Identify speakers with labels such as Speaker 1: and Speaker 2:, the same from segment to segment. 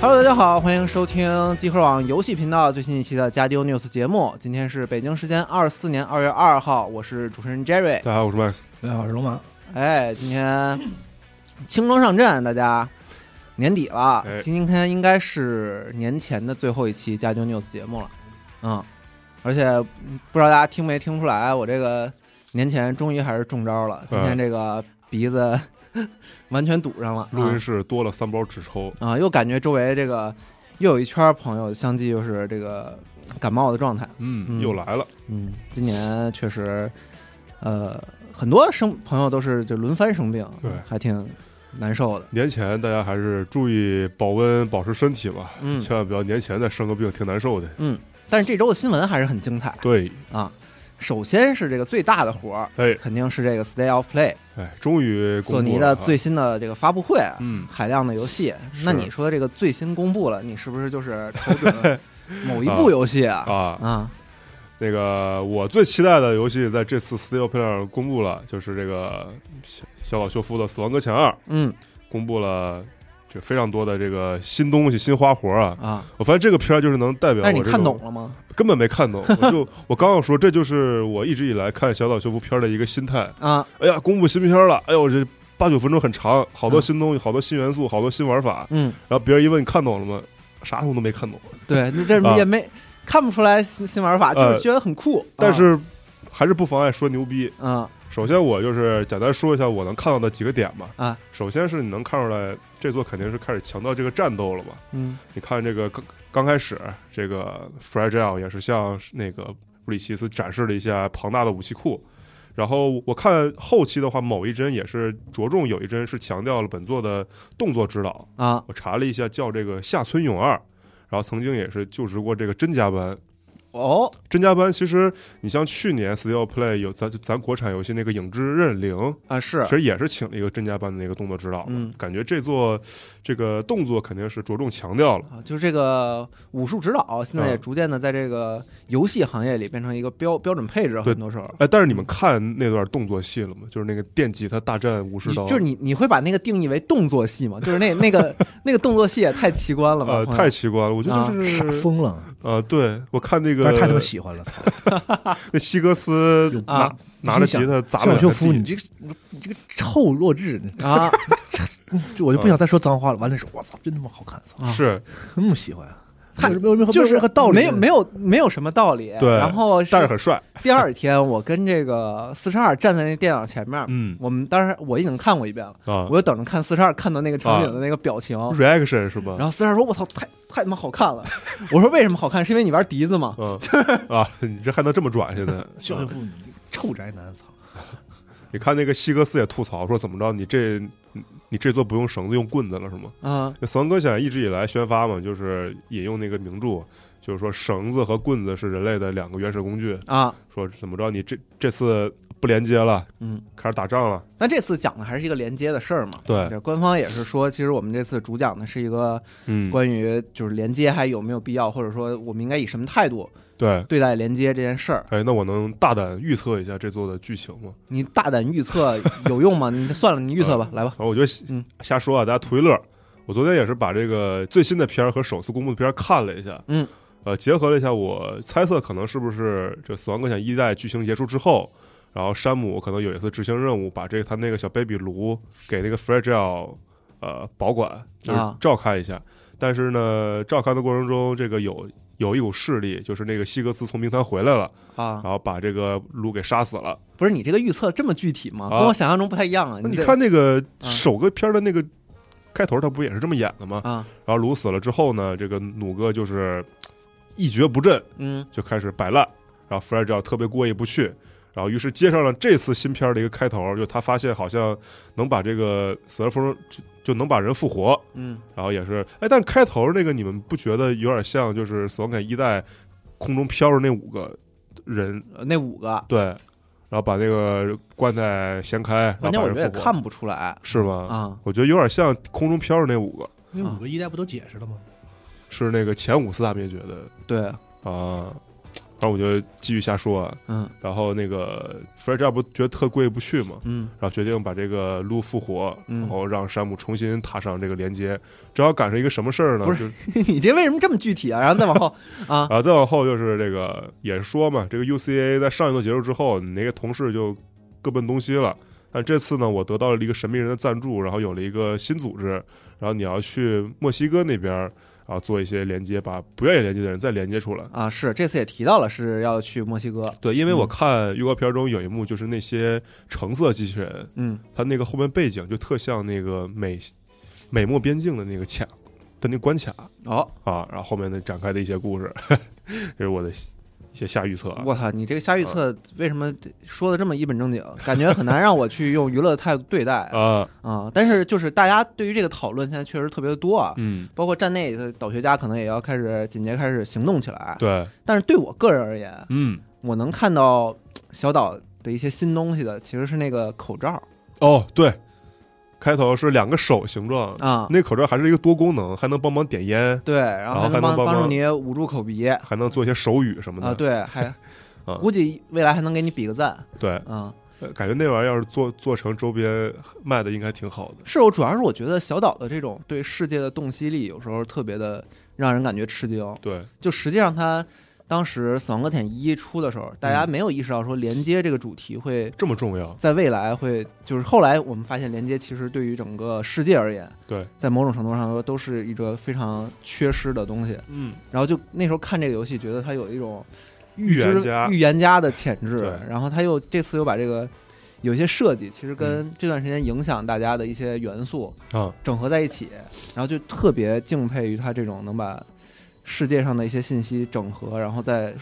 Speaker 1: Hello，大家好，欢迎收听集合网游戏频道最新一期的《加丢 News》节目。今天是北京时间二四年二月二号，我是主持人 Jerry。
Speaker 2: 大家好，我是 Max。
Speaker 3: 大家好，我是龙马。
Speaker 1: 哎，今天轻装上阵，大家年底了
Speaker 2: 哎，
Speaker 1: 今天应该是年前的最后一期《加丢 News》节目了。嗯，而且嗯不知道大家听没听出来，我这个年前终于还是中招了，今天这个鼻子 完全堵上了。
Speaker 2: 录
Speaker 1: 啊
Speaker 2: 音室多了三包纸抽，
Speaker 1: 啊，又感觉周围这个又有一圈朋友相继又是这个感冒的状态。嗯
Speaker 2: 嗯，又来了，
Speaker 1: 嗯，今年确实，呃，很多生朋友都是就轮番生病，
Speaker 2: 对
Speaker 1: 还挺难受的。
Speaker 2: 年前大家还是注意保温，保持身体吧，
Speaker 1: 嗯
Speaker 2: 千万不要年前再生个病，挺难受的。
Speaker 1: 但是这周的新闻还是很精彩
Speaker 2: 对，
Speaker 1: 啊。首先是这个最大的活儿，
Speaker 2: 哎
Speaker 1: 肯定是这个 Stay of Play
Speaker 2: 哎，终于公布
Speaker 1: 索尼
Speaker 2: 了
Speaker 1: 的
Speaker 2: 啊
Speaker 1: 最新的这个发布会啊，
Speaker 2: 嗯
Speaker 1: 海量的游戏。
Speaker 2: 是
Speaker 1: 那你说这个最新公布了，你是不是 就是瞅准某一部游戏啊？
Speaker 2: 啊，
Speaker 1: 啊，
Speaker 2: 那个我最期待的游戏在这次 Steel Play 上公布了，就是这个小小岛秀夫的《死亡搁浅二》，
Speaker 1: 嗯
Speaker 2: 公布了就非常多的这个新东西、新花活啊。
Speaker 1: 啊，
Speaker 2: 我发现这个片儿就是能代表
Speaker 1: 但是
Speaker 2: 我
Speaker 1: 你
Speaker 2: 这
Speaker 1: 看懂
Speaker 2: 种
Speaker 1: 了吗？
Speaker 2: 根本没看懂，我 就我刚要说，这就是我一直以来看小岛秀夫片儿的一个心态。
Speaker 1: 啊，
Speaker 2: 哎呀，公布新片了，哎呦，这八九分钟很长，好多
Speaker 1: 嗯
Speaker 2: 新东西，好多新元素，好多新玩法。
Speaker 1: 嗯，
Speaker 2: 然后别人一问，你看懂了吗？啥我都没看懂，
Speaker 1: 对，那这
Speaker 2: 啊
Speaker 1: 也没、看不出来新新玩法，就是
Speaker 2: 呃
Speaker 1: 觉得很酷。
Speaker 2: 但是还是不妨碍说牛逼。
Speaker 1: 啊，
Speaker 2: 首先，我就是简单说一下我能看到的几个点吧。
Speaker 1: 啊，
Speaker 2: 首先是你能看出来，这座肯定是开始强调这个战斗了嘛。
Speaker 1: 嗯
Speaker 2: 你看这个刚刚开始，这个 Fragile 也是向那个布里奇斯展示了一下庞大的武器库。然后我看后期的话，某一帧也是着重有一帧是强调了本作的动作指导，
Speaker 1: 嗯啊，
Speaker 2: 我查了一下，叫这个下村勇二，然后曾经也是就职过这个真家班。
Speaker 1: 哦，
Speaker 2: 真家班其实，你像去年 Steel Play 有咱咱国产游戏那个《影之刃零》，
Speaker 1: 啊是
Speaker 2: 其，实也是请了一个真家班的那个动作指导。
Speaker 1: 嗯
Speaker 2: 感觉这座这个动作肯定是着重强调了。
Speaker 1: 啊就是这个武术指导现在也
Speaker 2: 嗯
Speaker 1: 逐渐的在这个游戏行业里变成一个标标准配置，
Speaker 2: 对
Speaker 1: 很多时候。
Speaker 2: 哎，但是你们看那段动作戏了吗？就是那个电吉他大战武士
Speaker 1: 你
Speaker 2: 刀，
Speaker 1: 就是你，你会把那个定义为动作戏 吗？就是那那个那个动作戏也太奇观了吧？
Speaker 2: 呃
Speaker 1: 朋友
Speaker 2: 太奇怪了，我觉得就
Speaker 3: 啊傻
Speaker 2: 是
Speaker 3: 疯了，
Speaker 2: 呃，对我看那
Speaker 3: 但
Speaker 2: 个
Speaker 3: 是太他妈喜欢了。操
Speaker 2: 那西格斯
Speaker 3: 有
Speaker 2: 拿
Speaker 1: 啊
Speaker 2: 拿着吉他砸
Speaker 3: 小
Speaker 2: 了
Speaker 3: 秀
Speaker 2: 两
Speaker 3: 夫，
Speaker 2: 个
Speaker 3: 你
Speaker 2: 地，
Speaker 3: 这个你这个臭弱智，
Speaker 1: 啊，
Speaker 3: 就我就不
Speaker 2: 嗯
Speaker 3: 想再说脏话了。完了说，我操，真他妈好看，操，
Speaker 1: 啊
Speaker 2: 是
Speaker 3: 那么喜欢，
Speaker 1: 太
Speaker 3: 没有没有
Speaker 1: 就是
Speaker 3: 任何道理，
Speaker 1: 没有没有没有什么道理。
Speaker 2: 对
Speaker 1: 然后是
Speaker 2: 但是 很帅，
Speaker 1: 第二天，我跟这个四十二站在那电脑前面，
Speaker 2: 嗯
Speaker 1: 我们当时我已经看过一遍了，
Speaker 2: 啊
Speaker 1: 我就等着看四十二看到那个场景的那个表情。
Speaker 2: ，reaction 是吧？
Speaker 1: 然后四十二说：“我操，太太他妈好看了！” 我说：“为什么好看？是因为你玩笛子吗
Speaker 2: 嗯啊，你这还能这么转？现在，
Speaker 3: 小秀夫，你这个臭宅男，操，
Speaker 2: 你看那个西格斯也吐槽说怎么着，你这你你这座不用绳子用棍子了是吗？？”
Speaker 1: 啊，
Speaker 2: 那《死亡搁浅》一直以来宣发嘛，就是引用那个名著，就是说绳子和棍子是人类的两个原始工具，
Speaker 1: 啊，
Speaker 2: 说怎么着，你这这次不连接了，
Speaker 1: 嗯。
Speaker 2: 开始打仗了，
Speaker 1: 那这次讲的还是一个连接的事儿嘛？
Speaker 2: 对
Speaker 1: 这官方也是说，其实我们这次主讲的是一个
Speaker 2: 嗯，
Speaker 1: 关于就是连接还有没有必要，或者说我们应该以什么态度
Speaker 2: 对。
Speaker 1: 对待连接这件事儿。
Speaker 2: 哎，那我能大胆预测一下这座的剧情吗？
Speaker 1: 你大胆预测有用吗？你算了，你预测 吧，来吧
Speaker 2: 反。正我觉得
Speaker 1: 嗯
Speaker 2: 瞎说啊，大家图一乐。我昨天也是把这个最新的片儿和首次公布的片儿看了一下，
Speaker 1: 嗯，
Speaker 2: 呃，结合了一下，我猜测可能是不是这《死亡搁浅》一代剧情结束之后，然后山姆可能有一次执行任务，把这个他那个小 baby 炉给那个 Fragile 呃保管，就是
Speaker 1: 啊
Speaker 2: 照看一下。但是呢，照看的过程中，这个有有一股势力，就是那个西格斯从冰潭回来了，
Speaker 1: 啊
Speaker 2: 然，后把这个炉给杀死了。
Speaker 1: 不是你这个预测这么具体吗？
Speaker 2: 啊
Speaker 1: 跟我想象中不太一样啊。
Speaker 2: 那你
Speaker 1: 这
Speaker 2: 看那个
Speaker 1: 啊
Speaker 2: 首个片儿的那个开头，他不也是这么演的吗？
Speaker 1: 啊，
Speaker 2: 然后卢死了之后呢，这个弩哥就是一蹶不振，
Speaker 1: 嗯
Speaker 2: 就开始摆烂。然后 Fred 只特别过意不去，然后于是接上了这次新片儿的一个开头，就他发现好像能把这个死人复生就就能把人复活，
Speaker 1: 嗯
Speaker 2: 然后也是哎，但开头那个你们不觉得有点像就是《死亡感一代》空中飘着那五个人
Speaker 1: 呃那五个，
Speaker 2: 对，然后把那个棺材掀开，然后
Speaker 1: 关键
Speaker 2: 把
Speaker 1: 我
Speaker 2: 人
Speaker 1: 觉得也
Speaker 2: 复活
Speaker 1: 看不出来
Speaker 2: 是吗？
Speaker 1: 啊
Speaker 2: 我觉得有点像空中飘着那五个，
Speaker 3: 那
Speaker 1: 啊
Speaker 3: 五个一代不都解释了吗？
Speaker 2: 是那个前五次大灭绝的
Speaker 1: 对，
Speaker 2: 啊，然后我就继续瞎说啊。
Speaker 1: 嗯
Speaker 2: 然后那个 f r e d 不觉得特过意不去嘛，
Speaker 1: 嗯
Speaker 2: 然后决定把这个路复活，
Speaker 1: 嗯
Speaker 2: 然后让山姆重新踏上这个连接。正好赶上一个什么事儿呢？
Speaker 1: 不
Speaker 2: 是，
Speaker 1: 你这为什么这么具体啊？然后再往 后啊，
Speaker 2: 啊，再往后就是这个也是说嘛，这个 UCA 在上一段结束之后，你那个同事就各奔东西了。但这次呢，我得到了一个神秘人的赞助，然后有了一个新组织，然后你要去墨西哥那边儿啊做一些连接，把不愿意连接的人再连接出来。
Speaker 1: 啊，是这次也提到了是要去墨西哥，
Speaker 2: 对，因为我
Speaker 1: 嗯
Speaker 2: 看预告片中有一幕，就是那些橙色机器人，
Speaker 1: 嗯
Speaker 2: 它那个后面背景就特像那个美美墨边境的那个卡的那关卡
Speaker 1: 哦，
Speaker 2: 啊，然后后面的展开的一些故事， 这是我的一些下预测啊。
Speaker 1: 我操，你这个瞎预测为什么说的这么一本正经？感觉很难让我去用娱乐的态度对待
Speaker 2: 啊，
Speaker 1: 啊。但是就是大家对于这个讨论现在确实特别多啊，
Speaker 2: 嗯，
Speaker 1: 包括站内的导学家可能也要开始紧接开始行动起来。
Speaker 2: 对，
Speaker 1: 但是对我个人而言，
Speaker 2: 嗯，
Speaker 1: 我能看到小岛的一些新东西的，其实是那个口罩
Speaker 2: 哦，对，开头是两个手形状，
Speaker 1: 啊，
Speaker 2: 那口罩还是一个多功能，还能帮忙点烟，
Speaker 1: 对，然后
Speaker 2: 然后
Speaker 1: 哦还能
Speaker 2: 还
Speaker 1: 帮
Speaker 2: 能帮
Speaker 1: 帮助
Speaker 2: 忙
Speaker 1: 你捂住口鼻啊，
Speaker 2: 还能做一些手语什么的。
Speaker 1: 对， 还
Speaker 2: 啊
Speaker 1: 估计未来还能给你比个赞
Speaker 2: 对
Speaker 1: 啊。
Speaker 2: 呃感觉那玩意儿要是做做成周边卖的应该挺好的。
Speaker 1: 是哦我主要是我觉得小岛的这种对世界的洞悉力，有时候特别的让人感觉吃惊。
Speaker 2: 对，
Speaker 1: 就实际上他当时《死亡搁浅一》出的时候，大家
Speaker 2: 嗯
Speaker 1: 没有意识到说连接这个主题会。
Speaker 2: 这么重要。
Speaker 1: 在未来会，就是后来我们发现，连接其实对于整个世界而言，
Speaker 2: 对，
Speaker 1: 在某种程度上说都是一个非常缺失的东西。
Speaker 2: 嗯，
Speaker 1: 然后就那时候看这个游戏，觉得它有一种
Speaker 2: 预
Speaker 1: 知
Speaker 2: 言家
Speaker 1: 预言家的潜质
Speaker 2: 对。
Speaker 1: 然后他又这次又把这个有些设计，其实跟这段时间影响大家的一些元素
Speaker 2: 啊，
Speaker 1: 整合在一起，然后就特别敬佩于他这种能把世界上的一些信息整合，然后再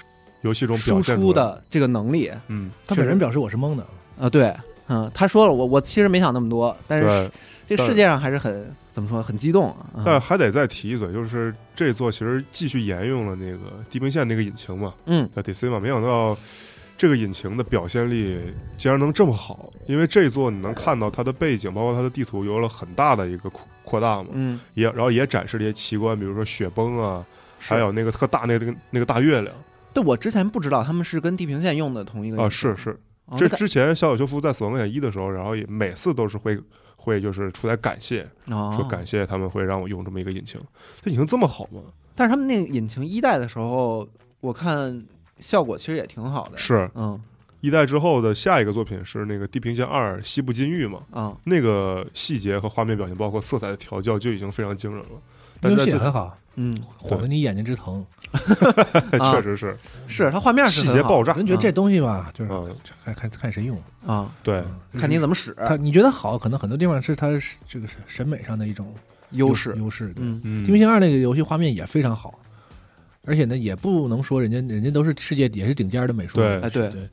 Speaker 2: 游戏中表
Speaker 1: 输
Speaker 2: 现
Speaker 1: 出
Speaker 2: 出来，
Speaker 1: 的这个能力。
Speaker 2: 嗯，
Speaker 3: 他本人表示我是懵的，
Speaker 1: 啊，对，嗯，他说了，我我其实没想那么多，但是
Speaker 2: 对。
Speaker 1: 这个世界上还是很怎么说，很激动啊。
Speaker 2: 但还得再提一嘴，就是这座其实继续沿用了那个地平线那个引擎嘛，
Speaker 1: 嗯，
Speaker 2: 在 DC 嘛，没想到这个引擎的表现力竟然能这么好，因为这一座你能看到它的背景，包括它的地图有了很大的一个扩扩大嘛，
Speaker 1: 嗯，
Speaker 2: 也然后也展示了一些奇观，比如说雪崩啊，
Speaker 1: 是
Speaker 2: 还有那个特大那个那个大月亮
Speaker 1: 对我之前不知道他们是跟地平线用的同一个
Speaker 2: 啊，
Speaker 1: 引
Speaker 2: 是
Speaker 1: 擎
Speaker 2: 是，
Speaker 1: 哦
Speaker 2: 这
Speaker 1: 那
Speaker 2: 之前小小修夫在《死亡搁浅一》的时候，然后也每次都是会会就是出来感谢，
Speaker 1: 哦
Speaker 2: 说感谢他们会让我用这么一个引擎，这引擎这么好吗？
Speaker 1: 但是他们那个引擎一代的时候，我看效果其实也挺好的。，
Speaker 2: 是
Speaker 1: 嗯
Speaker 2: 一代之后的下一个作品是那个《地平线二：西部禁域》嘛，
Speaker 1: 啊，
Speaker 2: 那个细节和画面表现，包括色彩的调教，就已经非常惊人了。但
Speaker 3: 那游
Speaker 2: 在
Speaker 3: 戏
Speaker 2: 这
Speaker 3: 很好，
Speaker 1: 嗯，
Speaker 3: 晃得你眼睛直疼。
Speaker 1: 啊
Speaker 2: 确实是
Speaker 1: 是它画面是
Speaker 2: 细
Speaker 1: 很
Speaker 2: 节
Speaker 1: 好
Speaker 2: 爆炸，
Speaker 3: 人觉得这东西吧，就是
Speaker 2: 啊嗯，
Speaker 3: 看看看谁用。
Speaker 1: 啊，
Speaker 2: 对，
Speaker 1: 看你怎么使
Speaker 3: 他你觉得好，可能很多地方是他是这个是审美上的一种
Speaker 1: 优势，
Speaker 3: 优势。对，
Speaker 1: 嗯
Speaker 2: 嗯
Speaker 3: 《地平线二》那个游戏画面也非常好，而且呢，也不能说人家人家都是世界也是顶尖的美术，啊
Speaker 2: 对
Speaker 1: 哎对，
Speaker 3: 对，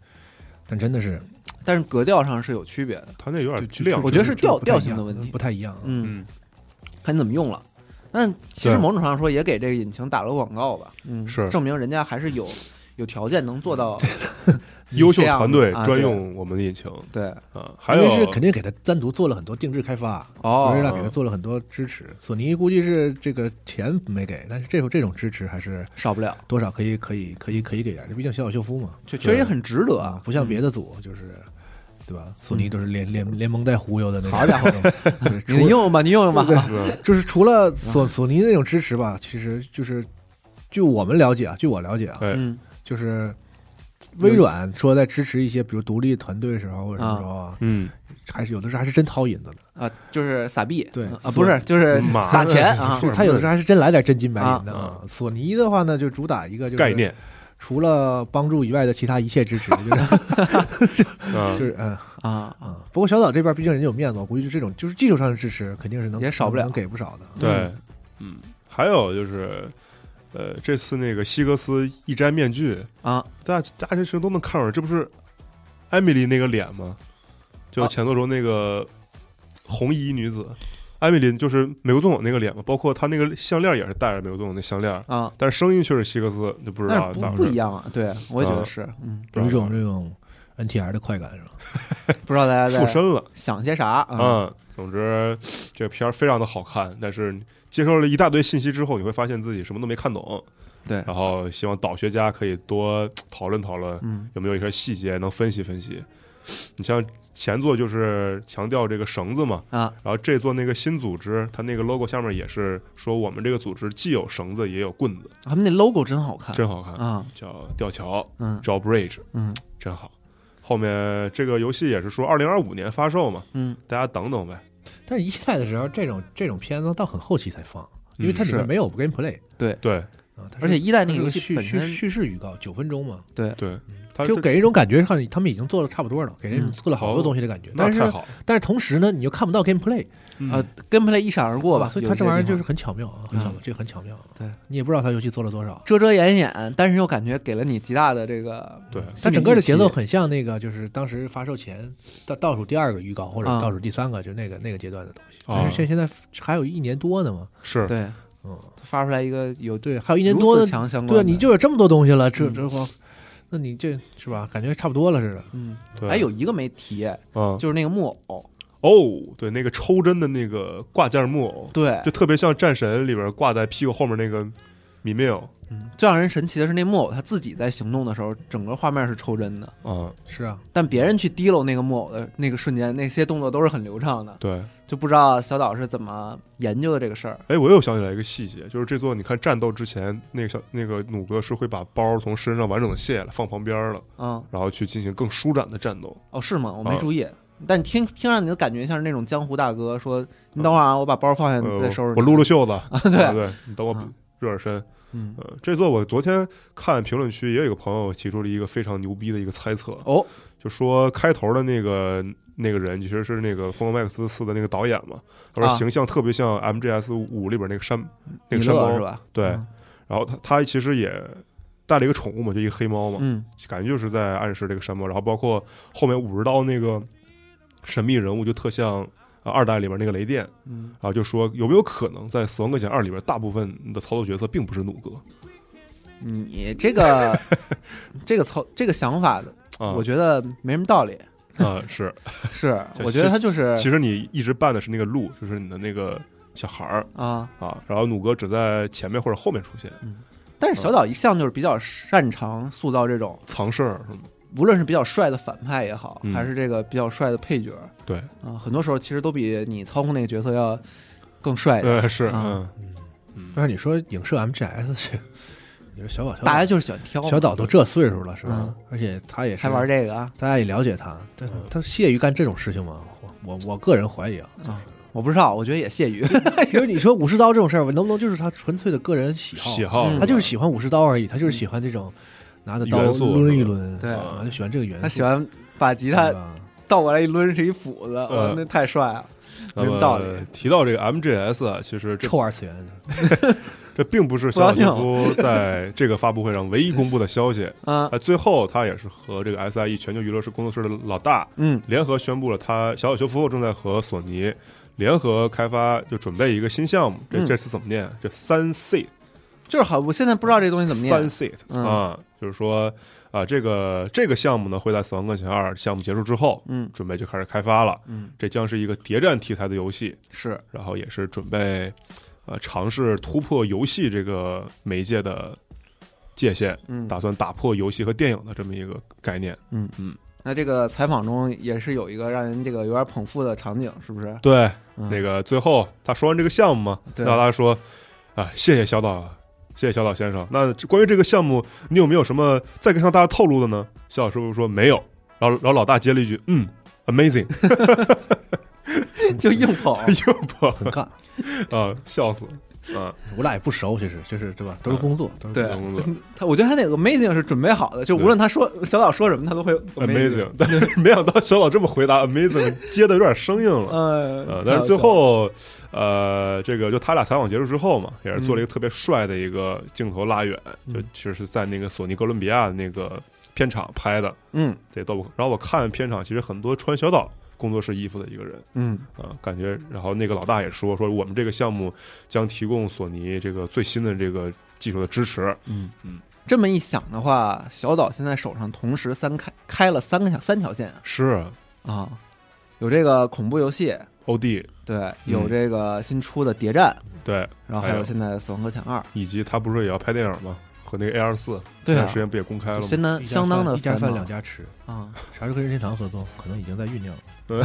Speaker 3: 但真的是
Speaker 1: 但是格调上是有区别的，
Speaker 2: 它那有点
Speaker 3: 就
Speaker 2: 亮
Speaker 3: 就，
Speaker 1: 我觉得是
Speaker 3: 就
Speaker 1: 调
Speaker 3: 不太一
Speaker 1: 调性
Speaker 3: 样
Speaker 1: 的问题
Speaker 3: 不太一样。
Speaker 1: 嗯，
Speaker 2: 嗯，
Speaker 1: 看你怎么用了。但其实
Speaker 2: 对
Speaker 1: 某种程度上说，也给这个引擎打了个广告吧，嗯，
Speaker 2: 是
Speaker 1: 证明人家还是有有条件能做到
Speaker 2: 优秀
Speaker 1: 这样
Speaker 2: 团队
Speaker 1: 啊
Speaker 2: 专
Speaker 1: 对
Speaker 2: 用我们的引擎
Speaker 1: 对
Speaker 2: 啊，还
Speaker 3: 因
Speaker 2: 有
Speaker 3: 为是肯定给他单独做了很多定制开发，
Speaker 1: 哦
Speaker 3: 维，瑞纳给他做了很多支持。索尼估计是这个钱没给，但是这种这种支持还是
Speaker 1: 少不了，
Speaker 3: 多少可以可以可以可以给点，毕竟小小秀夫嘛，
Speaker 1: 确确实也很值得啊，
Speaker 3: 嗯
Speaker 1: 嗯
Speaker 3: 不像别的组就是。对吧？索尼都是连连连蒙带忽悠的那种，
Speaker 1: 好家 伙
Speaker 3: 伙
Speaker 1: 嗯，你用用吧，你用用吧，
Speaker 2: 是
Speaker 3: 就是除了索索尼那种支持吧，其实就是据我们了解啊，据我了解啊，
Speaker 2: 哎
Speaker 1: 嗯
Speaker 3: 就是微软说在支持一些比如独立团队的时候或者什么时候啊，
Speaker 2: 嗯，
Speaker 3: 还是有的时候还是真掏银子的，
Speaker 1: 啊，就是撒币，
Speaker 3: 对
Speaker 1: 啊，不是，就是
Speaker 2: 妈
Speaker 1: 撒钱啊
Speaker 2: 是，
Speaker 3: 就是他有的时候还是真来点真金白银的
Speaker 2: 啊。
Speaker 3: 索尼的话呢，就主打一个就是
Speaker 2: 概，念
Speaker 3: 除了帮助以外的其他一切支持，就是
Speaker 2: 啊
Speaker 3: 就，是嗯
Speaker 1: 啊，
Speaker 3: 嗯。不过小岛这边毕竟人家有面子，我估计就这种就是技术上的支持肯定是能
Speaker 1: 也少不了
Speaker 3: 能给不少的。
Speaker 2: 对，嗯，还有就是呃，这次那个希格斯一摘面具，
Speaker 1: 啊，
Speaker 2: 大家大家其实都能看出来，这不是艾米丽那个脸吗？就
Speaker 1: 啊
Speaker 2: 前作中那个红衣女子，艾米丽就是美国总统那个脸嘛，包括她那个项链也是戴着美国总统那项链，
Speaker 1: 啊，
Speaker 2: 但是声音却是希格斯，就不知道
Speaker 1: 但是
Speaker 2: 咋
Speaker 1: 不
Speaker 2: 回事。
Speaker 1: 不一样啊，对我也觉得是，嗯，
Speaker 2: 不
Speaker 3: 有一
Speaker 2: 知道
Speaker 3: 种这种 NTR 的快感是吧？
Speaker 1: 不知道大家
Speaker 2: 附
Speaker 1: 在
Speaker 2: 身了。
Speaker 1: 想些啥啊？
Speaker 2: 嗯，总之这个片儿非常的好看，但是接受了一大堆信息之后，你会发现自己什么都没看懂。
Speaker 1: 对
Speaker 2: 然后希望导学家可以多讨论讨论，
Speaker 1: 嗯
Speaker 2: 有没有一些细节能分析分析。你像前作就是强调这个绳子嘛，
Speaker 1: 啊，
Speaker 2: 然后这座那个新组织，它那个 logo 下面也是说我们这个组织既有绳子也有棍子，
Speaker 1: 他们那 logo 真好看
Speaker 2: 真好看，
Speaker 1: 啊，
Speaker 2: 叫吊桥
Speaker 1: 嗯
Speaker 2: （Drawbridge），
Speaker 1: 嗯
Speaker 2: 真好。后面这个游戏也是说二零二五年发售嘛，
Speaker 1: 嗯，
Speaker 2: 大家等等呗。
Speaker 3: 但是一代的时候，这种这种片子到很后期才放，因为它
Speaker 2: 嗯
Speaker 3: 里
Speaker 1: 是
Speaker 3: 面没有 gameplay
Speaker 2: 对
Speaker 3: 啊，它是
Speaker 1: 而且一代
Speaker 3: 它
Speaker 1: 那
Speaker 3: 是
Speaker 1: 个游戏
Speaker 3: 叙
Speaker 1: 本
Speaker 3: 叙
Speaker 1: 身
Speaker 3: 叙事预告九分钟嘛，
Speaker 2: 对，它
Speaker 3: 就
Speaker 2: 它
Speaker 3: 给人一种感觉，看他们已经做的差不多了，给人
Speaker 1: 嗯
Speaker 3: 做了好多
Speaker 2: 哦
Speaker 3: 东西的感觉。
Speaker 2: 那
Speaker 3: 但是
Speaker 2: 太好了，
Speaker 3: 但是同时呢，你又看不到 gameplay，啊
Speaker 2: 嗯
Speaker 1: 呃，跟 play 一闪而过吧，
Speaker 3: 哦所以
Speaker 1: 有
Speaker 3: 它
Speaker 1: 一
Speaker 3: 这
Speaker 1: 些
Speaker 3: 玩意儿
Speaker 1: 地
Speaker 3: 就
Speaker 1: 方嗯
Speaker 3: 是很巧妙啊，很巧妙，这个很巧妙。
Speaker 1: 对，
Speaker 3: 你也不知道它游戏做了多少。
Speaker 1: 遮遮掩掩，但是又感觉给了你极大的这个
Speaker 2: 对
Speaker 1: 心
Speaker 3: 它
Speaker 1: 理
Speaker 3: 整个的节奏
Speaker 1: 预期
Speaker 3: 很像那个，就是当时发售前倒倒数第二个预告或者
Speaker 1: 啊哦
Speaker 3: 倒数第三个，就那个那个阶段的东西。
Speaker 2: 啊
Speaker 3: 但是现现在还有一年多呢嘛，
Speaker 2: 是
Speaker 1: 对，
Speaker 3: 嗯，
Speaker 1: 它发出来一个有
Speaker 3: 对，还有一年
Speaker 1: 如
Speaker 3: 多
Speaker 1: 此
Speaker 3: 的，
Speaker 1: 强相关
Speaker 3: 对，啊
Speaker 1: 的，
Speaker 3: 你就有这么多东西了，这
Speaker 1: 嗯
Speaker 3: 这我，那你这是吧？感觉差不多了似的。
Speaker 1: 嗯，
Speaker 2: 对
Speaker 1: 哎，有一个没提，
Speaker 2: 嗯
Speaker 1: 就是那个木偶，
Speaker 2: 哦，对，那个抽针的那个挂件木偶，
Speaker 1: 对，
Speaker 2: 就特别像战神里边挂在屁股后面那个米缪
Speaker 1: 嗯最让人神奇的是那木偶他自己在行动的时候，整个画面是抽帧的，
Speaker 2: 啊，
Speaker 3: 是啊，
Speaker 1: 但别人去提溜那个木偶的那个瞬间，那些动作都是很流畅的，
Speaker 2: 对。
Speaker 1: 就不知道小岛是怎么研究的这个事儿。
Speaker 2: 哎，我又想起来一个细节，就是这座你看战斗之前，那个小那个弩哥是会把包从身上完整的卸了，放旁边了，
Speaker 1: 嗯，
Speaker 2: 然后去进行更舒展的战斗。
Speaker 1: 哦，是吗？我没
Speaker 2: 啊
Speaker 1: 注意。但听听上你的感觉像是那种江湖大哥说：“你等会儿啊，我把包放下，你
Speaker 2: 呃
Speaker 1: 再收拾。”
Speaker 2: 我撸 撸，袖子，
Speaker 1: 对
Speaker 2: 啊对，你等我
Speaker 1: 嗯
Speaker 2: 热热身。
Speaker 1: 嗯，
Speaker 2: 呃，这座我昨天看评论区也有一个朋友提出了一个非常牛逼的一个猜测，
Speaker 1: 哦，
Speaker 2: 就说开头的那个那个人其实是那个《疯狂麦克斯四》的那个导演嘛，他说
Speaker 1: 啊
Speaker 2: 形象特别像 MGS 五里边那个山那
Speaker 1: 米
Speaker 2: 个山
Speaker 1: 勒
Speaker 2: 猫
Speaker 1: 是，吧？
Speaker 2: 对
Speaker 1: 嗯
Speaker 2: 然后他他其实也带了一个宠物嘛，就一个黑猫嘛，
Speaker 1: 嗯
Speaker 2: 感觉就是在暗示这个山猫。然后包括后面武士刀那个神秘人物就特像呃二代里面那个雷电，
Speaker 1: 嗯，
Speaker 2: 然后就说有没有可能在《死亡搁浅二》里边大部分的操作角色并不是弩哥
Speaker 1: 你这个 这个操这个想法，
Speaker 2: 啊？
Speaker 1: 我觉得没什么道理。
Speaker 2: 啊、是，
Speaker 1: 是，
Speaker 2: 就
Speaker 1: 我觉得他就是
Speaker 2: 其实你一直扮的是那个鹿，就是你的那个小孩儿
Speaker 1: 啊，
Speaker 2: 啊，然后弩哥只在前面或者后面出现，
Speaker 1: 但是小岛一向就是比较擅长塑造这种，
Speaker 2: 藏事儿是吗？
Speaker 1: 无论是比较帅的反派也好，
Speaker 2: 嗯
Speaker 1: 还是这个比较帅的配角，
Speaker 2: 对
Speaker 1: 啊，很多时候其实都比你操控那个角色要更帅一点。
Speaker 2: 呃，是，
Speaker 1: 啊
Speaker 2: 嗯
Speaker 3: 但啊是你说影射 MGS 这，你说小宝，小
Speaker 1: 大家
Speaker 3: 宝
Speaker 1: 就是喜欢挑嘛，
Speaker 3: 小岛都这岁数了是吧
Speaker 1: 嗯？
Speaker 3: 而且他也是
Speaker 1: 还玩这个啊？
Speaker 3: 大家也了解他，但是他屑于干这种事情吗？我我我个人怀疑啊，
Speaker 1: 啊，我不知道，我觉得也屑 于。
Speaker 3: 比如你说武士刀这种事儿，能不能就是他纯粹的个人喜好？
Speaker 2: 喜好
Speaker 1: 嗯
Speaker 2: 吧，
Speaker 3: 他就是喜欢武士刀而已，他就是喜欢这种拿着刀
Speaker 2: 元素
Speaker 3: 抡一抡，
Speaker 1: 对
Speaker 3: 啊，就喜欢这个元素。
Speaker 1: 他喜欢把吉
Speaker 3: 对
Speaker 1: 他
Speaker 3: 吧
Speaker 1: 倒过来一抡是一斧子，
Speaker 2: 呃
Speaker 1: 哇，那太帅了。
Speaker 2: 那么
Speaker 1: 没道理
Speaker 2: 提到这个 MGS 啊，其实这
Speaker 3: 臭二次元，
Speaker 2: 这并不是小岛秀夫在这个发布会上唯一公布的消 息。
Speaker 1: 啊，
Speaker 2: 啊，最后他也是和这个 SIE 全球娱乐室工作室的老大
Speaker 1: 嗯
Speaker 2: 联合宣布了他，小岛秀夫正在和索尼联合开发，就准备一个新项目。这
Speaker 1: 嗯
Speaker 2: 这次怎么念？这三 C
Speaker 1: 就是好，我现在不知道这东西怎么
Speaker 2: 三
Speaker 1: 念。
Speaker 2: C
Speaker 1: 嗯
Speaker 2: 啊，就是说啊，这个这个项目呢会在《死亡搁浅二》项目结束之后，
Speaker 1: 嗯
Speaker 2: 准备就开始开发了。
Speaker 1: 嗯，
Speaker 2: 这将是一个谍战题材的游戏，
Speaker 1: 是
Speaker 2: 然后也是准备呃尝试突破游戏这个媒介的界限，
Speaker 1: 嗯。
Speaker 2: 打算打破游戏和电影的这么一个概念。
Speaker 1: 那这个采访中也是有一个让人这个有点捧腹的场景，是不是？
Speaker 2: 对，
Speaker 1: 嗯
Speaker 2: 那个最后他说完这个项目嘛，
Speaker 1: 对
Speaker 2: 那他说啊，谢谢小岛，谢谢小岛先生。那这关于这个项目，你有没有什么再跟向大家透露的呢？小岛师傅说没有，然后然后老大接了一句，嗯，amazing，
Speaker 1: 哦 就硬捧。
Speaker 2: 又不
Speaker 3: 很尬，
Speaker 2: 啊，笑死啊，
Speaker 3: 我俩也不熟，其实就是对吧？都是
Speaker 2: 嗯
Speaker 3: 工作，都是
Speaker 1: 对
Speaker 2: 工 作
Speaker 1: 他，我觉得他那个 amazing 是准备好的，就无论他说小岛说什么，他都会
Speaker 2: amazing，但是没想到小岛这么回答 amazing，接的有点生硬了。
Speaker 1: 呃
Speaker 2: 呃，，但是最后，呃，这个就他俩采访结束之后嘛，也是做了
Speaker 1: 嗯
Speaker 2: 一个特别帅的一个镜头拉远，就
Speaker 1: 嗯
Speaker 2: 其实是在那个索尼哥伦比亚的那个片场拍的，
Speaker 1: 嗯
Speaker 2: 这都不。然后我看片场，其实很多穿小岛工作室衣服的一个人
Speaker 1: 嗯
Speaker 2: 啊、感觉。然后那个老大也说，说我们这个项目将提供索尼这个最新的这个技术的支持。
Speaker 1: 嗯
Speaker 2: 嗯，
Speaker 1: 这么一想的话，小岛现在手上同时三开开了三个小三条线啊
Speaker 2: 是
Speaker 1: 啊，有这个恐怖游戏，
Speaker 2: O D
Speaker 1: 对，
Speaker 2: 嗯
Speaker 1: 有这个新出的谍战，
Speaker 2: 对，
Speaker 1: 然后还有现在《死亡搁浅二》
Speaker 2: 以及他不是也要拍电影吗？和那个 A 二四，
Speaker 1: 对啊
Speaker 2: 时间不也公开了吗？
Speaker 1: 相当
Speaker 3: 一家
Speaker 1: 呃相当
Speaker 3: 饭
Speaker 1: 的
Speaker 3: 一家
Speaker 1: 繁
Speaker 3: 饭
Speaker 1: 忙
Speaker 3: 两家吃，
Speaker 1: 啊，
Speaker 3: 啥时候任天堂合作，可能已经在酝酿了，
Speaker 2: 对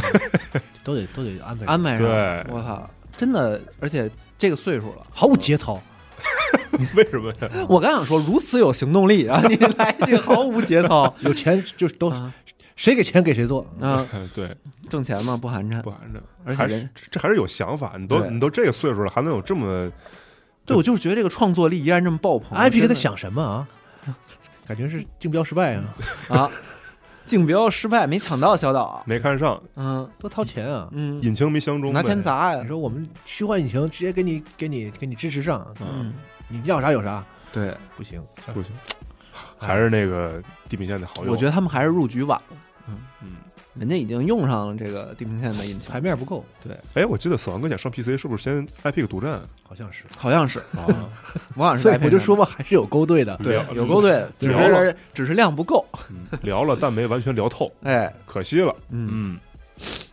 Speaker 3: 嗯 都得都得安排
Speaker 1: 安
Speaker 3: 排，
Speaker 1: 排上了，
Speaker 2: 对，
Speaker 1: 我靠，真的，而且这个岁数了，
Speaker 3: 毫无节操，
Speaker 2: 为什么呀？
Speaker 1: 我刚想说如此有行动力啊，你来一句毫无节 操
Speaker 3: 有钱就是都
Speaker 1: 嗯啊
Speaker 3: 谁给钱给谁做，
Speaker 1: 啊，
Speaker 2: 对，
Speaker 1: 挣钱嘛不寒碜，
Speaker 2: 不含着，
Speaker 1: 而且
Speaker 2: 嗯还是
Speaker 1: 人
Speaker 2: 这这还是有想法。你都
Speaker 1: 对
Speaker 2: 你都这个岁数了，还能有这么
Speaker 1: 对我就是觉得这个创作力依然这么爆棚
Speaker 3: IP
Speaker 1: 真的
Speaker 3: 给他想什么啊？感觉是竞标失败啊，
Speaker 1: 啊，竞标失败没抢到小岛，啊
Speaker 2: 没看上，
Speaker 1: 嗯
Speaker 3: 多掏钱啊！
Speaker 1: 嗯，
Speaker 2: 引擎没相中呗，
Speaker 1: 拿钱砸呀
Speaker 3: 你，说我们虚幻引擎直接给你给你给你支持上，
Speaker 1: 嗯，
Speaker 3: 你要啥有啥，
Speaker 1: 对，
Speaker 3: 不行，
Speaker 2: 不行，还是那个地平线的好用。
Speaker 1: 我觉
Speaker 2: 得，
Speaker 1: 得他们还是入局晚了，
Speaker 2: 嗯，
Speaker 1: 人家已经用上了这个地平线的引擎
Speaker 3: 牌，面不够，
Speaker 2: 哎，我记得《死亡搁浅》上 PC 是不是先 IP 独占？
Speaker 3: 好像是。
Speaker 1: 好像是，哦 我好像是
Speaker 3: 所以
Speaker 1: iPad
Speaker 3: 我就说
Speaker 1: 上
Speaker 3: 嘛，还是有勾兑的。
Speaker 2: 对
Speaker 1: 的有勾兑，只
Speaker 2: 聊了
Speaker 1: 是只是量不够，
Speaker 2: 嗯 聊了，但没完全聊透，
Speaker 1: 哎，
Speaker 2: 可惜了。
Speaker 1: 嗯。
Speaker 2: 嗯，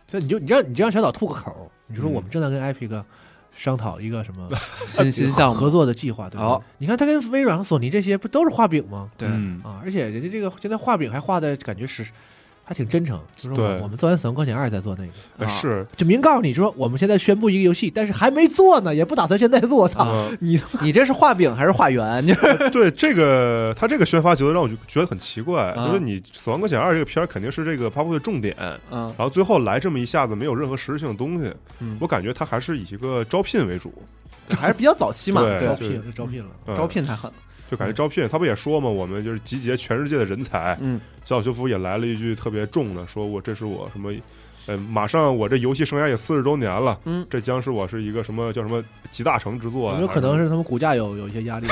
Speaker 3: 所以你就你让你就让小岛吐个口儿，你就说
Speaker 2: 嗯
Speaker 3: 我们正在跟 Epic 商讨一个什么
Speaker 1: 新新项目
Speaker 3: 合，作的计划，对吧？
Speaker 1: 好
Speaker 3: 你看他跟微软和索尼这些不都是画饼吗？
Speaker 1: 对，
Speaker 2: 嗯
Speaker 3: 啊，而且人家这个现在画饼还画的感觉是还挺真诚，就是说
Speaker 2: 对
Speaker 3: 我我们做完《死亡搁浅二》再做那个，
Speaker 2: 哎
Speaker 1: 啊
Speaker 2: 是
Speaker 3: 就明告诉你说我们现在宣布一个游戏，但是还没做呢，也不打算现在做。操、
Speaker 2: 啊，
Speaker 3: 你他
Speaker 1: 你这是画饼还是画圆？就是
Speaker 2: 对这个他这个宣发节奏让我就觉得很奇怪，
Speaker 1: 啊
Speaker 2: 因为你《死亡搁浅二》这个片儿肯定是这个发布会的重点，
Speaker 1: 嗯
Speaker 2: 然后最后来这么一下子没有任何实质性的东西，
Speaker 1: 嗯，
Speaker 2: 我感觉他还是以一个招聘为主，
Speaker 1: 这还是比较早期嘛，
Speaker 2: 对
Speaker 3: 妈招
Speaker 1: 对，
Speaker 2: 就是
Speaker 3: 聘就招聘了，
Speaker 2: 嗯
Speaker 1: 招聘太狠了，
Speaker 2: 就感觉招聘，他不也说嘛，我们就是集结全世界的人才。
Speaker 1: 嗯，
Speaker 2: 小岛修夫也来了一句特别重的，说我这是我什么，呃，马上我这游戏生涯也四十周年了，
Speaker 1: 嗯，
Speaker 2: 这将是我是一个什么叫什么集大成之作、
Speaker 3: 有
Speaker 2: 啊，
Speaker 3: 没有可能是他们股价有有一些压力？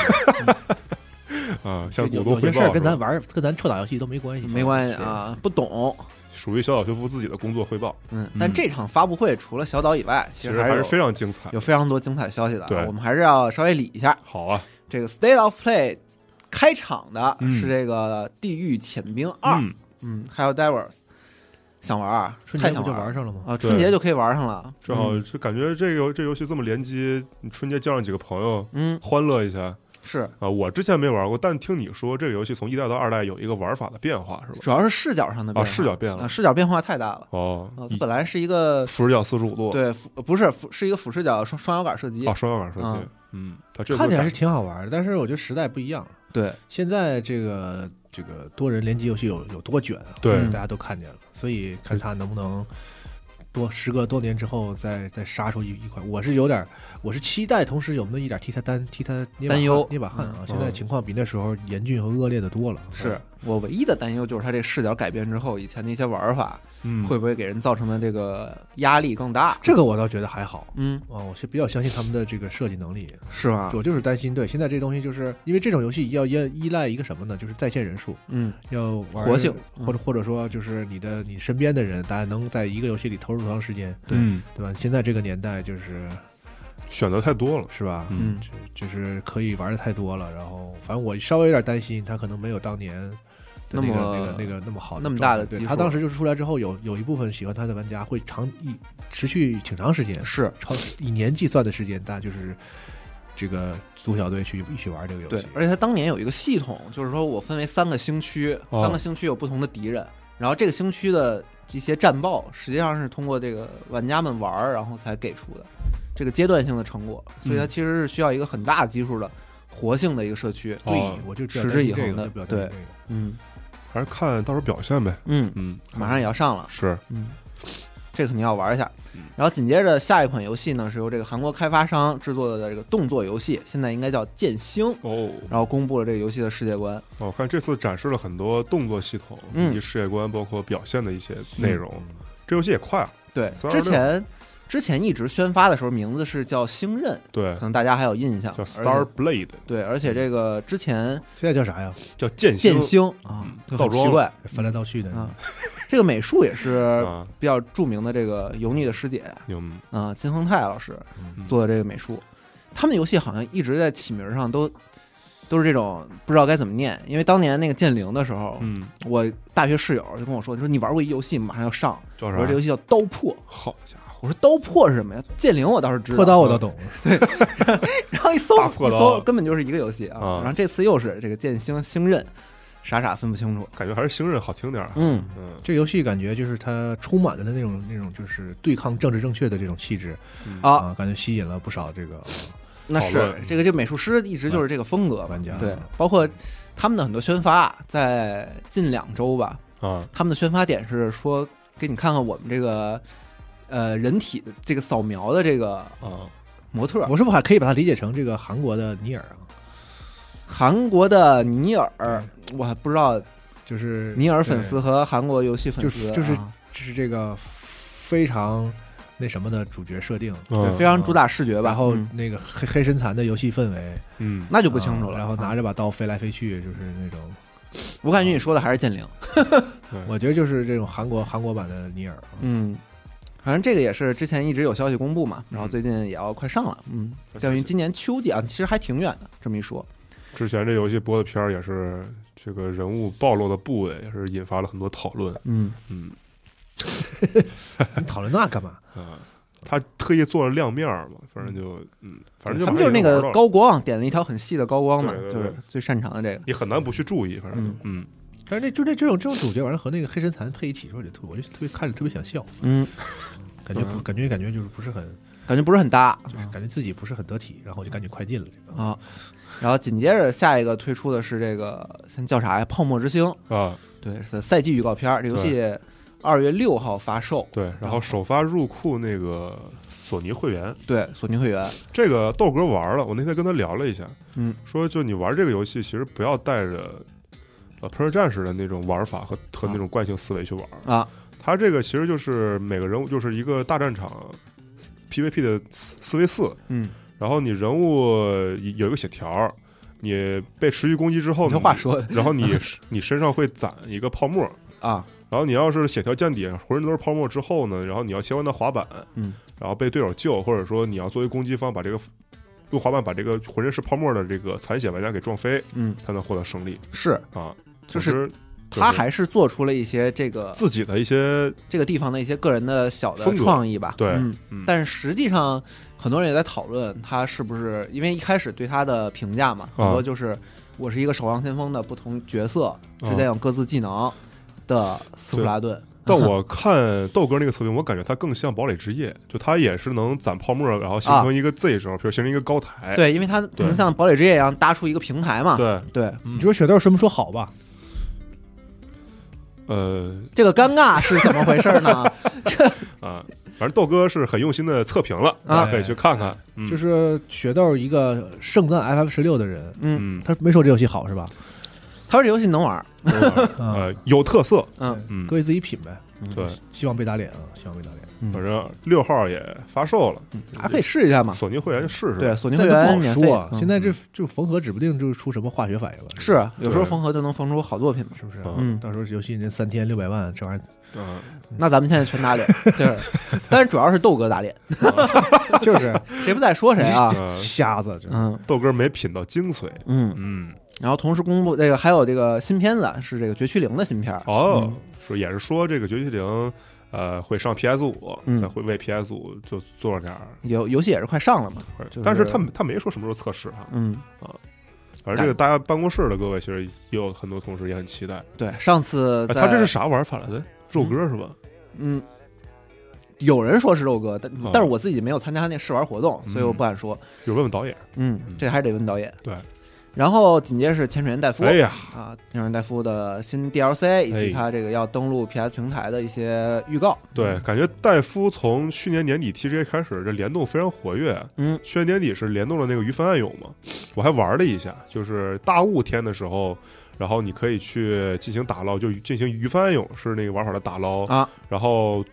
Speaker 2: 啊、
Speaker 3: 就
Speaker 2: 像股
Speaker 3: 有
Speaker 2: 东
Speaker 3: 有
Speaker 2: 汇
Speaker 3: 些
Speaker 2: 报
Speaker 3: 事儿
Speaker 2: 是
Speaker 3: 跟
Speaker 2: 吧
Speaker 3: 咱玩儿跟咱臭打游戏都没关系，
Speaker 1: 没关系啊，不懂，
Speaker 2: 属于小岛修夫自己的工作汇报，
Speaker 1: 嗯，但这场发布会除了小岛以外，
Speaker 2: 其
Speaker 1: 其
Speaker 2: 实
Speaker 1: 还
Speaker 2: 还是
Speaker 1: 有
Speaker 2: 非常精彩。
Speaker 1: 有非常多精彩消息的啊，
Speaker 2: 对
Speaker 1: 我们还是要稍微理一下
Speaker 2: 好啊，
Speaker 1: 这个 State of Play。开场的
Speaker 2: 嗯
Speaker 1: 是这个《地狱潜兵二》，
Speaker 2: 嗯，
Speaker 1: 嗯，还有 Divers，想玩啊，
Speaker 3: 春
Speaker 1: 太
Speaker 3: 节
Speaker 1: 想
Speaker 3: 不就
Speaker 1: 玩
Speaker 3: 玩上了吗？
Speaker 1: 啊，春
Speaker 2: 对
Speaker 1: 节就可以玩上了，
Speaker 2: 正好就感觉这个这游戏这么联机，你春节叫上几个朋友
Speaker 1: 嗯，
Speaker 2: 欢乐一下
Speaker 1: 是，
Speaker 2: 啊！我之前没玩过，但听你说这个游戏从一代到二代有一个玩法的变化是吧？
Speaker 1: 主要是视角上的
Speaker 2: 啊，
Speaker 1: 变化
Speaker 2: 视角变了
Speaker 1: 啊，视角变化太大了，
Speaker 2: 哦
Speaker 1: 啊，，它
Speaker 2: 一
Speaker 1: 本来是一个
Speaker 2: 俯视角呃四十五度，
Speaker 1: 对，俯不是俯是一个俯视角双双摇杆射击
Speaker 2: 啊，，双摇杆射击
Speaker 1: 嗯，
Speaker 2: 嗯，它这次
Speaker 3: 看起来是
Speaker 2: 改
Speaker 3: 挺好玩的，但是我觉得时代不一样了。
Speaker 1: 对，
Speaker 3: 现在这个这个多人联机游戏有有多卷啊？
Speaker 2: 对
Speaker 1: 嗯
Speaker 3: 大家都看见了，所以看他能不能多时隔多年之后再再杀出一一款。我是有点，我是期待，同时有那么一点替他担替他捏把
Speaker 1: 担忧
Speaker 3: 汗捏把汗啊！
Speaker 1: 嗯
Speaker 3: 现在情况比那时候严峻和恶劣的多了。
Speaker 1: 是我唯一的担忧就是它这视角改变之后，以前的一些玩法
Speaker 2: 嗯
Speaker 1: 会不会给人造成的这个压力更大？
Speaker 3: 这个我倒觉得还好。
Speaker 1: 嗯，
Speaker 3: 啊、我是比较相信他们的这个设计能力，
Speaker 1: 是吧？
Speaker 3: 我就是担心，对，现在这东西就是因为这种游戏要依依赖一个什么呢？就是在线人数，
Speaker 1: 嗯，
Speaker 3: 要玩
Speaker 1: 活性
Speaker 3: 或者或者说就是你的你身边的人，大家能在一个游戏里投入多长时间，
Speaker 1: 对
Speaker 2: 嗯
Speaker 3: 对吧？现在这个年代就是
Speaker 2: 选择太多了，
Speaker 3: 是吧，
Speaker 1: 嗯，
Speaker 3: 就就是可以玩的太多了。然后反正我稍微有点担心，他可能没有当年
Speaker 1: 那
Speaker 3: 的那个
Speaker 1: 么
Speaker 3: 那个那个那么好
Speaker 1: 那么
Speaker 3: 状态
Speaker 1: 大的
Speaker 3: 对
Speaker 1: 基数
Speaker 3: 他当时就是出来之后，有有一部分喜欢他的玩家会长一持续挺长时间，
Speaker 1: 是
Speaker 3: 超以年计算的时间，大家就是这个组小队去一起玩这个游
Speaker 1: 对
Speaker 3: 戏，。
Speaker 1: 而且它当年有一个系统，就是说我分为三个星区，
Speaker 2: 哦
Speaker 1: 三个星区有不同的敌人，然后这个星区的一些战报实际上是通过这个玩家们玩儿，然后才给出的这个阶段性的成果，所以它
Speaker 2: 嗯
Speaker 1: 其实是需要一个很大基数的活性的一个社区。
Speaker 2: 哦
Speaker 3: 对，我就比较
Speaker 1: 持之
Speaker 3: 担心
Speaker 1: 以
Speaker 3: 这
Speaker 1: 恒的
Speaker 3: 个我就比较
Speaker 1: 对
Speaker 3: 担心这个
Speaker 1: 嗯
Speaker 2: 还是看到时候表现呗，
Speaker 1: 嗯，
Speaker 2: 嗯，
Speaker 1: 马上也要上了。
Speaker 2: 是
Speaker 1: 嗯，这个肯定要玩一下
Speaker 2: 嗯。
Speaker 1: 然后紧接着下一款游戏呢，是由这个韩国开发商制作的这个动作游戏，现在应该叫《剑星》，
Speaker 2: 哦
Speaker 1: 然后公布了这个游戏的世界观。
Speaker 2: 哦，我看这次展示了很多动作系统
Speaker 1: 嗯
Speaker 2: 以及世界观，包括表现的一些内容。这游戏也快了，
Speaker 1: 对，
Speaker 2: 326
Speaker 1: 之前之前一直宣发的时候名字是叫《星刃》，
Speaker 2: 对
Speaker 1: 可，能大家还有印象。
Speaker 2: 叫
Speaker 1: 而
Speaker 2: Star
Speaker 1: 且
Speaker 2: Blade，
Speaker 1: 对，而且这个之前
Speaker 3: 现在叫啥呀？
Speaker 2: 叫剑
Speaker 1: 剑星啊
Speaker 2: 嗯，
Speaker 1: 就
Speaker 2: 倒
Speaker 1: 很
Speaker 2: 装
Speaker 1: 奇怪
Speaker 3: 翻来倒去的，
Speaker 1: 啊，这个美术也是
Speaker 2: 啊，
Speaker 1: 比较著名的这个油腻的师姐
Speaker 2: 嗯，
Speaker 1: 啊，金亨泰老师
Speaker 3: 嗯
Speaker 1: 做的这个美术，他们游戏好像一直在起名上都都是这种不知道该怎么念，因为当年那个剑灵的时候，
Speaker 2: 嗯，
Speaker 1: 我大学室友就跟我说，你说你玩过一游戏，马上要上，
Speaker 2: 叫
Speaker 1: 我
Speaker 2: 啥
Speaker 1: 说？这游戏叫《刀破
Speaker 2: 好家伙，》，
Speaker 1: 我说刀破是什么呀？剑灵我倒是知道，啊
Speaker 3: 破刀我倒懂，
Speaker 1: 然后一搜
Speaker 2: 大破
Speaker 1: 一
Speaker 2: 刀
Speaker 1: 搜，根本就是一个游戏啊。
Speaker 2: 啊
Speaker 1: 然后这次又是这个剑星星刃，傻傻分不清楚。
Speaker 2: 感觉还是星刃好听点儿。
Speaker 1: 嗯，
Speaker 2: 嗯
Speaker 3: 这个游戏感觉就是它充满了那种那种就是对抗政治正确的这种气质
Speaker 1: 啊，
Speaker 3: 啊，感觉吸引了不少这个
Speaker 1: 那
Speaker 2: 讨
Speaker 1: 是
Speaker 2: 论
Speaker 1: 这个这美术师一直就是这个风格嘛
Speaker 3: 玩家。
Speaker 1: 对，包括他们的很多宣发，啊在近两周吧，
Speaker 2: 啊
Speaker 1: 他们的宣发点是说给你看看我们这个呃人体的这个扫描的这个
Speaker 2: 啊，
Speaker 1: 模特，
Speaker 3: 我是不是还可以把它理解成这个韩国的尼尔啊？
Speaker 1: 韩国的尼尔，我还不知道
Speaker 3: 就是
Speaker 1: 尼尔粉丝和韩国游戏粉丝
Speaker 3: 就是
Speaker 1: 啊
Speaker 3: 这是这个非常那什么的主角设定，
Speaker 1: 对
Speaker 2: 嗯
Speaker 1: 非常主打视觉吧，
Speaker 3: 然后
Speaker 1: 嗯
Speaker 3: 那个黑黑神残的游戏氛围
Speaker 2: 嗯，
Speaker 1: 那就不清楚了。
Speaker 3: 啊然后
Speaker 1: 啊
Speaker 3: 拿着把刀飞来飞去，就是那种，
Speaker 1: 我感觉你说的还是剑灵，
Speaker 3: 我觉得就是这种韩国韩国版的尼尔啊。
Speaker 1: 嗯，反正这个也是之前一直有消息公布嘛，然后最近也要快上了，嗯，将于今年秋季啊，其实还挺远的。这么一说，
Speaker 2: 之前这游戏播的片儿也是这个人物暴露的部位，也是引发了很多讨论。
Speaker 1: 嗯，
Speaker 2: 嗯
Speaker 3: 你讨论那干嘛？
Speaker 2: 啊，他特意做了亮面儿嘛，反正就嗯，反正就
Speaker 1: 他们
Speaker 2: 马上
Speaker 1: 就是那
Speaker 2: 能
Speaker 1: 个
Speaker 2: 玩到了，
Speaker 1: 高光点了一条很细的高光嘛，
Speaker 2: 对对
Speaker 1: 就
Speaker 2: 对
Speaker 1: 是最擅长的这个。
Speaker 2: 你很难不去注意，反正就嗯
Speaker 3: 但是这就这这种这种主角，完了和那个黑神残配一起，我就特我就特别看着特别想笑，
Speaker 1: 嗯，
Speaker 3: 感觉不感觉感觉就是不是很，
Speaker 1: 感觉不是很搭，
Speaker 3: 就是感觉自己不是很得体，然后我就赶紧快进了这个。
Speaker 1: 啊。然后紧接着下一个推出的是这个，先叫啥呀？《泡沫之星》
Speaker 2: 啊
Speaker 1: 对，是赛季预告片儿。这游戏二月六号发售，
Speaker 2: 对，然后首发入库那个索尼会员，
Speaker 1: 对，索尼会员。
Speaker 2: 这个豆哥玩了，我那天跟他聊了一下，
Speaker 1: 嗯，
Speaker 2: 说就你玩这个游戏，其实不要带着呃《喷射战士》的那种玩法和和
Speaker 1: 啊
Speaker 2: 那种惯性思维去玩，
Speaker 1: 啊，
Speaker 2: 它这个其实就是每个人物就是一个大战场 PVP 的四四 v 四，
Speaker 1: 嗯，
Speaker 2: 然后你人物有一个血条儿，你被持续攻击之后，
Speaker 1: 你这话说的
Speaker 2: 然后你你身 上会攒一个泡沫，
Speaker 1: 啊，
Speaker 2: 然后你要是血条见底，浑身都是泡沫之后呢，然后你要切换到滑板，
Speaker 1: 嗯，
Speaker 2: 然后被对手救，或者说你要作为攻击方把这个用滑板把这个浑身是泡沫的这个残血玩家给撞飞，
Speaker 1: 嗯，
Speaker 2: 才能获得胜利
Speaker 1: 是，
Speaker 2: 啊。
Speaker 1: 就
Speaker 2: 总
Speaker 1: 是
Speaker 2: 之就
Speaker 1: 他
Speaker 2: 是
Speaker 1: 还是做出了一些这个
Speaker 2: 自己的一些
Speaker 1: 这个地方的一些个人的小的
Speaker 2: 风格
Speaker 1: 创意吧。
Speaker 2: 对
Speaker 1: 嗯
Speaker 2: 嗯
Speaker 1: 但是实际上，很多人也在讨论他是不是因为一开始对他的评价嘛，
Speaker 2: 啊
Speaker 1: 很多就是我是一个守望先锋的不同角色之
Speaker 2: 啊
Speaker 1: 间有各自技能的斯普拉顿。嗯
Speaker 2: 但我看豆哥那个测评，我感觉它更像堡垒之夜，就它也是能攒泡沫，然后形成一个 Z 轴，比如形成一个高台。
Speaker 1: 啊对，因为他能像堡垒之夜一样搭出一个平台嘛。
Speaker 2: 对，
Speaker 1: 对，
Speaker 3: 你说雪豆什么说好吧？
Speaker 2: 呃
Speaker 1: 这个尴尬是怎么回事 呢？
Speaker 2: 啊，反正豆哥是很用心的测评了，
Speaker 1: 啊
Speaker 2: 大家可以去看看。嗯
Speaker 3: 就是雪豆一个圣诞 FF 十六的人，
Speaker 1: 嗯，
Speaker 2: 嗯，
Speaker 3: 他没说这游戏好是吧？
Speaker 1: 他说这游戏能玩儿，
Speaker 3: 啊，
Speaker 2: 呃，有特色。
Speaker 1: 嗯，
Speaker 2: 嗯
Speaker 3: 各位自己品呗。
Speaker 2: 对，
Speaker 3: 希望被打脸啊！希望被打脸。
Speaker 2: 反正六号也发售了，
Speaker 1: 大家可以试一下嘛。
Speaker 2: 索尼会员就试试。
Speaker 1: 对，，啊索尼
Speaker 3: 现在
Speaker 1: 会
Speaker 3: 都
Speaker 1: 员
Speaker 3: 不
Speaker 1: 免
Speaker 3: 好
Speaker 1: 费
Speaker 3: 说啊，
Speaker 1: 嗯
Speaker 3: 现在这这缝合指不定就是出什么化学反应了，
Speaker 1: 是有时候
Speaker 2: 对
Speaker 1: 缝合就能缝出好作品嘛。
Speaker 3: 是不是？
Speaker 2: 嗯
Speaker 1: 嗯，
Speaker 3: 到时候游戏人三天六百万，这玩意
Speaker 2: 嗯，
Speaker 1: 那咱们现在全打 脸，对，但是主要是豆哥打脸，
Speaker 3: 儿就是
Speaker 1: 谁不在说谁啊？
Speaker 2: 呃
Speaker 3: 瞎子，这
Speaker 1: 嗯
Speaker 2: 豆哥没品到精髓。
Speaker 1: 嗯，
Speaker 2: 嗯，
Speaker 1: 然后同时公布这个还有这个新片子是这个《绝区零》的新片儿，
Speaker 2: 哦，
Speaker 1: 嗯
Speaker 2: 说也是说这个《绝地零》呃会上 PS 五，
Speaker 1: 嗯
Speaker 2: 再会为 PS 五就做点儿
Speaker 1: 游游戏也是快上了嘛，
Speaker 2: 会
Speaker 1: 就是
Speaker 2: 但是他他没说什么时候测试啊。
Speaker 1: 嗯，
Speaker 2: 反正这个大家办公室的各位，其实也有很多同事也很期待。
Speaker 1: 对，上次呃
Speaker 2: 哎
Speaker 1: 在、
Speaker 2: 他这是啥玩法来的？肉鸽是吧？
Speaker 1: 嗯，有人说是肉哥，但、
Speaker 2: 哦
Speaker 1: 但是我自己没有参加那试玩活动，
Speaker 2: 嗯
Speaker 1: 所以我不敢说，
Speaker 2: 有问问导演。
Speaker 1: 嗯，这还得问导演。
Speaker 2: 对，
Speaker 1: 然后紧接着是潜水员戴夫，
Speaker 2: 哎呀，
Speaker 1: 啊，天然戴夫的新 DLC 以及他这个要登录 PS 平台的一些预告。
Speaker 2: 对，感觉戴夫从去年年底 TGA 开始，这联动非常活跃。
Speaker 1: 嗯，
Speaker 2: 去年年底是联动了那个《鱼帆暗涌》嘛，我还玩了一下，就是大雾天的时候，然后你可以去进行打捞，就进行鱼帆暗涌是那个玩法的打捞
Speaker 1: 啊，
Speaker 2: 然后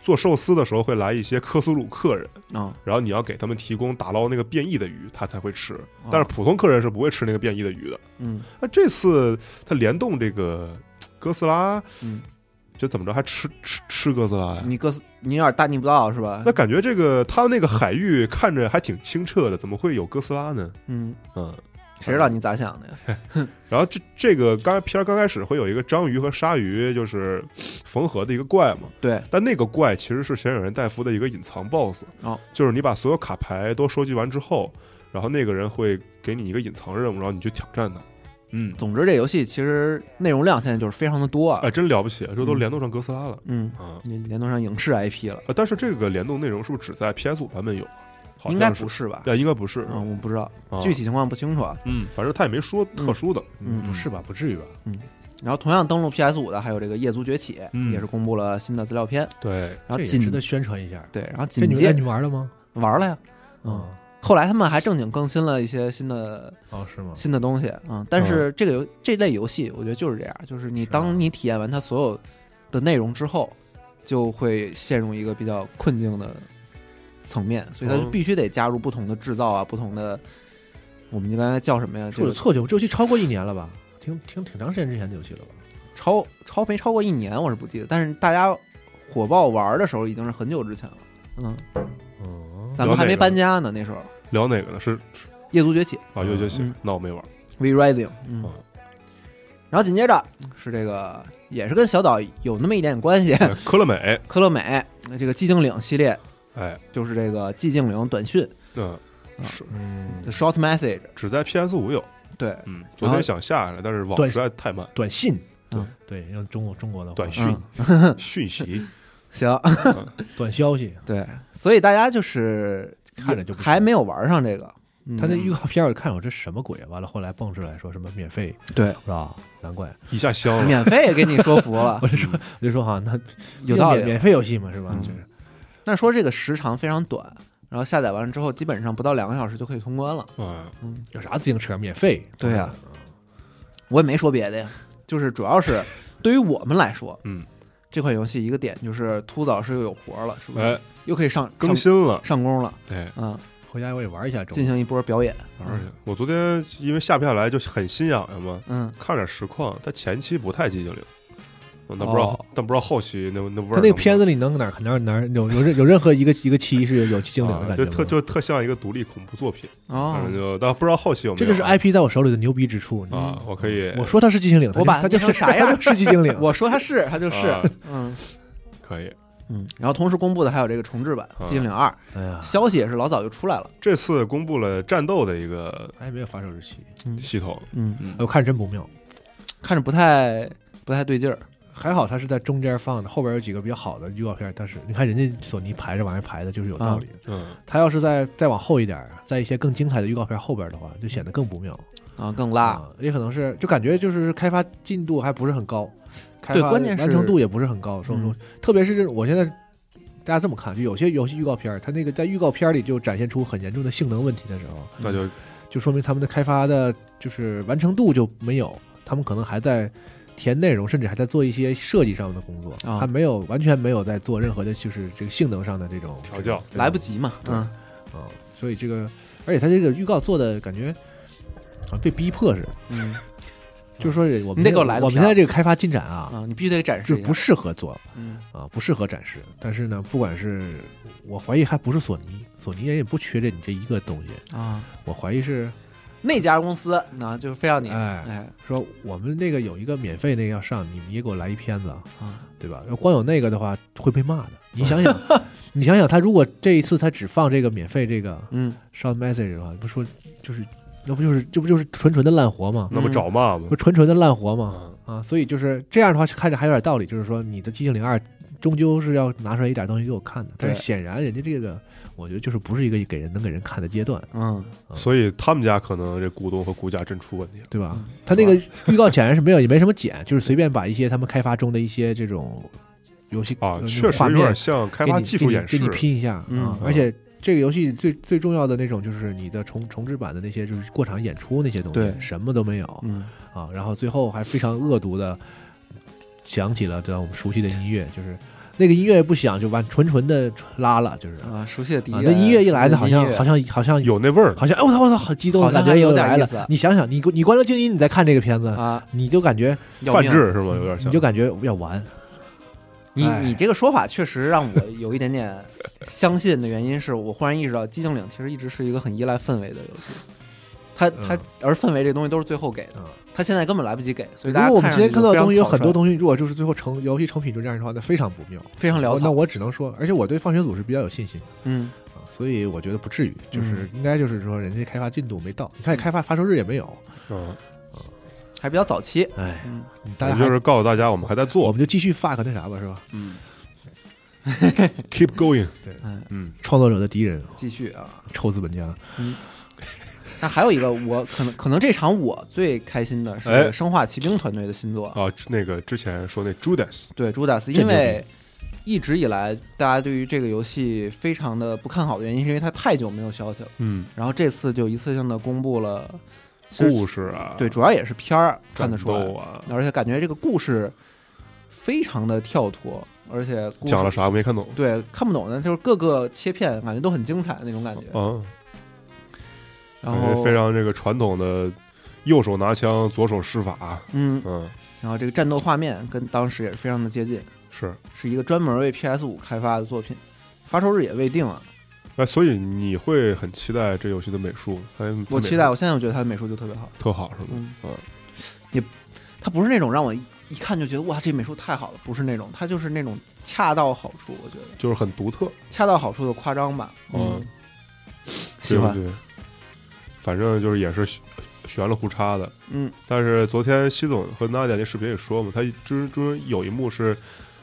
Speaker 2: 做寿司的时候会来一些科苏鲁客人，
Speaker 1: 啊、
Speaker 2: 然后你要给他们提供打捞那个变异的鱼，他才会吃，但是普通客人是不会吃那个变异的鱼的。
Speaker 1: 嗯
Speaker 2: 那这次他联动这个哥斯拉，
Speaker 1: 嗯，
Speaker 2: 这怎么着还吃吃吃哥斯拉呀？
Speaker 1: 你哥斯你有点大逆不道是吧
Speaker 2: 哎那？感觉这个他那个海域看着还挺清澈的，怎么会有哥斯拉呢？
Speaker 1: 嗯，
Speaker 2: 嗯，
Speaker 1: 谁知道你咋想的呀？
Speaker 2: 然后这这个刚片儿刚开始会有一个章鱼和鲨鱼就是缝合的一个怪嘛，
Speaker 1: 对，
Speaker 2: 但那个怪其实是《神有人戴夫》的一个隐藏 BOSS，、
Speaker 1: 哦、
Speaker 2: 就是你把所有卡牌都收集完之后，然后那个人会给你一个隐藏任务，然后你去挑战他。嗯，
Speaker 1: 总之这游戏其实内容量现在就是非常的多啊
Speaker 2: 哎，，真了不起，这都联动上哥斯拉了、
Speaker 1: 嗯，
Speaker 2: 啊！
Speaker 1: 你联动上影视 IP 了，
Speaker 2: 呃但是这个联动内容是不是只在 PS 五版本有？啊好像
Speaker 1: 应该不
Speaker 2: 是，
Speaker 1: 是吧？
Speaker 2: 对，应该不是。
Speaker 1: 嗯，我不知道
Speaker 2: 啊
Speaker 1: 具体情况不清楚啊。
Speaker 2: 嗯，反正他也没说特殊的。
Speaker 1: 嗯
Speaker 3: 不是吧？不至于吧？
Speaker 1: 然后同样登陆 PS 五的还有这个《夜族崛起》
Speaker 2: 嗯
Speaker 1: 也是公布了新的资料片。
Speaker 2: 对，
Speaker 1: 然后
Speaker 3: 这也
Speaker 1: 紧
Speaker 3: 值得宣传一下。
Speaker 1: 对，然后
Speaker 3: 这
Speaker 1: 紧
Speaker 3: 你们
Speaker 1: 接
Speaker 3: 带你玩了吗？
Speaker 1: 玩了呀。嗯，
Speaker 3: 啊，
Speaker 1: 后来他们还正经更新了一些新的
Speaker 3: 哦，是吗？
Speaker 1: 新的东西啊、嗯但是这个游这类游戏，我觉得就是这样，就是你
Speaker 3: 是啊
Speaker 1: 当你体验完它所有的内容之后，就会陷入一个比较困境的层面，所以它就
Speaker 2: 嗯
Speaker 1: 必须得加入不同的制造啊，不同的，我们刚才叫什么呀？
Speaker 3: 是
Speaker 1: 这
Speaker 3: 我有
Speaker 1: 个
Speaker 3: 错觉，我这游戏超过一年了吧？挺挺挺长时间之前的游戏了吧？
Speaker 1: 超超没超过一年，我是不记得，但是大家火爆玩的时候已经是很久之前了，嗯，
Speaker 3: 嗯，
Speaker 1: 咱们还
Speaker 2: 聊哪
Speaker 1: 没
Speaker 2: 个
Speaker 1: 搬家呢，那时候《
Speaker 2: 聊哪个呢？是
Speaker 1: 夜族崛起》
Speaker 2: 啊，月觉醒
Speaker 1: 嗯，
Speaker 2: 那我没玩。
Speaker 1: V Rising，嗯
Speaker 2: 哦，
Speaker 1: 然后紧接着是这个，也是跟小岛有那么一点点关系，
Speaker 2: 哎科乐美，
Speaker 1: 科乐美这个寂静岭系列，
Speaker 2: 哎，
Speaker 1: 就是这个寂静岭短讯
Speaker 2: 嗯，
Speaker 1: 啊
Speaker 2: 是
Speaker 3: 嗯
Speaker 1: 就，，short message，
Speaker 2: 只在 PS 五有。
Speaker 1: 对，
Speaker 2: 嗯，昨天想下来，但是网
Speaker 3: 对
Speaker 2: 实在太慢。
Speaker 3: 短信，
Speaker 1: 嗯
Speaker 3: 对，用中国中国的话
Speaker 2: 短讯、讯 息，
Speaker 1: 行，
Speaker 3: 短消息，
Speaker 1: 对，所以大家就是
Speaker 3: 看着就不
Speaker 1: 还没有玩上这个，嗯
Speaker 3: 他那预告片我看我这什么鬼啊？完了后来蹦出来说什么免费
Speaker 1: 对
Speaker 3: 是吧？难怪
Speaker 2: 一下香了。
Speaker 1: 免费也给你说服了
Speaker 3: 我，就说我就说哈，那
Speaker 1: 嗯有道
Speaker 3: 免
Speaker 1: 理。啊
Speaker 3: 免费游戏嘛是吧？
Speaker 1: 嗯
Speaker 3: 就是
Speaker 1: 但说这个时长非常短，然后下载完之后基本上不到两个小时就可以通关了。
Speaker 2: 嗯，
Speaker 1: 嗯，
Speaker 3: 有啥自行车免费？
Speaker 1: 对啊呀我也没说别的呀，就是主要 是对于我们来说，
Speaker 2: 嗯，
Speaker 1: 这款游戏一个点就是秃早是又有活了，是不是？
Speaker 2: 哎，
Speaker 1: 又可以上
Speaker 2: 更新了，
Speaker 1: 上上工了，
Speaker 2: 哎，
Speaker 1: 嗯，
Speaker 3: 回家我也玩一下中
Speaker 1: 进行一波表演，
Speaker 3: 嗯
Speaker 2: 而且我昨天因为下不下来就很心痒痒嘛，
Speaker 1: 嗯，
Speaker 2: 看点实况，它前期不太寂静岭，嗯但不知道
Speaker 1: 哦，
Speaker 2: 但不知道后期那那味儿能不能。
Speaker 3: 他那个片子里能哪哪哪有有任有任何一个一个期是有精灵的
Speaker 2: 啊，
Speaker 3: 感
Speaker 2: 就
Speaker 3: 觉
Speaker 2: 特
Speaker 3: 吗？
Speaker 2: 就特像一个独立恐怖作品，
Speaker 1: 哦
Speaker 2: 反，正就但不知道后期有没有
Speaker 3: 这
Speaker 2: 啊。
Speaker 3: 就是 IP 在我手里的牛逼之处。你
Speaker 2: 啊，我可以，
Speaker 3: 我说他是寂静岭，
Speaker 1: 我把
Speaker 3: 他就
Speaker 1: 它
Speaker 3: 是
Speaker 1: 变成啥样
Speaker 3: 他就是寂静 岭。
Speaker 1: 我说他是，他就是，
Speaker 2: 啊
Speaker 1: 嗯
Speaker 2: 可以。
Speaker 1: 嗯。然后同时公布的还有这个重置版
Speaker 2: 啊
Speaker 1: 《寂静岭二
Speaker 3: 哎呀》，，
Speaker 1: 消息也是老早就出来了，
Speaker 2: 这次公布了战斗的一个
Speaker 3: 还没有发售日期，
Speaker 2: 系统，
Speaker 1: 嗯，
Speaker 2: 嗯
Speaker 3: 哎，我看着真不妙。
Speaker 1: 看着不太不太对劲儿，
Speaker 3: 还好它是在中间放的，后边有几个比较好的预告片，但是你看人家索尼排这玩意儿排的就是有道理的。
Speaker 2: 嗯，
Speaker 3: 它要是再再往后一点儿，在一些更精彩的预告片后边的话，就显得更不妙
Speaker 1: 啊，更
Speaker 2: 嗯
Speaker 1: 拉。
Speaker 3: 啊也可能是就感觉就是开发进度还不是很高，开
Speaker 1: 对
Speaker 3: 发
Speaker 1: 关键是
Speaker 3: 完成度也不是很高。说
Speaker 1: 嗯
Speaker 3: 说，特别是这种我现在大家这么看，就有些游戏预告片儿，它那个在预告片里就展现出很严重的性能问题的时候，
Speaker 2: 那就
Speaker 3: 就说明他们的开发的就是完成度就没有，他们可能还在填内容，甚至还在做一些设计上的工作，
Speaker 1: 啊
Speaker 3: 还没有完全没有在做任何的，就是这个性能上的这种
Speaker 2: 调教，
Speaker 1: 来不及嘛，
Speaker 3: 对
Speaker 1: 嗯，
Speaker 3: 啊、所以这个，而且他这个预告做的感觉好像被逼迫似的，
Speaker 1: 嗯
Speaker 3: 就是说我们
Speaker 1: 你得给我来个
Speaker 3: 我们
Speaker 1: 片儿
Speaker 3: 现在这个开发进展啊，
Speaker 1: 啊，你必须得展
Speaker 3: 就
Speaker 1: 示一下，
Speaker 3: 不适合做
Speaker 1: 嗯，
Speaker 3: 啊，不适合展示。但是呢，不管是我怀疑还不是索尼，索尼人也不缺这你这一个东西，
Speaker 1: 啊，
Speaker 3: 我怀疑是
Speaker 1: 那家公司啊，就是非要你，
Speaker 3: 哎
Speaker 1: 哎，
Speaker 3: 说我们那个有一个免费那个要上，你们也给我来一片子啊，
Speaker 1: 啊
Speaker 3: 对吧？要光有那个的话会被骂的。你想想，你想想，他如果这一次他只放这个免费这个
Speaker 1: 嗯，
Speaker 3: 上 message 的话，不说就是那不就是这不就是纯纯的烂活吗？
Speaker 1: 嗯
Speaker 2: 那不找骂吗
Speaker 3: 不？纯纯的烂活吗？
Speaker 2: 嗯
Speaker 3: 啊，所以就是这样的话，看着还有点道理，就是说你的寂静零二终究是要拿出来一点东西给我看的。但是
Speaker 1: 对
Speaker 3: 显然人家这个，我觉得就是不是一个给人能给人看的阶段，
Speaker 1: 嗯，
Speaker 2: 所以他们家可能这股东和股价真出问题了。
Speaker 3: 对吧
Speaker 1: 嗯？
Speaker 3: 他那个预告显然是没有，也没什么剪，就是随便把一些他们开发中的一些这种游戏
Speaker 2: 啊，
Speaker 3: 呃
Speaker 2: 确实
Speaker 3: 画
Speaker 2: 有
Speaker 3: 面
Speaker 2: 点像开发技术演示
Speaker 3: 给你给你给你拼一下啊、
Speaker 1: 嗯
Speaker 3: 而且这个游戏最最重要的那种就是你的重重置版的那些就是过场演出那些东西，
Speaker 1: 对
Speaker 3: 什么都没有
Speaker 1: 嗯，
Speaker 3: 啊。然后最后还非常恶毒的响起了这我们熟悉的音乐，就是那个音乐不响就完纯纯的拉了，就是啊，
Speaker 1: 啊，熟悉的敌人，
Speaker 3: 那音乐一来呢，好像
Speaker 1: 音乐
Speaker 3: 好像好像
Speaker 2: 有那味儿，
Speaker 3: 好像哎我操我操，好激动，
Speaker 1: 好像
Speaker 3: 感觉
Speaker 1: 还有
Speaker 3: 又
Speaker 1: 点
Speaker 3: 来
Speaker 1: 意
Speaker 3: 了
Speaker 1: 思。
Speaker 3: 你想想，你你关了静音，你再看这个片子，
Speaker 1: 啊，
Speaker 3: 你就感觉
Speaker 1: 要
Speaker 2: 泛
Speaker 1: 命
Speaker 2: 制是吗？有点
Speaker 3: 嗯你
Speaker 2: 像
Speaker 3: 就。感觉要完，
Speaker 1: 你
Speaker 3: 哎
Speaker 1: 你这个说法确实让我有一点点相信的原因是我忽然意识到，寂静岭其实一直是一个很依赖氛围的游戏，他他而氛围这东西都是最后给的，
Speaker 3: 嗯
Speaker 1: 他现在根本来不及给，所以
Speaker 3: 如
Speaker 1: 大家
Speaker 3: 果我们今天看到的东西有很多
Speaker 1: 西
Speaker 3: 东西，如果就是最后成游戏成品就这样的话，那非常不妙，
Speaker 1: 非常潦
Speaker 3: 哦那
Speaker 1: 草，
Speaker 3: 我只能说，而且我对放学组是比较有信心的
Speaker 1: 嗯
Speaker 3: 啊，所以我觉得不至于，就是应该就是说人家开发进度没到，你看开发发售日也没有，
Speaker 2: 嗯，
Speaker 1: 还比较早期，
Speaker 3: 哎，
Speaker 1: 嗯
Speaker 3: 大家
Speaker 2: 就
Speaker 3: 还
Speaker 2: 是告诉大家我们还在
Speaker 3: 我
Speaker 2: 做
Speaker 3: 们就继续 fuck 那啥吧，是吧？
Speaker 1: 嗯
Speaker 2: ，keep going，
Speaker 1: 嗯，
Speaker 2: 嗯，
Speaker 3: 创作者的敌人，
Speaker 1: 继续啊。
Speaker 3: 臭资本家，
Speaker 1: 那还有一个，我可能可能这场我最开心的是
Speaker 2: 哎
Speaker 1: 《生化奇兵》团队的新
Speaker 3: 嗯
Speaker 1: 作，
Speaker 2: 啊，那个之前说那 Judas，
Speaker 1: 对朱达斯，
Speaker 3: 这
Speaker 1: 因
Speaker 3: 牛
Speaker 1: 为一直以来大家对于这个游戏非常的不看好的原因，是因为它太久没有消息了，
Speaker 2: 嗯，
Speaker 1: 然后这次就一次性的公布了其实
Speaker 2: 故事啊，
Speaker 1: 对，主要也是片儿看
Speaker 2: 战
Speaker 1: 得出来
Speaker 2: 斗，啊，
Speaker 1: 而且感觉这个故事非常的跳脱，而且故事
Speaker 2: 讲了啥我没看懂
Speaker 1: 对看不懂的，就是各个切片感觉都很精彩的那种感觉。
Speaker 2: 啊，
Speaker 1: 然
Speaker 2: 感
Speaker 1: 后
Speaker 2: 觉非常这个传统的右手拿枪，左手施法，
Speaker 1: 嗯，
Speaker 2: 嗯，
Speaker 1: 然后这个战斗画面跟当时也是非常的接近，
Speaker 2: 是，
Speaker 1: 是一个专门为 PS 五开发的作品，发售日也未定啊。
Speaker 2: 哎，所以你会很期待这游戏的美术，它它
Speaker 1: 我
Speaker 2: 美
Speaker 1: 期
Speaker 2: 术
Speaker 1: 待，我现在我觉得它的美术就特别好，
Speaker 2: 特好是吗？
Speaker 1: 嗯
Speaker 2: 嗯，
Speaker 1: 也它不是那种让我一一看就觉得哇这美术太好了，不是那种，它就是那种恰到好处，我觉得
Speaker 2: 就是很独特，
Speaker 1: 恰到好处的夸张吧。
Speaker 2: 嗯，
Speaker 1: 喜欢，
Speaker 2: 对对对，反正就是也是悬悬了胡叉的。
Speaker 1: 嗯
Speaker 2: 但是昨天西总和娜姐那视频也说嘛，他中中有一幕是，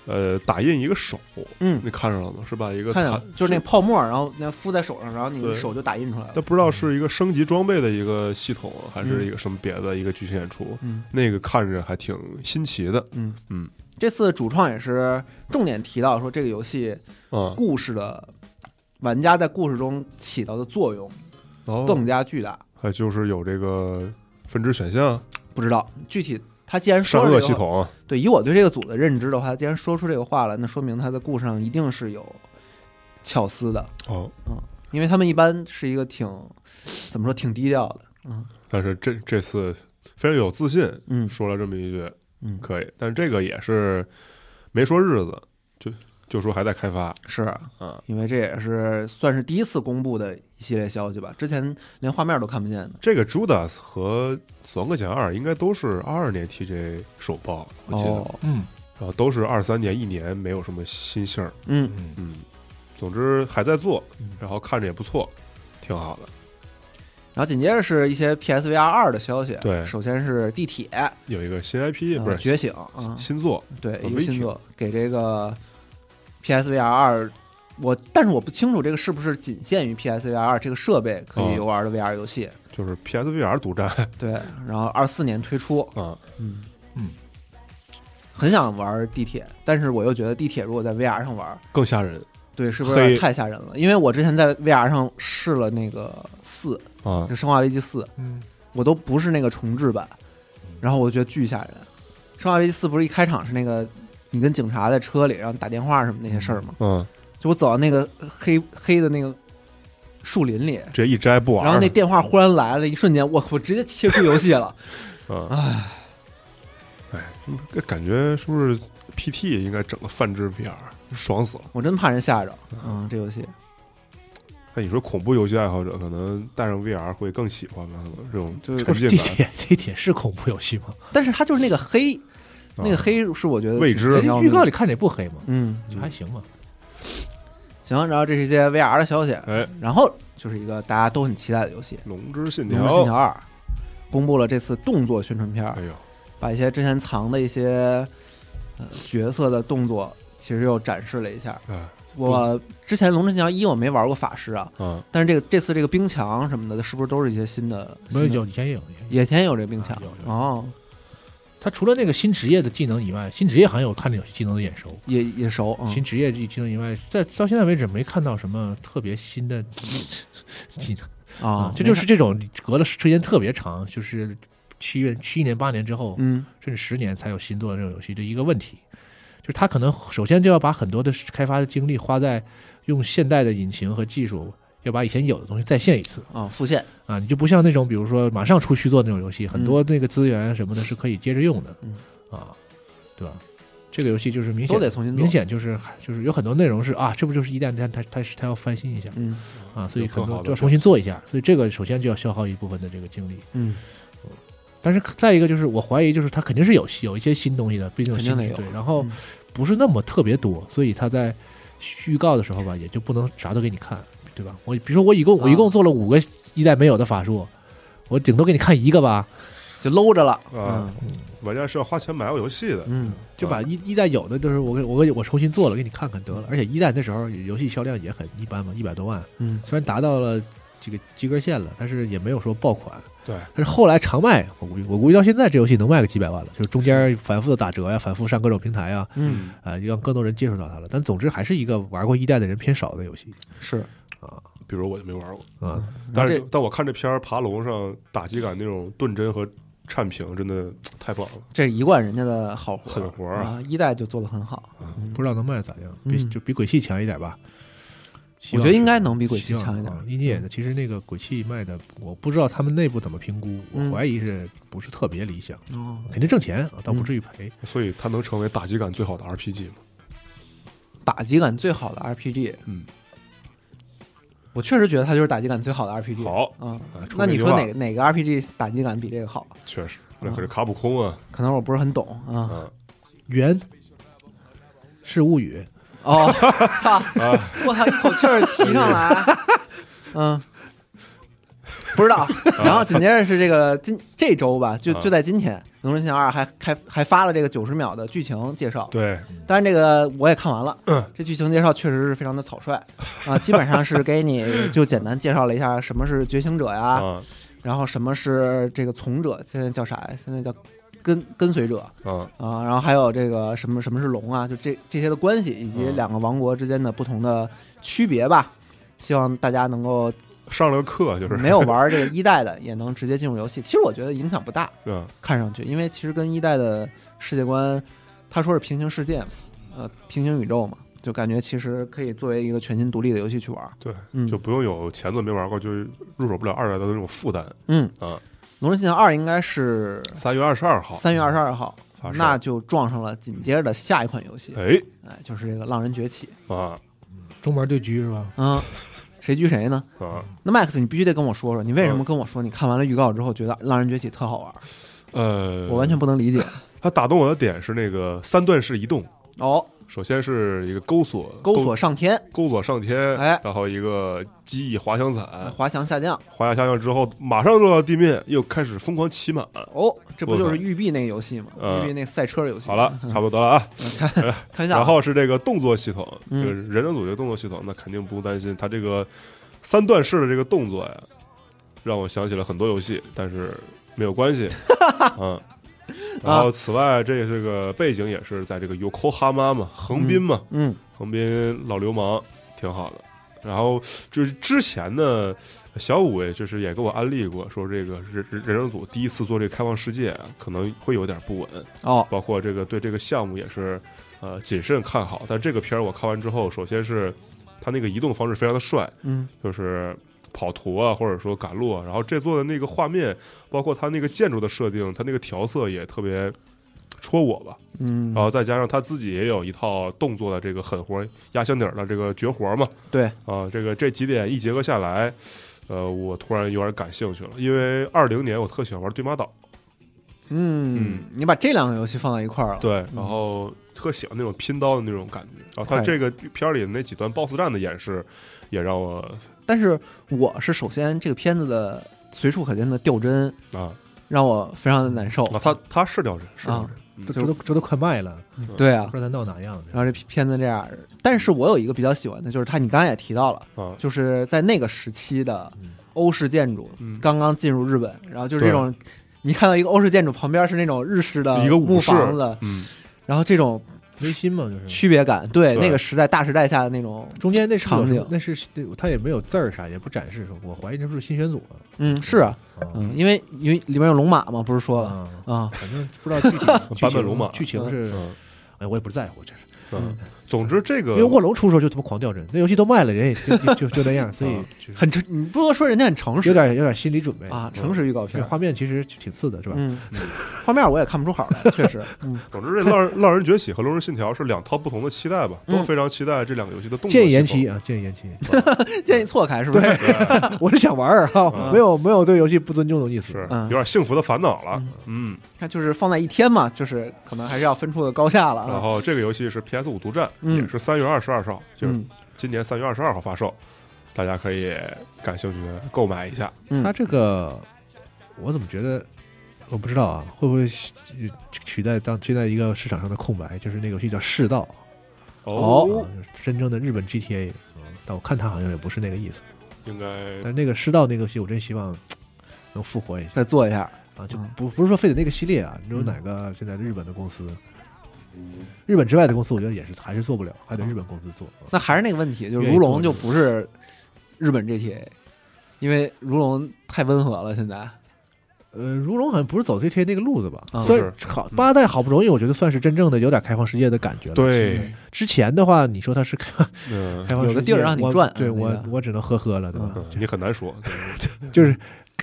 Speaker 2: 呃，打印一个手，
Speaker 1: 嗯，
Speaker 2: 你看着了吗？是吧？一个
Speaker 1: 看见
Speaker 2: 残
Speaker 1: 了，就是那泡沫，然后那敷在手上，然后你
Speaker 2: 对
Speaker 1: 手就打印出来
Speaker 2: 但
Speaker 1: 了。
Speaker 2: 不知道是一个升级装备的一个系统，还是一个什么别的一个剧情演出。
Speaker 1: 嗯
Speaker 2: 那个看着还挺新奇的
Speaker 1: 嗯
Speaker 2: 嗯，
Speaker 1: 这次主创也是重点提到说这个游戏
Speaker 2: 啊，
Speaker 1: 故事的玩家在故事中起到的作用
Speaker 2: 然后
Speaker 1: 更加巨大。
Speaker 2: 哦还就是有这个分支选项、
Speaker 1: 不知道具体他既然说
Speaker 2: 善
Speaker 1: 了这个
Speaker 2: 恶系，统，
Speaker 1: 对，以我对这个组的认知的话，他既然说出这个话了，那说明他的故事上一定是有巧思的，
Speaker 2: 哦，
Speaker 1: 因为他们一般是一个挺怎么说挺低调的。嗯
Speaker 2: 但是这这次非常有自信，
Speaker 1: 嗯
Speaker 2: 说了这么一句，
Speaker 1: 嗯，
Speaker 2: 可以，但这个也是没说日子，就就说还在开发，
Speaker 1: 是啊
Speaker 2: 嗯，
Speaker 1: 因为这也是算是第一次公布的一系列消息吧，之前连画面都看不见的。
Speaker 2: 这个 Judas 和《死亡搁浅二》应该都是二二年 TJ 首曝，我记得，
Speaker 1: 哦，
Speaker 3: 嗯
Speaker 2: 然后都是二三年一年没有什么新信儿，
Speaker 1: 嗯，
Speaker 3: 嗯，
Speaker 2: 嗯，总之还在做
Speaker 3: 嗯，
Speaker 2: 然后看着也不错，挺好的。
Speaker 1: 然后紧接着是一些 PSVR 二的消息，
Speaker 2: 对
Speaker 1: 首先是地铁
Speaker 2: 有一个新 IP
Speaker 1: 呃
Speaker 2: 不是
Speaker 1: 觉醒啊，
Speaker 2: 新作，
Speaker 1: 对，
Speaker 2: 呃
Speaker 1: 一个
Speaker 2: Viking
Speaker 1: 新作给这个 PSVR 二，我但是我不清楚这个是不是仅限于 PSVR 二这个设备可以
Speaker 2: 哦
Speaker 1: 游玩的 VR 游戏，
Speaker 2: 就是 PSVR 独占
Speaker 1: 对，然后二四年推出，
Speaker 2: 啊，
Speaker 1: 嗯
Speaker 3: 嗯，
Speaker 1: 很想玩地铁，但是我又觉得地铁如果在 VR 上玩，
Speaker 2: 更吓人
Speaker 1: 对，是不是有点
Speaker 2: 黑
Speaker 1: 太吓人了？因为我之前在 VR 上试了那个四，
Speaker 2: 啊
Speaker 1: 就《生化危机四》，
Speaker 3: 嗯，
Speaker 1: 我都不是那个重置版，
Speaker 2: 嗯
Speaker 1: 然后我觉得巨吓人。《生化危机四》不是一开场是那个你跟警察在车里，然后打电话什么那些事儿吗？
Speaker 2: 嗯，
Speaker 1: 就我走到那个黑黑的那个树林里，
Speaker 2: 直接一摘不玩
Speaker 1: 然
Speaker 2: 了，
Speaker 1: 后那电话忽然来了，一瞬间，我我直接切出游戏了。
Speaker 2: 嗯，
Speaker 1: 唉，
Speaker 2: 哎，这感觉是不是 PT 应该整个泛制 VR，爽死了。
Speaker 1: 我真怕人吓着。嗯，这游戏
Speaker 2: 那你说恐怖游戏爱好者可能戴上 VR 会更喜欢吧？可能这种
Speaker 1: 就是
Speaker 2: 沉
Speaker 3: 不是地
Speaker 2: 浸感，
Speaker 3: 铁，地铁是恐怖游戏吗？
Speaker 1: 但是它就是那个黑，那个
Speaker 2: 啊
Speaker 1: 黑是我觉得
Speaker 2: 未知
Speaker 1: 挺
Speaker 2: 这
Speaker 1: 挺要
Speaker 3: 预
Speaker 1: 命
Speaker 3: 告
Speaker 1: 的
Speaker 3: 里看着也不黑嘛，
Speaker 1: 嗯，
Speaker 3: 就还行嘛。
Speaker 1: 行，然后这是一些 VR 的消息，
Speaker 2: 哎，
Speaker 1: 然后就是一个大家都很期待的游戏
Speaker 2: 《龙之
Speaker 1: 《
Speaker 2: 信
Speaker 1: 龙
Speaker 2: 条
Speaker 1: 之信》条二》，公布了这次动作宣传片儿，
Speaker 2: 哎呦，
Speaker 1: 把一些之前藏的一些呃角色的动作，其实又展示了一
Speaker 3: 嗯
Speaker 1: 下。
Speaker 2: 哎，
Speaker 1: 我之前《龙之信条一》我没玩过法师啊，
Speaker 2: 啊，
Speaker 1: 但是这个这次这个冰墙什么的，是不是都是一些新的？
Speaker 3: 没有
Speaker 1: 新的
Speaker 3: 有以前也有，以前也有
Speaker 1: 野田有这个冰墙
Speaker 3: 啊有有
Speaker 1: 哦，
Speaker 3: 他除了那个新职业的技能以外，新职业好像有看着有些技能的眼熟。
Speaker 1: 也也熟，嗯
Speaker 3: 新职业技技能以外，在到现在为止没看到什么特别新的技能
Speaker 1: 啊，
Speaker 3: 这就是
Speaker 1: 没
Speaker 3: 这种隔了时间特别长，就是七月七年八年之后
Speaker 1: 看，嗯
Speaker 3: 甚至十年才有新做的这种游戏的一个问题，就是他可能首先就要把很多的开发的精力花在用现代的引擎和技术，要把以前有的东西再现一次
Speaker 1: 啊复现，
Speaker 3: 啊，你就不像那种比如说马上出
Speaker 1: 嗯
Speaker 3: 续作那种游戏，很多那个资源什么的是可以接着用的
Speaker 1: 嗯，
Speaker 3: 啊，对吧？这个游戏就是明显
Speaker 1: 都得重新做
Speaker 3: 明。显就是就是有很多内容是啊，这不就是一代它它它是它要翻新一下
Speaker 1: 嗯
Speaker 3: 啊，所以
Speaker 2: 有
Speaker 3: 很
Speaker 2: 更
Speaker 3: 多
Speaker 2: 好的
Speaker 3: 就要重新做一下，所以这个首先就要消耗一部分的这个精力。
Speaker 1: 嗯，
Speaker 3: 但是再一个就是我怀疑就是它肯定是有有一些新东西的，毕竟有
Speaker 1: 肯
Speaker 3: 新
Speaker 1: 定得
Speaker 3: 的
Speaker 1: 有嗯
Speaker 3: 对，然后不是那么特别多，所以它在预告的时候吧，也就不能啥都给你看，对吧？我比如说我一
Speaker 1: 啊
Speaker 3: 共我一共做了五个一代没有的法术，我顶多给你看一个吧，
Speaker 1: 就搂着了。
Speaker 2: 啊
Speaker 1: 嗯
Speaker 2: 玩家是要花钱买个游戏的，
Speaker 1: 嗯，
Speaker 3: 就把一一代有的就是我给我给我重新做了，给你看看得了。而且一代那时候游戏销量也很一般嘛，一百多万，
Speaker 1: 嗯，
Speaker 3: 虽然达到了这个及格线了，但是也没有说爆款。
Speaker 2: 对，
Speaker 3: 但是后来常卖，我估计我估计到现在这游戏能卖个几百万了，就是中间反复的打折呀，反复上各种平台呀，
Speaker 1: 嗯，
Speaker 3: 啊、让更多人接触到它了。但总之还是一个玩过一代的人偏少的游戏
Speaker 1: 是。
Speaker 2: 比如我就没玩过，
Speaker 3: 啊、
Speaker 2: 但是
Speaker 1: 这
Speaker 2: 但我看这片儿爬龙上打击感那种盾针和颤屏真的太棒了，
Speaker 1: 这一贯人家的好活，
Speaker 2: 狠活儿啊
Speaker 1: 啊！一代就做的很好，
Speaker 3: 不知道能卖得咋样，比
Speaker 1: 嗯
Speaker 3: 就比鬼泣强一点吧。希
Speaker 1: 我
Speaker 3: 望
Speaker 1: 觉得
Speaker 3: 是
Speaker 1: 应该能比鬼泣
Speaker 3: 希望
Speaker 1: 强一点嗯
Speaker 3: 啊。因为其实那个鬼泣卖的，我不知道他们内部怎么评估，我
Speaker 1: 嗯
Speaker 3: 怀疑是不是特别理想，
Speaker 1: 哦，
Speaker 3: 肯定挣钱啊，倒不至于赔。
Speaker 2: 所以它能成为打击感最好的 RPG 吗？
Speaker 1: 打击感最好的 RPG，
Speaker 2: 嗯，
Speaker 1: 我确实觉得它就是打击感最好的 RPG。
Speaker 2: 好，
Speaker 1: 嗯，
Speaker 2: 啊出
Speaker 1: 那你
Speaker 2: 这句
Speaker 1: 说
Speaker 2: 话
Speaker 1: 哪哪个嗯 RPG 打击感比这个好？
Speaker 2: 确实，那可是卡普空啊，
Speaker 1: 可能我不是很懂啊。
Speaker 2: 啊，
Speaker 3: 原是物语，
Speaker 1: 哦，操！
Speaker 3: 啊
Speaker 1: 我操，一口气儿提上来。 嗯，不知
Speaker 3: 啊
Speaker 1: 道。然后紧接着是这个今这周吧，就
Speaker 2: 啊
Speaker 1: 就在今天，《龙之信条二》还还还发了这个九十秒的剧情介绍。
Speaker 2: 对，
Speaker 1: 当然，这个我也看完了。
Speaker 2: 嗯
Speaker 1: 这剧情介绍确实是非常的草率啊，基本上是给你就简单介绍了一下什么是觉醒者呀，
Speaker 2: 啊
Speaker 1: 然后什么是这个从者，现在叫啥呀？现在叫跟跟随者
Speaker 2: 啊，
Speaker 1: 啊，然后还有这个什么什么是龙啊，就这这些的关系以及
Speaker 2: 嗯
Speaker 1: 两个王国之间的不同的区别吧。希望大家能够
Speaker 2: 上了个课就是
Speaker 1: 没有玩这个一代的，也能直接进入游戏。其实我觉得影响不大，
Speaker 2: 嗯
Speaker 1: 看上去，因为其实跟一代的世界观，他说是平行世界嘛，呃，平行宇宙嘛，就感觉其实可以作为一个全新独立的游戏去玩。
Speaker 2: 对，
Speaker 1: 嗯，
Speaker 2: 就不用有前作没玩过就入手不了二代的那种负担。
Speaker 1: 嗯
Speaker 2: 啊，
Speaker 1: 龙之信条二应该是
Speaker 2: 三月二十二号
Speaker 1: 三月二十二号，
Speaker 2: 发售，
Speaker 1: 那就撞上了紧接着的下一款游戏，
Speaker 2: 哎
Speaker 1: 哎，就是这个《浪人崛起》。
Speaker 2: 啊
Speaker 3: 中门对局是吧？
Speaker 1: 嗯，谁狙谁呢？
Speaker 2: 啊
Speaker 1: 那 Max，你必须得跟我说说，你为什么跟我说你看完了预告之后觉得《浪人崛起》特好玩？
Speaker 2: 呃，
Speaker 1: 嗯我完全不能理 解。
Speaker 2: 它打动我的点是那个三段式移动，
Speaker 1: 哦，
Speaker 2: 首先是一个钩索，
Speaker 1: 钩索上天，
Speaker 2: 钩索上天，
Speaker 1: 哎
Speaker 2: 然后一个机翼滑翔伞，
Speaker 1: 滑翔下降。
Speaker 2: 滑下下降之后马上落到地面，又开始疯狂骑马。
Speaker 1: 哦，这不
Speaker 2: 我靠
Speaker 1: 就是育碧那个游戏吗？
Speaker 2: 嗯
Speaker 1: 育碧那个赛车游戏。
Speaker 2: 好 了，差不多得了啊。
Speaker 1: 开玩笑啊。
Speaker 2: 然后是这个动作系统，
Speaker 1: 嗯
Speaker 2: 就是人人组的动作系统，那肯定不用担心。它这个三段式的这个动作呀，让我想起了很多游戏，但是没有关系，嗯。然后，此外，这这个背景也是在这个 Yokohama 嘛，横滨嘛，
Speaker 1: 嗯
Speaker 2: 横滨老流氓挺好的。然后就是之前呢，小五也就是也给我安利过，说这个人人人人组第一次做这个开放世界啊，可能会有点不稳，
Speaker 1: 哦，
Speaker 2: 包括这个对这个项目也是呃谨慎看好。但这个片儿我看完之后，首先是它那个移动方式非常的帅，
Speaker 1: 嗯
Speaker 2: 就是跑图啊，或者说赶路啊，然后这座的那个画面，包括它那个建筑的设定，它那个调色也特别戳我吧。
Speaker 1: 嗯，
Speaker 2: 然后再加上他自己也有一套动作的这个狠活压箱底儿的这个绝活嘛，
Speaker 1: 对，
Speaker 2: 啊，这个这几点一结合下来，呃，我突然有点感兴趣了，因为二零年我特喜欢玩对马岛，
Speaker 1: 嗯，你把这两个游戏放到一块儿了，
Speaker 2: 对，然后特喜欢那种拼刀的那种感觉，然后
Speaker 1: 哎
Speaker 2: 他这个片儿里那几段 BOSS 战的演示也让我
Speaker 1: 但是我是首先这个片子的随处可见的掉帧
Speaker 2: 啊
Speaker 1: 让我非常的难受，
Speaker 2: 啊，他他是掉帧，是掉
Speaker 1: 哦啊
Speaker 2: 帧，
Speaker 3: 这
Speaker 1: 就
Speaker 3: 这都这都快卖了，
Speaker 1: 对
Speaker 3: 不
Speaker 1: 啊，
Speaker 3: 知道它闹哪样。
Speaker 1: 然后这片子这样，但是我有一个比较喜欢的就是它，你刚才也提到了，
Speaker 2: 嗯啊，
Speaker 1: 就是在那个时期的
Speaker 3: 嗯
Speaker 1: 欧式建筑
Speaker 2: 嗯
Speaker 1: 刚刚进入日本，然后就是这种。你看到一个欧式建筑旁边是那种日式的
Speaker 2: 一个
Speaker 1: 木
Speaker 2: 武士
Speaker 1: 房子，
Speaker 2: 嗯，
Speaker 1: 然后这种
Speaker 3: 微信嘛，就是
Speaker 1: 区别感，对
Speaker 2: 对
Speaker 1: 那个时代大时代下的那种，
Speaker 3: 中间那是
Speaker 1: 场景
Speaker 3: 有那是他也没有字儿啥，也不展示，我怀疑这是不是新选组啊
Speaker 1: 嗯，是啊，
Speaker 3: 啊？
Speaker 1: 嗯，因为因为里面有龙马嘛，不是说了
Speaker 3: 啊，
Speaker 1: 啊，
Speaker 3: 反正不知道具体剧
Speaker 2: 版
Speaker 3: 情
Speaker 2: 本龙马
Speaker 3: 剧情是，
Speaker 2: 嗯
Speaker 3: 哎，我也不在乎，这是
Speaker 2: 嗯，总之，这
Speaker 3: 因为
Speaker 2: 个
Speaker 3: 卧龙出的时候就他妈狂掉帧，那游戏都卖了，人也就就就就 那样，所以
Speaker 2: 嗯
Speaker 3: 就是
Speaker 1: 很诚，你不得不说人家很诚
Speaker 3: 有
Speaker 1: 实
Speaker 3: 点有点心理准备
Speaker 1: 啊，诚实预告
Speaker 3: 这
Speaker 1: 片，
Speaker 3: 画面其实挺次的，是吧？
Speaker 1: 嗯，画面我也看不出好来，确实，嗯，
Speaker 2: 总之，这《浪人浪人崛起》和《龙人信条》是两套不同的期待吧，
Speaker 1: 嗯
Speaker 2: 都非常期待这两个游戏的动作。
Speaker 3: 建议延期，啊，建议延期。
Speaker 1: 建议错开是不是？
Speaker 2: 对，
Speaker 3: 我是想玩儿啊，
Speaker 2: 嗯
Speaker 3: 没有没有对游戏不尊重的意思。
Speaker 2: 是
Speaker 1: 嗯
Speaker 2: 有点幸福的烦恼了。嗯，
Speaker 1: 看就是放在一天嘛，就是可能还是要分出个高下了
Speaker 2: 然
Speaker 1: 啊。
Speaker 2: 后这个游戏是 PS 五独占，
Speaker 1: 嗯
Speaker 2: 也是三月二十二号，就是
Speaker 1: 嗯
Speaker 2: 今年三月二十二号发售，大家可以感兴趣的购买一下。
Speaker 1: 嗯
Speaker 3: 他这个，我怎么觉得，我不知道啊，会不会取取代当现在一个市场上的空白，就是那个游戏叫《世道》
Speaker 1: 哦
Speaker 3: 啊，就是真正的日本 GTA、嗯但我看他好像也不是那个意思。
Speaker 1: 嗯
Speaker 2: 应该
Speaker 3: 但那个《世道》那个游戏，我真希望能复活一下
Speaker 1: 再做一下，
Speaker 3: 啊，就
Speaker 1: 嗯
Speaker 3: 不不是说非得那个系列啊，你有
Speaker 1: 嗯
Speaker 3: 哪个现在日本的公司，日本之外的公司，我觉得也是还是做不了，还得日本公司做。啊
Speaker 1: 那还是那个问题，就是
Speaker 3: 愿意
Speaker 1: 如龙就
Speaker 3: 做
Speaker 1: 不是日本 GTA，因为如龙太温和了，现在
Speaker 3: 呃，如龙好像不是走 GTA 那个路子吧？
Speaker 1: 啊
Speaker 3: 算
Speaker 2: 不是
Speaker 3: 好
Speaker 2: 嗯
Speaker 3: 八代好不容易，我觉得算是真正的有点开放世界的感觉了。
Speaker 2: 对，
Speaker 1: 嗯
Speaker 3: 之前的话，你说它是开 放
Speaker 2: 嗯，
Speaker 3: 开放
Speaker 1: 有
Speaker 3: 世界
Speaker 1: 个地儿让你
Speaker 3: 我
Speaker 1: 转
Speaker 3: 对
Speaker 1: 啊
Speaker 3: 我
Speaker 1: 那个
Speaker 3: 我只能呵呵了，对吧？
Speaker 2: 嗯你很难说
Speaker 3: 就是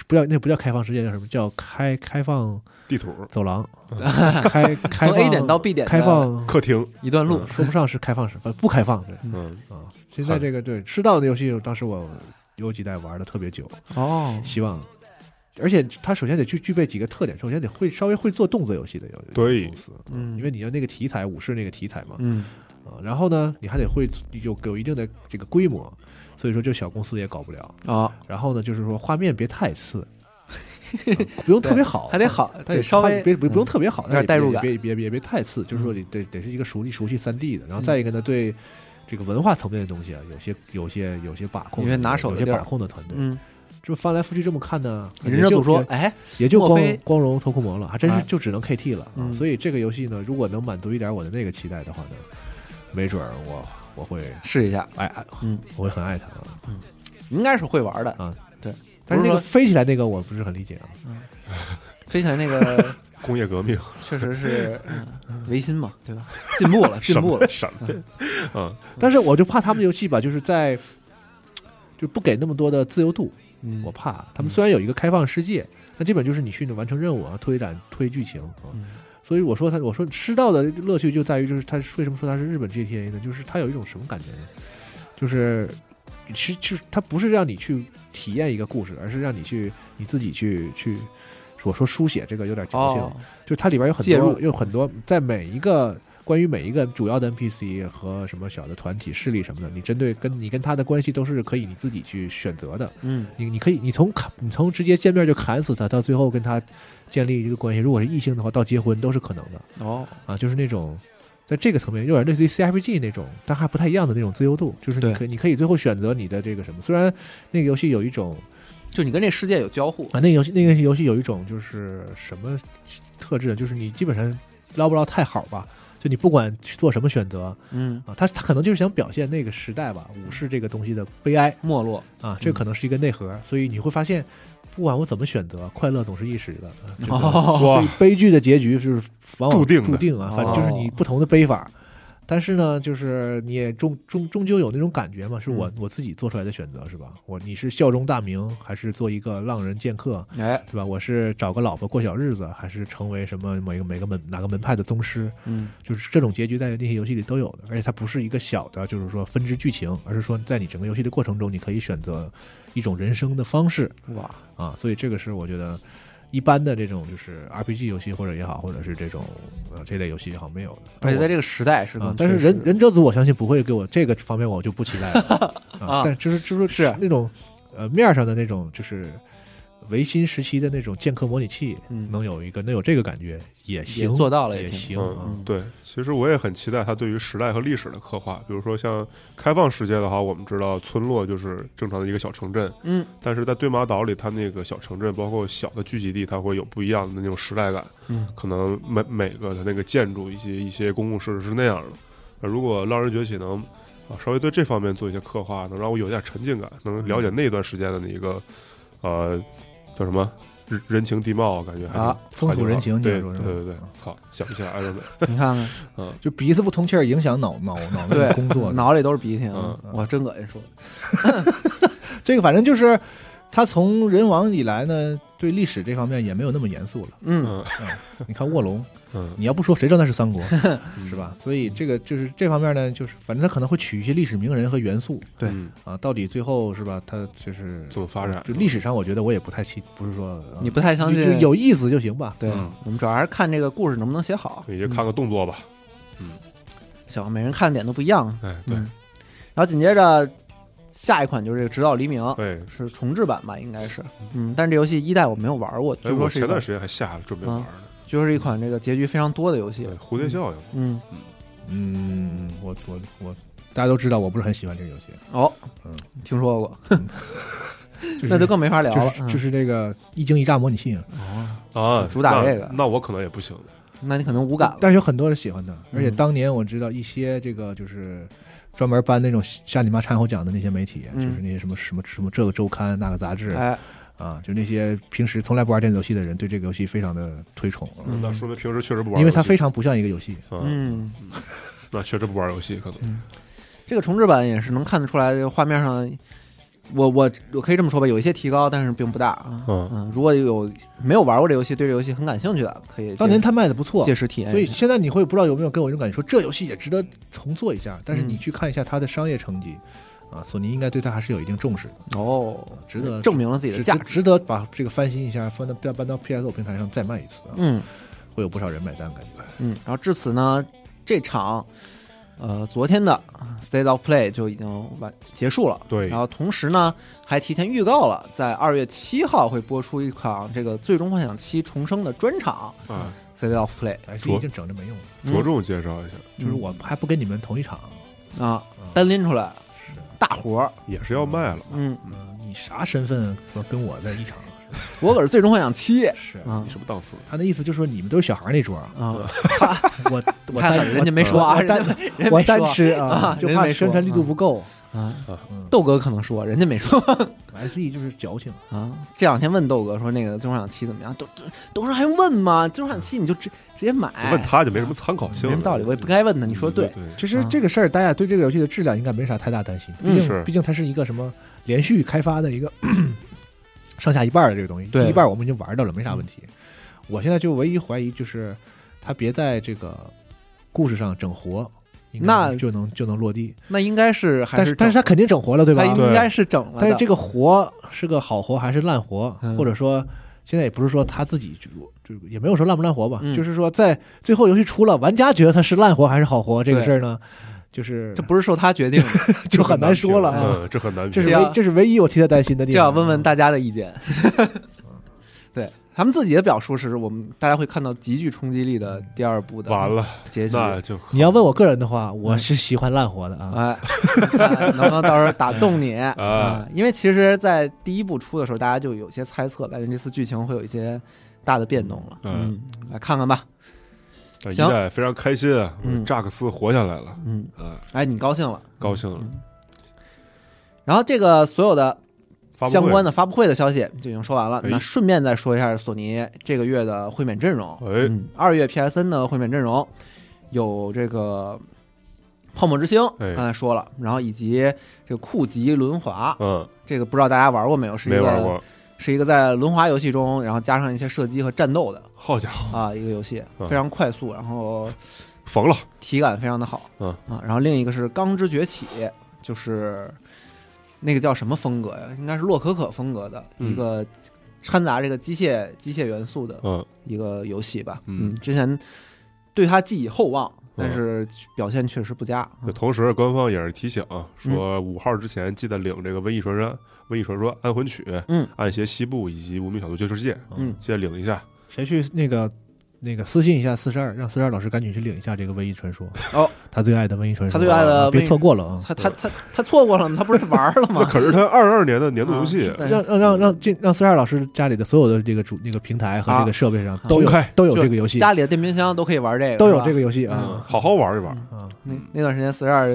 Speaker 3: 不叫那不叫开放世界，叫什么叫开开放
Speaker 2: 地图、
Speaker 3: 走廊？ 开开
Speaker 1: 嗯 从
Speaker 3: 放
Speaker 1: A 点到 B 点的
Speaker 3: 开放
Speaker 2: 客厅，
Speaker 1: 一段路，
Speaker 3: 说不上是开放式，不不 开放对
Speaker 2: 嗯，
Speaker 3: 啊。现在这个对赤道的游戏，当时我有几代玩的特别久，
Speaker 1: 哦，
Speaker 3: 希望。而且它首先得具具备几个特点，首先得会稍微会做动作游戏的游戏
Speaker 2: 对
Speaker 3: 公司，
Speaker 1: 嗯，
Speaker 3: 因为你要那个题材武士那个题材嘛，
Speaker 1: 嗯
Speaker 3: 啊，然后呢，你还得会有有一定的这个规模，所以说就小公司也搞不了。
Speaker 1: 哦，
Speaker 3: 然后呢，就是说画面别太次， 啊不用特别好，
Speaker 1: 还得好，
Speaker 3: 但
Speaker 1: 得
Speaker 3: 也
Speaker 1: 稍微
Speaker 3: 别不不用
Speaker 1: 嗯
Speaker 3: 特别好，
Speaker 1: 有点代入感嗯
Speaker 3: 但也别别别别别太次，就是说你得得是一个熟悉熟悉三 D 的，然后再一个呢，对这个文化层面的东西啊，有些有些有些把控，
Speaker 1: 因为拿手
Speaker 3: 有
Speaker 1: 的
Speaker 3: 些
Speaker 1: 地儿
Speaker 3: 把控的团队，
Speaker 1: 嗯，
Speaker 3: 这么翻来覆去这么看呢，
Speaker 1: 忍者
Speaker 3: 也就
Speaker 1: 组说
Speaker 3: 也，
Speaker 1: 哎，
Speaker 3: 也就
Speaker 1: 莫
Speaker 3: 光
Speaker 1: 非
Speaker 3: 光荣脱库魔了，还真是
Speaker 1: 哎
Speaker 3: 就只能 KT 了啊
Speaker 1: 嗯
Speaker 3: 所以这个游戏呢，如果能满足一点我的那个期待的话呢，没准儿我我会
Speaker 1: 试一下，
Speaker 3: 爱爱，
Speaker 1: 嗯
Speaker 3: 我会很爱它啊。
Speaker 1: 应该是会玩的，
Speaker 3: 但
Speaker 1: 啊不是
Speaker 3: 是那个
Speaker 1: 说
Speaker 3: 飞起来那个我不是很理解啊，
Speaker 1: 飞起来那 个
Speaker 2: 工业革命，
Speaker 1: 确实是嗯维新嘛，对吧？进步 了，进
Speaker 2: 什
Speaker 1: 步
Speaker 2: 么
Speaker 1: 了，
Speaker 2: 什么，嗯，
Speaker 3: 但是我就怕他们游戏吧，就是在就不给那么多的自由度，
Speaker 1: 嗯
Speaker 3: 我怕他们虽然有一个开放世界，那基本就是你去完成任务啊，推展推剧情啊。
Speaker 1: 嗯
Speaker 3: 所以我说他，我说吃到的乐趣就在于，就是他为什么说他是日本 GTA 呢？就是他有一种什么感觉呢？就是其实就是他不是让你去体验一个故事，而是让你去你自己去去。我说书写这个有点矫情，啊
Speaker 1: 哦，
Speaker 3: 就是它里边有很
Speaker 1: 介
Speaker 3: 多
Speaker 1: 入
Speaker 3: 有很多在每一个关于每一个主要的 NPC 和什么小的团体势力什么的，你针对跟你跟他的关系都是可以你自己去选择的。
Speaker 1: 嗯
Speaker 3: 你你可以，你从砍，你从直接见面就砍死他，到最后跟他建立一个关系。如果是异性的话，到结婚都是可能的
Speaker 1: 哦，
Speaker 3: 啊，就是那种在这个层面有点类似于 CRPG 那种，但还不太一样的那种自由度，就是你
Speaker 1: 对
Speaker 3: 可以你可以最后选择你的这个什么。虽然那个游戏有一种
Speaker 1: 就你跟这世界有交互
Speaker 3: 啊，，那个游戏那个游戏有一种就是什么特质，就是你基本上捞不捞太好吧。就你不管去做什么选择
Speaker 1: 嗯，
Speaker 3: 啊，他他可能就是想表现那个时代吧，武士这个东西的悲哀，
Speaker 1: 没落，
Speaker 3: 啊，
Speaker 2: 嗯
Speaker 3: 这可能是一个内核，所以你会发现，不管我怎么选择，快乐总是一时的。啊这个
Speaker 1: 哦，
Speaker 2: 哇，
Speaker 3: 悲悲剧的结局就是往往
Speaker 2: 注定的
Speaker 3: 注定啊，
Speaker 1: 哦
Speaker 3: 反正就是你不同的悲法。但是呢，就是你也终终终究有那种感觉嘛，是我、
Speaker 2: 嗯
Speaker 3: 我自己做出来的选择，是吧？我你是效忠大明，还是做一个浪人剑客，
Speaker 1: 哎，
Speaker 3: 对吧？我是找个老婆过小日子，还是成为什么某一个每个门哪个门派的宗师？
Speaker 1: 嗯
Speaker 3: 就是这种结局在那些游戏里都有的，而且它不是一个小的，就是说分支剧情，而是说在你整个游戏的过程中，你可以选择一种人生的方式
Speaker 1: 哇，
Speaker 3: 啊，所以这个是我觉得一般的这种就是 RPG 游戏或者也好，或者是这种呃这类游戏也好没有的。
Speaker 1: 而且在
Speaker 3: 这
Speaker 1: 这个时代是
Speaker 3: 啊
Speaker 1: 更，
Speaker 3: 但是
Speaker 1: 缺失
Speaker 3: 忍忍者组我相信不会给我这个方面我就不期 待了啊
Speaker 1: 啊，
Speaker 3: 但就是就是
Speaker 1: 是
Speaker 3: 那种呃面儿上的那种就是维新时期的那种剑客模拟器，
Speaker 1: 嗯
Speaker 3: 能有一个能有这个感觉也
Speaker 1: 也
Speaker 3: 行，
Speaker 1: 做到了，
Speaker 3: 也
Speaker 1: 挺
Speaker 3: 行啊。
Speaker 2: 嗯，对，其实我也很期待它对于时代和历史的刻画。比如说像开放世界的话，我们知道村落就是正常的一个小城镇，
Speaker 1: 嗯
Speaker 2: 但是在对马岛里，它那个小城镇包括小的聚集地，它会有不一样的那种时代感。
Speaker 1: 嗯，
Speaker 2: 可能每每个它那个建筑以及一些公共设施是那样的。那如果《浪人崛起》能啊稍微对这方面做一些刻画，能让我有点沉浸感，能了解那段时间的那一个呃叫什么人人情地貌，感觉还挺
Speaker 1: 啊
Speaker 2: 还
Speaker 3: 风土
Speaker 2: 挺
Speaker 3: 人
Speaker 2: 好
Speaker 3: 情，你
Speaker 2: 对
Speaker 3: 是
Speaker 2: 对
Speaker 3: 说是吧？
Speaker 2: 对对，操，想不起来了，
Speaker 1: 你看看，
Speaker 3: 就鼻子不通气儿，影响脑脑脑内
Speaker 1: 对
Speaker 3: 工作。
Speaker 1: 脑里都是鼻涕啊
Speaker 3: 嗯！
Speaker 1: 我真恶心说，
Speaker 3: 这个反正就是他从人王以来呢，对历史这方面也没有那么严肃了。
Speaker 1: 嗯，
Speaker 2: 嗯
Speaker 3: 你看卧龙，
Speaker 2: 嗯，
Speaker 3: 你要不说谁知道那是三 国
Speaker 2: 嗯
Speaker 3: 是吧？？所以这个就是这方面呢，就是反正他可能会取一些历史名人和元素
Speaker 1: 对
Speaker 2: 嗯
Speaker 3: 啊，到底最后是吧？他就是
Speaker 2: 怎么发展？
Speaker 3: 就历史上，我觉得我也不太期，不是说啊
Speaker 1: 你不太相
Speaker 3: 就就
Speaker 1: 信？
Speaker 3: 有意思就行吧。
Speaker 1: 对
Speaker 2: 嗯，
Speaker 1: 我们主要还是看这个故事能不能写好。嗯
Speaker 2: 你就看个动作吧。
Speaker 1: 行，每人看的点都不一样。
Speaker 2: 哎，对
Speaker 1: 嗯，然后紧接着下一款就是这个《直到黎明》，
Speaker 2: 对，
Speaker 1: 是重制版吧，应该是。嗯，但是这游戏一代我没有玩过，
Speaker 2: 哎，
Speaker 1: 据
Speaker 2: 我
Speaker 1: 说是一
Speaker 2: 前段
Speaker 1: 款，
Speaker 2: 时间还下了，准备玩呢。
Speaker 1: 据说是一款这个结局非常多的游戏
Speaker 2: 对，。蝴蝶效应，
Speaker 1: 嗯，
Speaker 3: 嗯，我我我，大家都知道我不是很喜欢这个游戏，
Speaker 1: 哦
Speaker 3: 嗯，
Speaker 1: 听说过，
Speaker 3: 就是
Speaker 1: 那就更没法聊
Speaker 3: 就
Speaker 1: 了。
Speaker 3: 是
Speaker 1: 嗯
Speaker 3: 就是这个一惊一乍模拟器啊，
Speaker 1: 哦，
Speaker 2: 啊，
Speaker 1: 主打
Speaker 2: 那
Speaker 1: 这个
Speaker 2: 那我可能也不行。
Speaker 1: 那你可能无感了。
Speaker 3: 但是有很多人喜欢它，而且
Speaker 1: 嗯
Speaker 3: 当年我知道一些这个就是专门颁那种下你妈掺和奖的那些媒体，
Speaker 1: 嗯
Speaker 3: 就是那些什么什么什么这个周刊那个杂志
Speaker 1: 哎，
Speaker 3: 啊，就那些平时从来不玩电子游戏的人，对这个游戏非常的推崇，
Speaker 1: 嗯
Speaker 2: 那说明平时确实不玩游戏，
Speaker 3: 因为它非常不像一个游戏。
Speaker 2: 嗯，
Speaker 1: 嗯，
Speaker 2: 那确实不玩游戏，可能
Speaker 1: 这个重制版也是能看得出来，这个画面上，我我我可以这么说吧，有一些提高，但是并不大啊。
Speaker 2: 嗯
Speaker 1: 如果有没有玩过这游戏，对这游戏很感兴趣的，可以
Speaker 3: 当年它卖的不错
Speaker 1: 届，时体验
Speaker 3: 所
Speaker 1: 一
Speaker 3: 以
Speaker 1: 下。
Speaker 3: 现在你会不知道有没有跟我一种感觉，说这游戏也值得重做一下。但是
Speaker 1: 嗯
Speaker 3: 你去看一下它的商业成绩，啊，索尼应该对它还是有一定重视的，
Speaker 1: 哦，
Speaker 3: 值得
Speaker 1: 证明了自己的
Speaker 3: 值
Speaker 1: 价
Speaker 3: 得
Speaker 1: 值。
Speaker 3: 值得把这个翻新一下，翻到搬到 PS 5平台上再卖一次啊，
Speaker 1: 嗯
Speaker 3: 会有不少人买单，感觉。
Speaker 1: 嗯，然后至此呢，这场呃昨天的 State of Play 就已经完结束了。
Speaker 2: 对
Speaker 1: 然后同时呢，还提前预告了，在二月七号会播出一款这个《最终幻想七重生》的专场
Speaker 2: 啊，
Speaker 1: State of Play，
Speaker 3: 哎，这
Speaker 2: 着
Speaker 3: 已经整着没用了，
Speaker 1: 嗯
Speaker 2: 着重介绍一下，
Speaker 3: 就是我还不跟你们同一场，
Speaker 1: 啊
Speaker 3: 嗯
Speaker 1: 单拎出来
Speaker 3: 是，
Speaker 1: 大活儿。
Speaker 2: 也是要卖了。
Speaker 1: 嗯，
Speaker 3: 嗯你啥身份说跟我在一场？
Speaker 1: 我可是《最终幻想七》
Speaker 3: 是
Speaker 1: 啊
Speaker 2: 你什么档次？
Speaker 3: 他的意思就是说你们都是小孩儿那桌啊，
Speaker 1: 啊，
Speaker 3: 我 我
Speaker 1: 看
Speaker 3: 单
Speaker 1: 看人家没说啊，
Speaker 3: 我
Speaker 1: 人家
Speaker 3: 单
Speaker 1: 没人家
Speaker 3: 我
Speaker 1: 没
Speaker 3: 单
Speaker 1: 说
Speaker 3: 吃啊
Speaker 1: 啊，
Speaker 3: 就
Speaker 1: 人
Speaker 3: 怕
Speaker 1: 没说
Speaker 3: 宣传力度
Speaker 1: 嗯
Speaker 3: 不够。
Speaker 1: 啊。
Speaker 3: 嗯
Speaker 1: 豆哥可能说，人家没说
Speaker 3: ，SE E 就是矫情，
Speaker 2: 嗯
Speaker 1: 啊。这两天问豆哥说那个《最终幻想七》怎么样，都都董事还用问吗？《最终幻想七》你就直直接买，
Speaker 2: 问他就没什么参考性
Speaker 1: 哎没
Speaker 2: 了，
Speaker 1: 什么道理，我也不该问他。
Speaker 2: 嗯
Speaker 1: 你说
Speaker 2: 对
Speaker 1: 对，
Speaker 3: 其实
Speaker 1: 嗯
Speaker 3: 这个事儿，大家对这个游戏的质量应该没啥太大担心，
Speaker 1: 嗯
Speaker 3: 毕
Speaker 2: 是
Speaker 3: 竟毕竟它是一个什么连续开发的一个 上下一半儿的这个东西，
Speaker 1: 对嗯
Speaker 3: 第一半儿我们已经玩到了，没啥问题。我现在就唯一怀疑就是，他别在这个故事上整活，应该
Speaker 1: 那
Speaker 3: 就能就能落地。
Speaker 1: 那应该是还
Speaker 3: 但是
Speaker 1: 整
Speaker 3: 但是他肯定整活了，对吧
Speaker 1: 他？应该是整了的，
Speaker 3: 但是这个活是个好活还是烂活，
Speaker 1: 嗯
Speaker 3: 或者说现在也不是说他自己就就也没有说烂不烂活吧，
Speaker 1: 嗯
Speaker 3: 就是说在最后游戏出了，玩家觉得它是烂活还是好活这个事儿呢， 就是
Speaker 1: 这不是受他决定的，
Speaker 3: 就很难说了啊。
Speaker 2: 嗯，这很难
Speaker 3: 这
Speaker 2: 评。
Speaker 3: 是
Speaker 1: 这
Speaker 3: 唯
Speaker 1: 样
Speaker 3: 这是唯一我替他担心的地
Speaker 1: 这
Speaker 3: 方。
Speaker 1: 要问问大家的意 见。对他们自己的表述是我们大家会看到极具冲击力的第二部的
Speaker 2: 完了，
Speaker 1: 结局。
Speaker 2: 那就
Speaker 3: 你要问我个人的话，我是喜欢烂活的啊。
Speaker 1: 哎，看能不能到时候打动 你
Speaker 2: 啊？
Speaker 1: 因为其实，在第一部出的时候，大家就有些猜测，感觉这次剧情会有一些大的变动了。
Speaker 2: 嗯
Speaker 1: 嗯，来看看吧。
Speaker 2: 那一
Speaker 1: 行
Speaker 2: 代非常开心啊，
Speaker 1: 嗯
Speaker 2: 扎克斯活下来了，
Speaker 1: 嗯，
Speaker 2: 嗯，
Speaker 1: 哎，你高兴了。
Speaker 2: 高兴了。
Speaker 1: 然后这个所有的
Speaker 2: 发布会
Speaker 1: 相关的发布会的消息就已经说完了。
Speaker 2: 哎
Speaker 1: 那顺便再说一下索尼这个月的会免阵容。
Speaker 2: 哎
Speaker 1: 嗯，二月 PSN 的会免阵容有这个《泡沫之星》，
Speaker 2: 哎
Speaker 1: 刚才说了，然后以及这个酷极轮滑，
Speaker 2: 嗯，
Speaker 1: 这个不知道大家玩过没有？是一
Speaker 2: 没
Speaker 1: 个
Speaker 2: 玩过，
Speaker 1: 是一个在轮滑游戏中，然后加上一些射击和战斗的
Speaker 2: 好家伙，
Speaker 1: 啊一个游戏，
Speaker 2: 嗯
Speaker 1: 非常快速，然后
Speaker 2: 缝了，
Speaker 1: 体感非常的好。
Speaker 2: 嗯
Speaker 1: 啊，然后另一个是《钢之崛起》，就是那个叫什么风格呀？应该是洛可可风格的
Speaker 2: 嗯
Speaker 1: 一个掺杂这个机械机械元素的
Speaker 2: 嗯，
Speaker 1: 一个游戏吧。
Speaker 2: 嗯哦
Speaker 1: 嗯，之前对它寄以厚望，但是表现确实不佳。
Speaker 2: 那同时官方也是提醒啊说，
Speaker 1: 嗯
Speaker 2: 五号之前记得领这个《瘟疫传说》《瘟疫传说》《安魂曲》《
Speaker 1: 嗯
Speaker 2: 暗邪西部》以及《无名小卒救世界》，
Speaker 1: 嗯，
Speaker 2: 记得领一下。
Speaker 3: 谁去那个那个私信一下四十二，让四十二老师赶紧去领一下这个《瘟疫传说》
Speaker 1: 哦，
Speaker 3: 他最爱的《瘟疫传说》啊，
Speaker 1: 他最爱的瘟
Speaker 3: 别
Speaker 1: 疫
Speaker 3: 错过了啊！
Speaker 1: 他他他他错过了吗？他不是玩了
Speaker 2: 那
Speaker 1: 吗？
Speaker 2: 可是他二二年的年度游戏
Speaker 1: 啊，但是
Speaker 3: 让让让让这让四十二老师家里的所有的这个主那个平台和这个设备上都有、
Speaker 2: 公开
Speaker 3: 都有
Speaker 1: 啊就
Speaker 3: 这个游戏，
Speaker 1: 家里的电冰箱都可以玩这个，
Speaker 3: 都
Speaker 1: 是
Speaker 3: 有
Speaker 1: 吧
Speaker 3: 这个游戏
Speaker 2: 嗯，
Speaker 3: 啊
Speaker 2: 好好玩一玩。
Speaker 3: 啊！
Speaker 1: 那那段时间四十二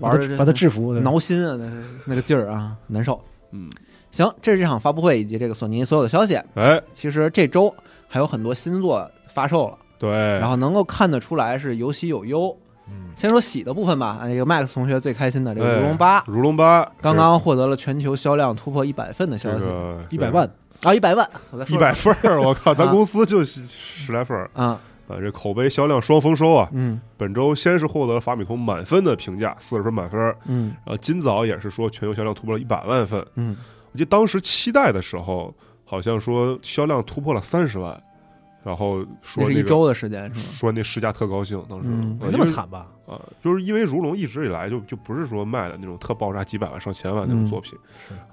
Speaker 3: 把
Speaker 1: 玩
Speaker 3: 他
Speaker 1: 的
Speaker 3: 把他制服，
Speaker 1: 挠心啊，那那个劲儿啊，难受。
Speaker 4: 嗯，
Speaker 1: 行，这是这场发布会以及这个索尼所有的消息。
Speaker 2: 哎，
Speaker 1: 其实这周还有很多新作发售了，
Speaker 2: 对，
Speaker 1: 然后能够看得出来是有喜有忧。
Speaker 5: 嗯，
Speaker 1: 先说喜的部分吧，啊，这个 Max 同学最开心的这个《
Speaker 2: 哎
Speaker 1: 如龙八》
Speaker 2: 如龙八
Speaker 1: 刚刚获得了全球销量突破一百份的消
Speaker 2: 这
Speaker 1: 息
Speaker 2: 个
Speaker 3: 一百万，
Speaker 1: 啊，一百万，我再
Speaker 2: 一
Speaker 1: 说
Speaker 2: 百份儿，我靠，咱
Speaker 1: 啊
Speaker 2: 公司就十来份儿
Speaker 1: 啊，
Speaker 2: 啊，这口碑销量双丰收啊！
Speaker 1: 嗯
Speaker 2: 本周先是获得了法米通满分的评价，四十分满分，然
Speaker 1: 嗯
Speaker 2: 后今早也是说全球销量突破了一百万份。
Speaker 1: 嗯，
Speaker 2: 我记得当时期待的时候，好像说销量突破了三十万，然后说
Speaker 1: 那是
Speaker 2: 那
Speaker 1: 一
Speaker 2: 个。
Speaker 1: 周的时间是吗？
Speaker 2: 说那试驾特高兴，当时、
Speaker 1: 嗯
Speaker 2: 呃
Speaker 3: 没那么惨吧？
Speaker 2: 啊、就是因为如龙一直以来就就不是说卖的那种特爆炸几百万上千万那
Speaker 3: 嗯
Speaker 2: 种作品，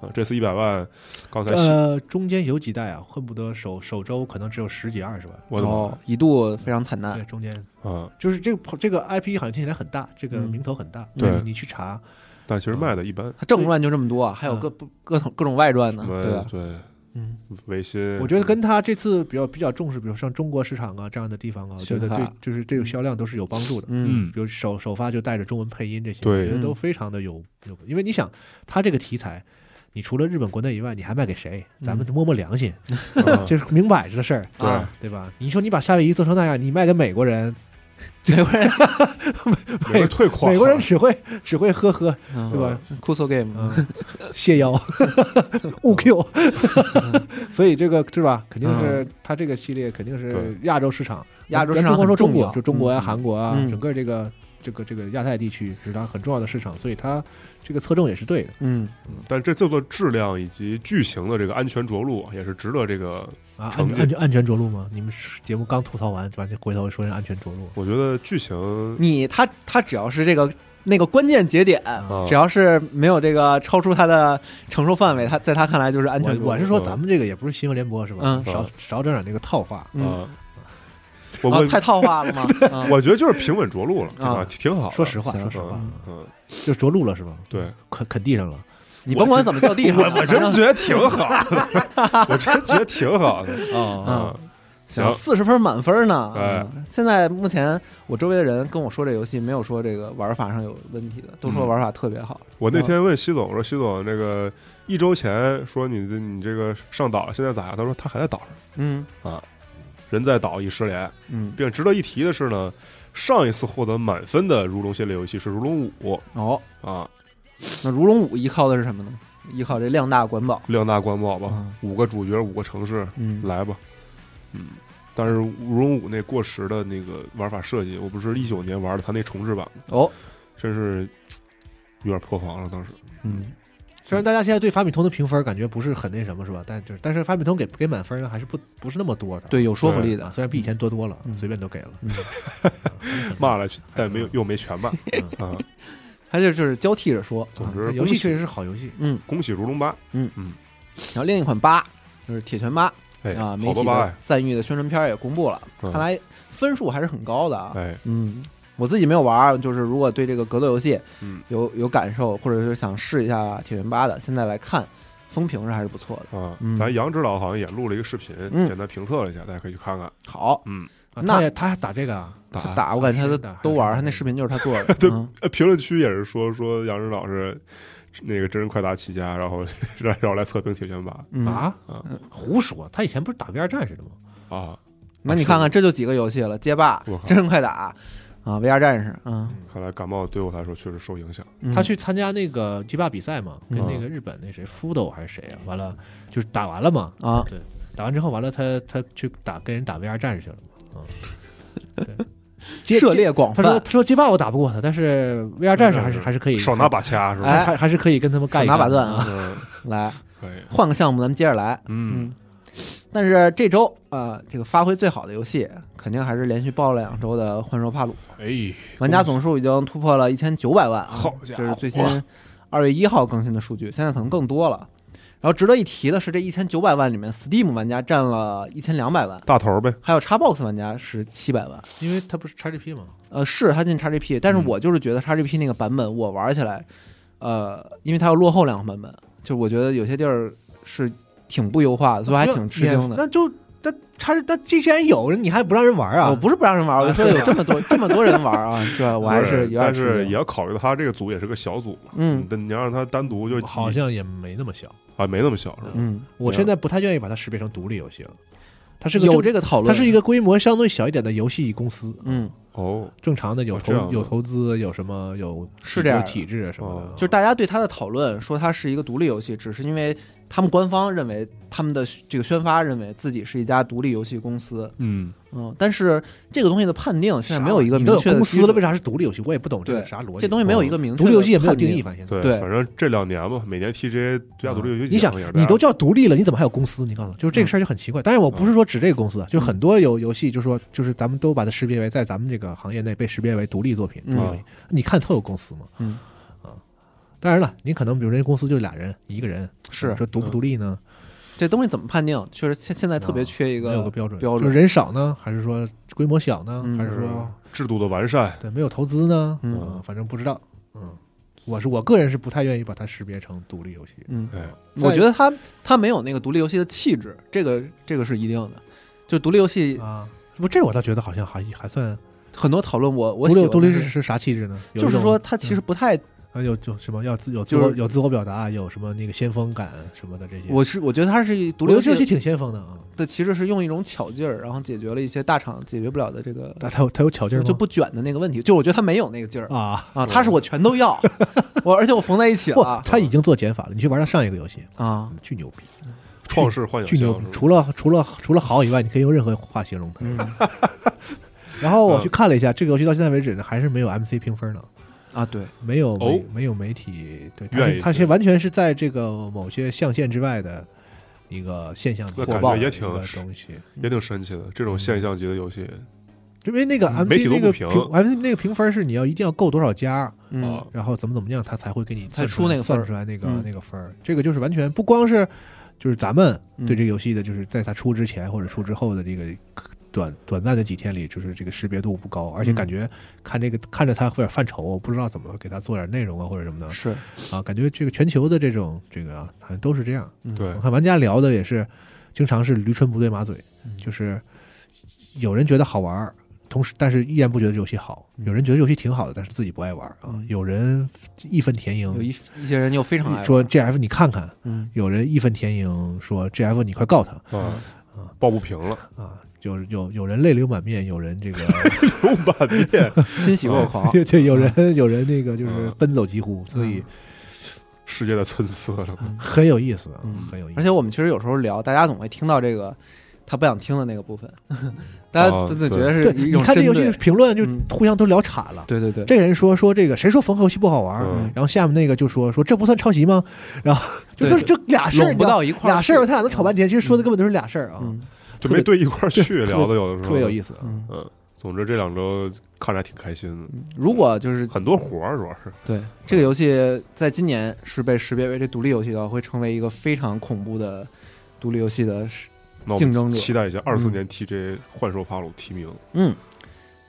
Speaker 2: 啊、这次一百万，刚才、
Speaker 3: 呃，中间有几代啊，恨不得首首周可能只有十几二十万。
Speaker 2: 我的妈
Speaker 1: 哦，一度非常惨淡
Speaker 3: 对，，中间
Speaker 2: 啊、
Speaker 3: 就是这个这个 IP 好像听起来很大，这个
Speaker 1: 嗯
Speaker 3: 名头很大。
Speaker 2: 对
Speaker 3: 但是你去查，
Speaker 2: 但
Speaker 3: 嗯
Speaker 2: 其实卖的一
Speaker 3: 啊
Speaker 2: 般，
Speaker 1: 它正传就这么多，啊还有各各种各种外传呢
Speaker 2: 什，么
Speaker 1: 对吧？
Speaker 2: 嗯对
Speaker 1: 嗯，
Speaker 2: 维新，
Speaker 3: 啊我觉得跟他这次比较比较重视，比如像中国市场啊这样的地方啊，我觉
Speaker 1: 宣
Speaker 3: 得对
Speaker 1: 发，
Speaker 3: 就是这个销量都是有帮助 的。
Speaker 1: 嗯
Speaker 3: 比如首首发就带着中文配音这些，
Speaker 2: 对
Speaker 3: 我觉得
Speaker 1: 嗯
Speaker 3: 都非常的有有，因为你想，他这个题材，你除了日本国内以外，你还卖给谁？咱
Speaker 1: 嗯
Speaker 3: 们摸摸良心，
Speaker 2: 啊
Speaker 3: 嗯这是明摆着的事儿，
Speaker 2: 对
Speaker 1: 啊
Speaker 3: 对吧？你说你把夏威夷做成那样，你卖给美国人，
Speaker 1: 美国人，
Speaker 2: 美国人退款，
Speaker 3: 美国人只会只会呵呵，对
Speaker 1: 对
Speaker 3: 吧？
Speaker 1: 嗯？Cool Game，
Speaker 3: 嗯， 谢邀，误 Q，所
Speaker 1: 嗯
Speaker 3: 以这个是吧？肯定是他这个系列肯定是
Speaker 2: 对
Speaker 3: 亚洲市场，
Speaker 1: 亚洲市
Speaker 3: 咱
Speaker 1: 场
Speaker 3: 不光说中
Speaker 1: 很重
Speaker 3: 国
Speaker 1: 要，
Speaker 3: 就中国啊、
Speaker 1: 嗯
Speaker 3: 韩国啊
Speaker 1: 嗯，
Speaker 3: 整个这个这个这个亚太地区是它很重要的市场，所以它这个侧重也是对的。
Speaker 1: 嗯，
Speaker 2: 但这次的质量以及剧情的这个安全着陆也是值得这个，
Speaker 3: 啊，安
Speaker 2: 成绩
Speaker 3: 安全安全着陆吗？你们是节目刚吐槽完，完就回头说人安全着陆，
Speaker 2: 我觉得剧情
Speaker 1: 你他他只要是这个那个关键节点，
Speaker 2: 啊
Speaker 1: 只要是没有这个超出他的承受范围，他在他看来就是安全
Speaker 3: 我
Speaker 1: 着陆。
Speaker 3: 我是说
Speaker 2: 嗯
Speaker 3: 咱们这个也不是新闻联播是吧？
Speaker 1: 嗯
Speaker 3: 少少整点那个套话。
Speaker 1: 嗯，
Speaker 2: 啊，我
Speaker 1: 啊
Speaker 2: 我
Speaker 1: 太套话了 吗？啊
Speaker 2: 我觉得就是平稳着陆了，对吧？
Speaker 1: 啊
Speaker 2: 挺好的，
Speaker 3: 说实话，
Speaker 1: 行
Speaker 3: 说实话，
Speaker 2: 嗯嗯，
Speaker 3: 就着陆了是吧？
Speaker 2: 对，
Speaker 3: 啃啃地上了。
Speaker 1: 你甭管怎么掉地上，
Speaker 2: 我我啊真觉得挺好的，我真觉得挺好的
Speaker 3: 哦，
Speaker 2: 啊，
Speaker 1: 嗯行，
Speaker 2: 行
Speaker 1: 四十分满分呢。
Speaker 2: 哎
Speaker 1: 嗯现在目前我周围的人跟我说这游戏没有说这个玩法上有问题的，都说
Speaker 2: 嗯
Speaker 1: 玩法特别好。
Speaker 2: 我那天问西总，我说西总，那个一周前说你这你这个上岛了，现在咋样？他说他还在岛上，
Speaker 1: 嗯
Speaker 2: 人在岛已失联，
Speaker 1: 嗯，
Speaker 2: 并值得一提的是呢，上一次获得满分的如龙系列游戏是《如龙五
Speaker 1: 哦，》
Speaker 2: 啊，
Speaker 1: 那如龙五依靠的是什么呢？依靠这量大管饱。
Speaker 2: 量大管饱吧
Speaker 1: 嗯，
Speaker 2: 五个主角，五个城市，
Speaker 1: 嗯
Speaker 2: 来吧，嗯。但是《如龙五》那过时的那个玩法设计，我不是一九年玩的，他那重置版吗，
Speaker 1: 哦，
Speaker 2: 真是嘖有点破防了。当时
Speaker 1: 嗯
Speaker 3: 虽然大家现在对法米通的评分感觉不是很那什么是吧？但就是但是法米通给给满分呢还是不不是那么多的。
Speaker 1: 对，有说服力
Speaker 3: 啊，
Speaker 1: 的。
Speaker 3: 虽然比以前多多了，
Speaker 1: 嗯
Speaker 3: 随便都给了。
Speaker 1: 嗯
Speaker 2: 骂了，但没有又没全骂
Speaker 1: 嗯
Speaker 2: 啊。
Speaker 1: 他就就是交替着说。
Speaker 2: 总
Speaker 3: 这
Speaker 2: 之，
Speaker 3: 游
Speaker 2: 恭
Speaker 3: 戏
Speaker 2: 喜
Speaker 3: 确实是好游戏。
Speaker 1: 嗯，
Speaker 2: 恭喜《如龙八》
Speaker 1: 然后另一款八就是铁拳八
Speaker 2: 哎，
Speaker 1: 啊，媒
Speaker 2: 好多
Speaker 1: 体
Speaker 2: 八
Speaker 1: 的
Speaker 2: 呀！
Speaker 1: 赞誉的宣传片也公布了，
Speaker 2: 嗯
Speaker 1: 看来分数还是很高的啊。
Speaker 2: 哎，
Speaker 1: 嗯，我自己没有玩儿，就是如果对这个格斗游戏，
Speaker 2: 嗯
Speaker 1: 有有感受，或者是想试一下铁拳八的，现在来看风评是还是不错的。
Speaker 2: 啊
Speaker 1: 嗯，
Speaker 2: 咱杨指导好像也录了一个视频，
Speaker 1: 嗯
Speaker 2: 简单评测了一下，大家可以去看看。
Speaker 1: 好，
Speaker 2: 嗯，
Speaker 3: 啊
Speaker 1: 那
Speaker 3: 他也他还打这个啊？
Speaker 1: 他
Speaker 2: 打
Speaker 1: 打我感觉他都
Speaker 3: 是的还是
Speaker 1: 都玩儿，
Speaker 3: 的
Speaker 1: 他那视频就是他做的。
Speaker 2: 对
Speaker 1: 嗯
Speaker 2: 呃评论区也是说说杨指导是那个真人快打起家，然后 让让我来测评铁拳八
Speaker 1: 嗯，
Speaker 3: 啊
Speaker 2: 嗯？
Speaker 3: 胡说！他以前不是打 VR 战士的吗？
Speaker 2: 啊，
Speaker 1: 那你看看这就几个游戏了，街霸
Speaker 2: 我、靠
Speaker 1: 真人快打啊、VR 战士啊，
Speaker 2: 看来感冒对我来说确实受影响。
Speaker 1: 嗯
Speaker 3: 他去参加那个街霸比赛嘛，跟
Speaker 2: 嗯
Speaker 3: 那个日本那谁 Fudo 还是谁啊？完了就是打完了嘛，
Speaker 1: 啊，
Speaker 3: 对，打完之后完了他他去打跟人打 VR 战士去了嘛，啊，对街
Speaker 1: 涉。猎广
Speaker 3: 街他说
Speaker 1: 泛，
Speaker 3: 他说街霸我打不过他，但是 VR 战士还是还是可以
Speaker 2: 少拿把掐是吧？
Speaker 1: 哎
Speaker 3: 还还是可以跟他们干一
Speaker 1: 手拿
Speaker 3: 干
Speaker 1: 把钻
Speaker 3: 啊。
Speaker 2: 嗯，
Speaker 1: 来
Speaker 2: 可以。
Speaker 1: 换个项目，咱们接着来。
Speaker 2: 嗯，
Speaker 1: 嗯，但是这周啊、呃这个发挥最好的游戏肯定还是连续爆了两周的《幻兽帕鲁》。
Speaker 2: 哎，
Speaker 1: 玩家总数已经突破了一千九百万啊，
Speaker 2: 好家伙
Speaker 1: 这是最新二月一号更新的数据，现在可能更多了。然后值得一提的是，这一千九百万里面，Steam 玩家占了一千两百万，
Speaker 2: 大头儿呗，
Speaker 1: 还有 Xbox 玩家是七百万。
Speaker 3: 因为他不是 XGP 嘛，
Speaker 1: 呃，是它进 XGP，但是
Speaker 2: 嗯
Speaker 1: 我就是觉得 XGP 那个版本我玩起来，呃，因为它要落后两个版本，就是我觉得有些地儿是挺不优化的，所以我还挺吃惊的。
Speaker 3: 那就但他他既然有人，你还不让人玩儿
Speaker 1: 我
Speaker 3: 啊？
Speaker 1: 哦不是不让人玩，我就 说有这么多这么多人玩啊，这我还是
Speaker 2: 对
Speaker 1: 有点
Speaker 2: 但
Speaker 1: 吃
Speaker 2: 是
Speaker 1: 惊
Speaker 2: 也要考虑到他这个组也是个小组嘛，
Speaker 1: 嗯
Speaker 2: 但你要让他单独就
Speaker 3: 好像也没那么小。
Speaker 2: 啊没那么小是吧？
Speaker 1: 嗯，
Speaker 3: 我现在不太愿意把它识别成独立游戏了，它是个
Speaker 1: 有
Speaker 3: 正
Speaker 1: 这个讨论，
Speaker 3: 它是一个规模相对小一点的游戏公司，
Speaker 1: 嗯，
Speaker 2: 哦，
Speaker 3: 正常的有
Speaker 2: 哦
Speaker 3: 投
Speaker 2: 这样的
Speaker 3: 有投资，有什么有
Speaker 1: 是这样
Speaker 3: 有
Speaker 1: 的
Speaker 3: 体制什么
Speaker 2: 哦
Speaker 3: 的，啊
Speaker 1: 就是大家对它的讨论说它是一个独立游戏，只是因为他们官方认为他们的这个宣发认为自己是一家独立游戏公司，
Speaker 2: 嗯，
Speaker 1: 嗯，但是这个东西的判定现在没有一个
Speaker 3: 你都
Speaker 1: 明
Speaker 3: 有
Speaker 1: 确的
Speaker 3: 公
Speaker 1: 基
Speaker 3: 司
Speaker 1: 准
Speaker 3: 了，为啥是独立游戏？我也不懂这个
Speaker 1: 对
Speaker 3: 啥逻辑。哦
Speaker 1: 这东西没有一个明确的
Speaker 3: 独立游戏也没有
Speaker 1: 判
Speaker 3: 定义，反正
Speaker 2: 对，
Speaker 1: 对
Speaker 2: 反正这两年吧，每年 TGA 最佳独立游戏
Speaker 3: 嗯你想
Speaker 2: 奖也是，这
Speaker 3: 你
Speaker 2: 样
Speaker 3: 都叫独立了，你怎么还有公司？你告诉我，就是
Speaker 2: 嗯
Speaker 3: 这个事儿就很奇怪。当然，我不是说指这个公司，啊，就很多游游戏，就说就是咱们都把它识别为在咱们这个行业内被识别为独立作品。
Speaker 1: 嗯
Speaker 2: 啊
Speaker 3: 独立游戏你看它有公司吗？
Speaker 1: 嗯
Speaker 3: 啊，当然了，你可能比如人家公司就俩人，一个人
Speaker 1: 是
Speaker 3: 说独
Speaker 2: 嗯
Speaker 3: 不独立呢？
Speaker 1: 这东西怎么判定？确实现现在特别缺一
Speaker 3: 啊没
Speaker 1: 个
Speaker 3: 有个标准，
Speaker 1: 标
Speaker 3: 就
Speaker 1: 准，
Speaker 3: 是人少呢，还是说规模小呢，
Speaker 1: 嗯
Speaker 3: 还是
Speaker 2: 是
Speaker 3: 说
Speaker 2: 制度的完善，
Speaker 3: 对没有投资呢？
Speaker 1: 嗯
Speaker 3: 啊反正不知道。嗯，我是我个人是不太愿意把它识别成独立游戏。
Speaker 1: 嗯，
Speaker 2: 哎，
Speaker 1: 我觉得它它没有那个独立游戏的气质，这个这个是一定的。就独立游戏
Speaker 3: 啊，不，这我倒觉得好像还还算
Speaker 1: 很多讨论我，我
Speaker 3: 独
Speaker 1: 喜
Speaker 3: 立
Speaker 1: 欢
Speaker 3: 独立
Speaker 1: 的
Speaker 3: 是是啥气质呢？有一
Speaker 1: 就是
Speaker 3: 种
Speaker 1: 说它其实不太，
Speaker 3: 啊，有有什么要自有自
Speaker 1: 就
Speaker 3: 我
Speaker 1: 是
Speaker 3: 有自我表达，有什么那个先锋感什么的这些。
Speaker 1: 我是我觉得它是独
Speaker 3: 我
Speaker 1: 立
Speaker 3: 觉得
Speaker 1: 游
Speaker 3: 这游戏
Speaker 1: 戏
Speaker 3: 挺先锋的啊，
Speaker 1: 的其实是用一种巧劲儿，然后解决了一些大厂解决不了的这个
Speaker 3: 但它有它有巧劲儿吗？
Speaker 1: 就不卷的那个问题。就我觉得它没有那个劲儿
Speaker 3: 啊，
Speaker 1: 啊，它是我全都 要，我而且我缝在一起
Speaker 3: 不
Speaker 1: 了，
Speaker 3: 它已经做减法了。你去玩它上一个游戏，
Speaker 1: 啊，
Speaker 3: 巨牛逼，
Speaker 2: 创世幻想
Speaker 3: 巨牛
Speaker 2: 乡
Speaker 3: 逼
Speaker 2: 是。吧，
Speaker 3: 除了除了除了好以外，你可以用任何话形容它。
Speaker 1: 嗯
Speaker 3: 然后我
Speaker 2: 嗯
Speaker 3: 去看了一下，这个游戏到现在为止呢，还是没有 MC 评分呢。
Speaker 1: 啊，对，
Speaker 3: 没有媒、
Speaker 2: 哦
Speaker 3: 没有媒体对它
Speaker 2: 愿
Speaker 3: 是
Speaker 2: 意
Speaker 3: 它
Speaker 2: 去
Speaker 3: 是完全是在这个某些象限之外的一个现象级
Speaker 2: 那
Speaker 3: 的
Speaker 2: 感
Speaker 1: 觉
Speaker 3: 一
Speaker 2: 也
Speaker 3: 个
Speaker 2: 挺
Speaker 3: 东西，
Speaker 2: 也挺神奇的，这种现象级的游戏
Speaker 3: 因为那个
Speaker 2: 嗯
Speaker 3: MC
Speaker 2: 媒体都
Speaker 3: 那个
Speaker 2: 不评
Speaker 3: MC 那个评分是你要一定要够多少加，
Speaker 1: 嗯
Speaker 2: 啊，
Speaker 3: 然后怎么怎么样，它才会给你
Speaker 1: 才
Speaker 3: 算
Speaker 1: 出那个分
Speaker 3: 算
Speaker 1: 儿
Speaker 3: 出来那个
Speaker 1: 嗯
Speaker 3: 那个分儿。这个就是完全不光是就是咱们
Speaker 1: 嗯
Speaker 3: 对这个游戏的，就是在它出之前或者出之后的这个短短暂的几天里，就是这个识别度不高，而且
Speaker 1: 嗯
Speaker 3: 感觉看这个看着它会有点犯愁，我不知道怎么给它做点内容啊或者什么的。
Speaker 1: 是
Speaker 3: 啊，感觉这个全球的这种这个啊，好像都是这样。
Speaker 2: 对
Speaker 3: 我，看玩家聊的也是，经常是驴唇不对马嘴，
Speaker 1: 嗯
Speaker 3: 就是有人觉得好玩儿，同时但是依然不觉得这游戏好；有人觉得这游戏挺好的，但是自己不爱玩儿啊；
Speaker 1: 嗯
Speaker 3: 有人义愤填
Speaker 1: 有
Speaker 3: 膺
Speaker 1: 一一些人就非常爱玩
Speaker 3: 说 “GF 嗯你看看”，
Speaker 1: 嗯
Speaker 3: 有人义愤填膺说 “GF 你快告他
Speaker 2: 啊，
Speaker 3: 嗯
Speaker 2: 抱不平了，”
Speaker 3: 啊，就是有有人泪流满面，有人 这个
Speaker 2: 流满面，
Speaker 1: 欣喜
Speaker 3: 哦
Speaker 1: 若 狂，
Speaker 3: 对有人有人那个就是
Speaker 2: 嗯
Speaker 3: 奔走疾呼，所
Speaker 1: 嗯
Speaker 3: 以
Speaker 2: 世界的参差了。
Speaker 3: 很有意思啊
Speaker 1: 嗯，
Speaker 3: 很有意思。
Speaker 1: 而且我们其实有时候聊，大家总会听到这个他不想听的那个部 分，大家
Speaker 2: 哦
Speaker 1: 真的
Speaker 2: 对
Speaker 1: 觉得是
Speaker 3: 对，
Speaker 1: 一
Speaker 3: 你
Speaker 1: 种
Speaker 3: 看这
Speaker 1: 针
Speaker 3: 游戏
Speaker 1: 对
Speaker 3: 的评论就
Speaker 1: 嗯
Speaker 3: 互相都聊岔了。
Speaker 1: 对对对，
Speaker 3: 这个人说说这个谁说缝合游戏不好玩儿，
Speaker 2: 嗯
Speaker 3: 然后下面那个就说说这不算抄袭吗？然后就
Speaker 1: 对对
Speaker 3: 就就俩事儿，
Speaker 1: 拢不到一块儿
Speaker 3: 俩
Speaker 1: 去，
Speaker 3: 事儿，他俩能吵半天，其实说的根本都是俩事儿啊，
Speaker 1: 嗯
Speaker 2: 就没对一块儿去
Speaker 3: 对
Speaker 2: 聊的，有的时候
Speaker 3: 特别有意思啊。
Speaker 1: 嗯，
Speaker 2: 嗯，总之这两周看着还挺开心
Speaker 3: 嗯
Speaker 2: 的，
Speaker 1: 如果就是
Speaker 2: 很多活儿主要是
Speaker 1: 对这个游戏在今年是被识别为这独立游戏的话，会成为一个非常恐怖的独立游戏的是，
Speaker 2: 那我
Speaker 1: 竞争
Speaker 2: 们
Speaker 1: 者
Speaker 2: 期
Speaker 3: 嗯
Speaker 2: 待一下二四年 TJ 幻兽帕鲁提名。
Speaker 1: 嗯。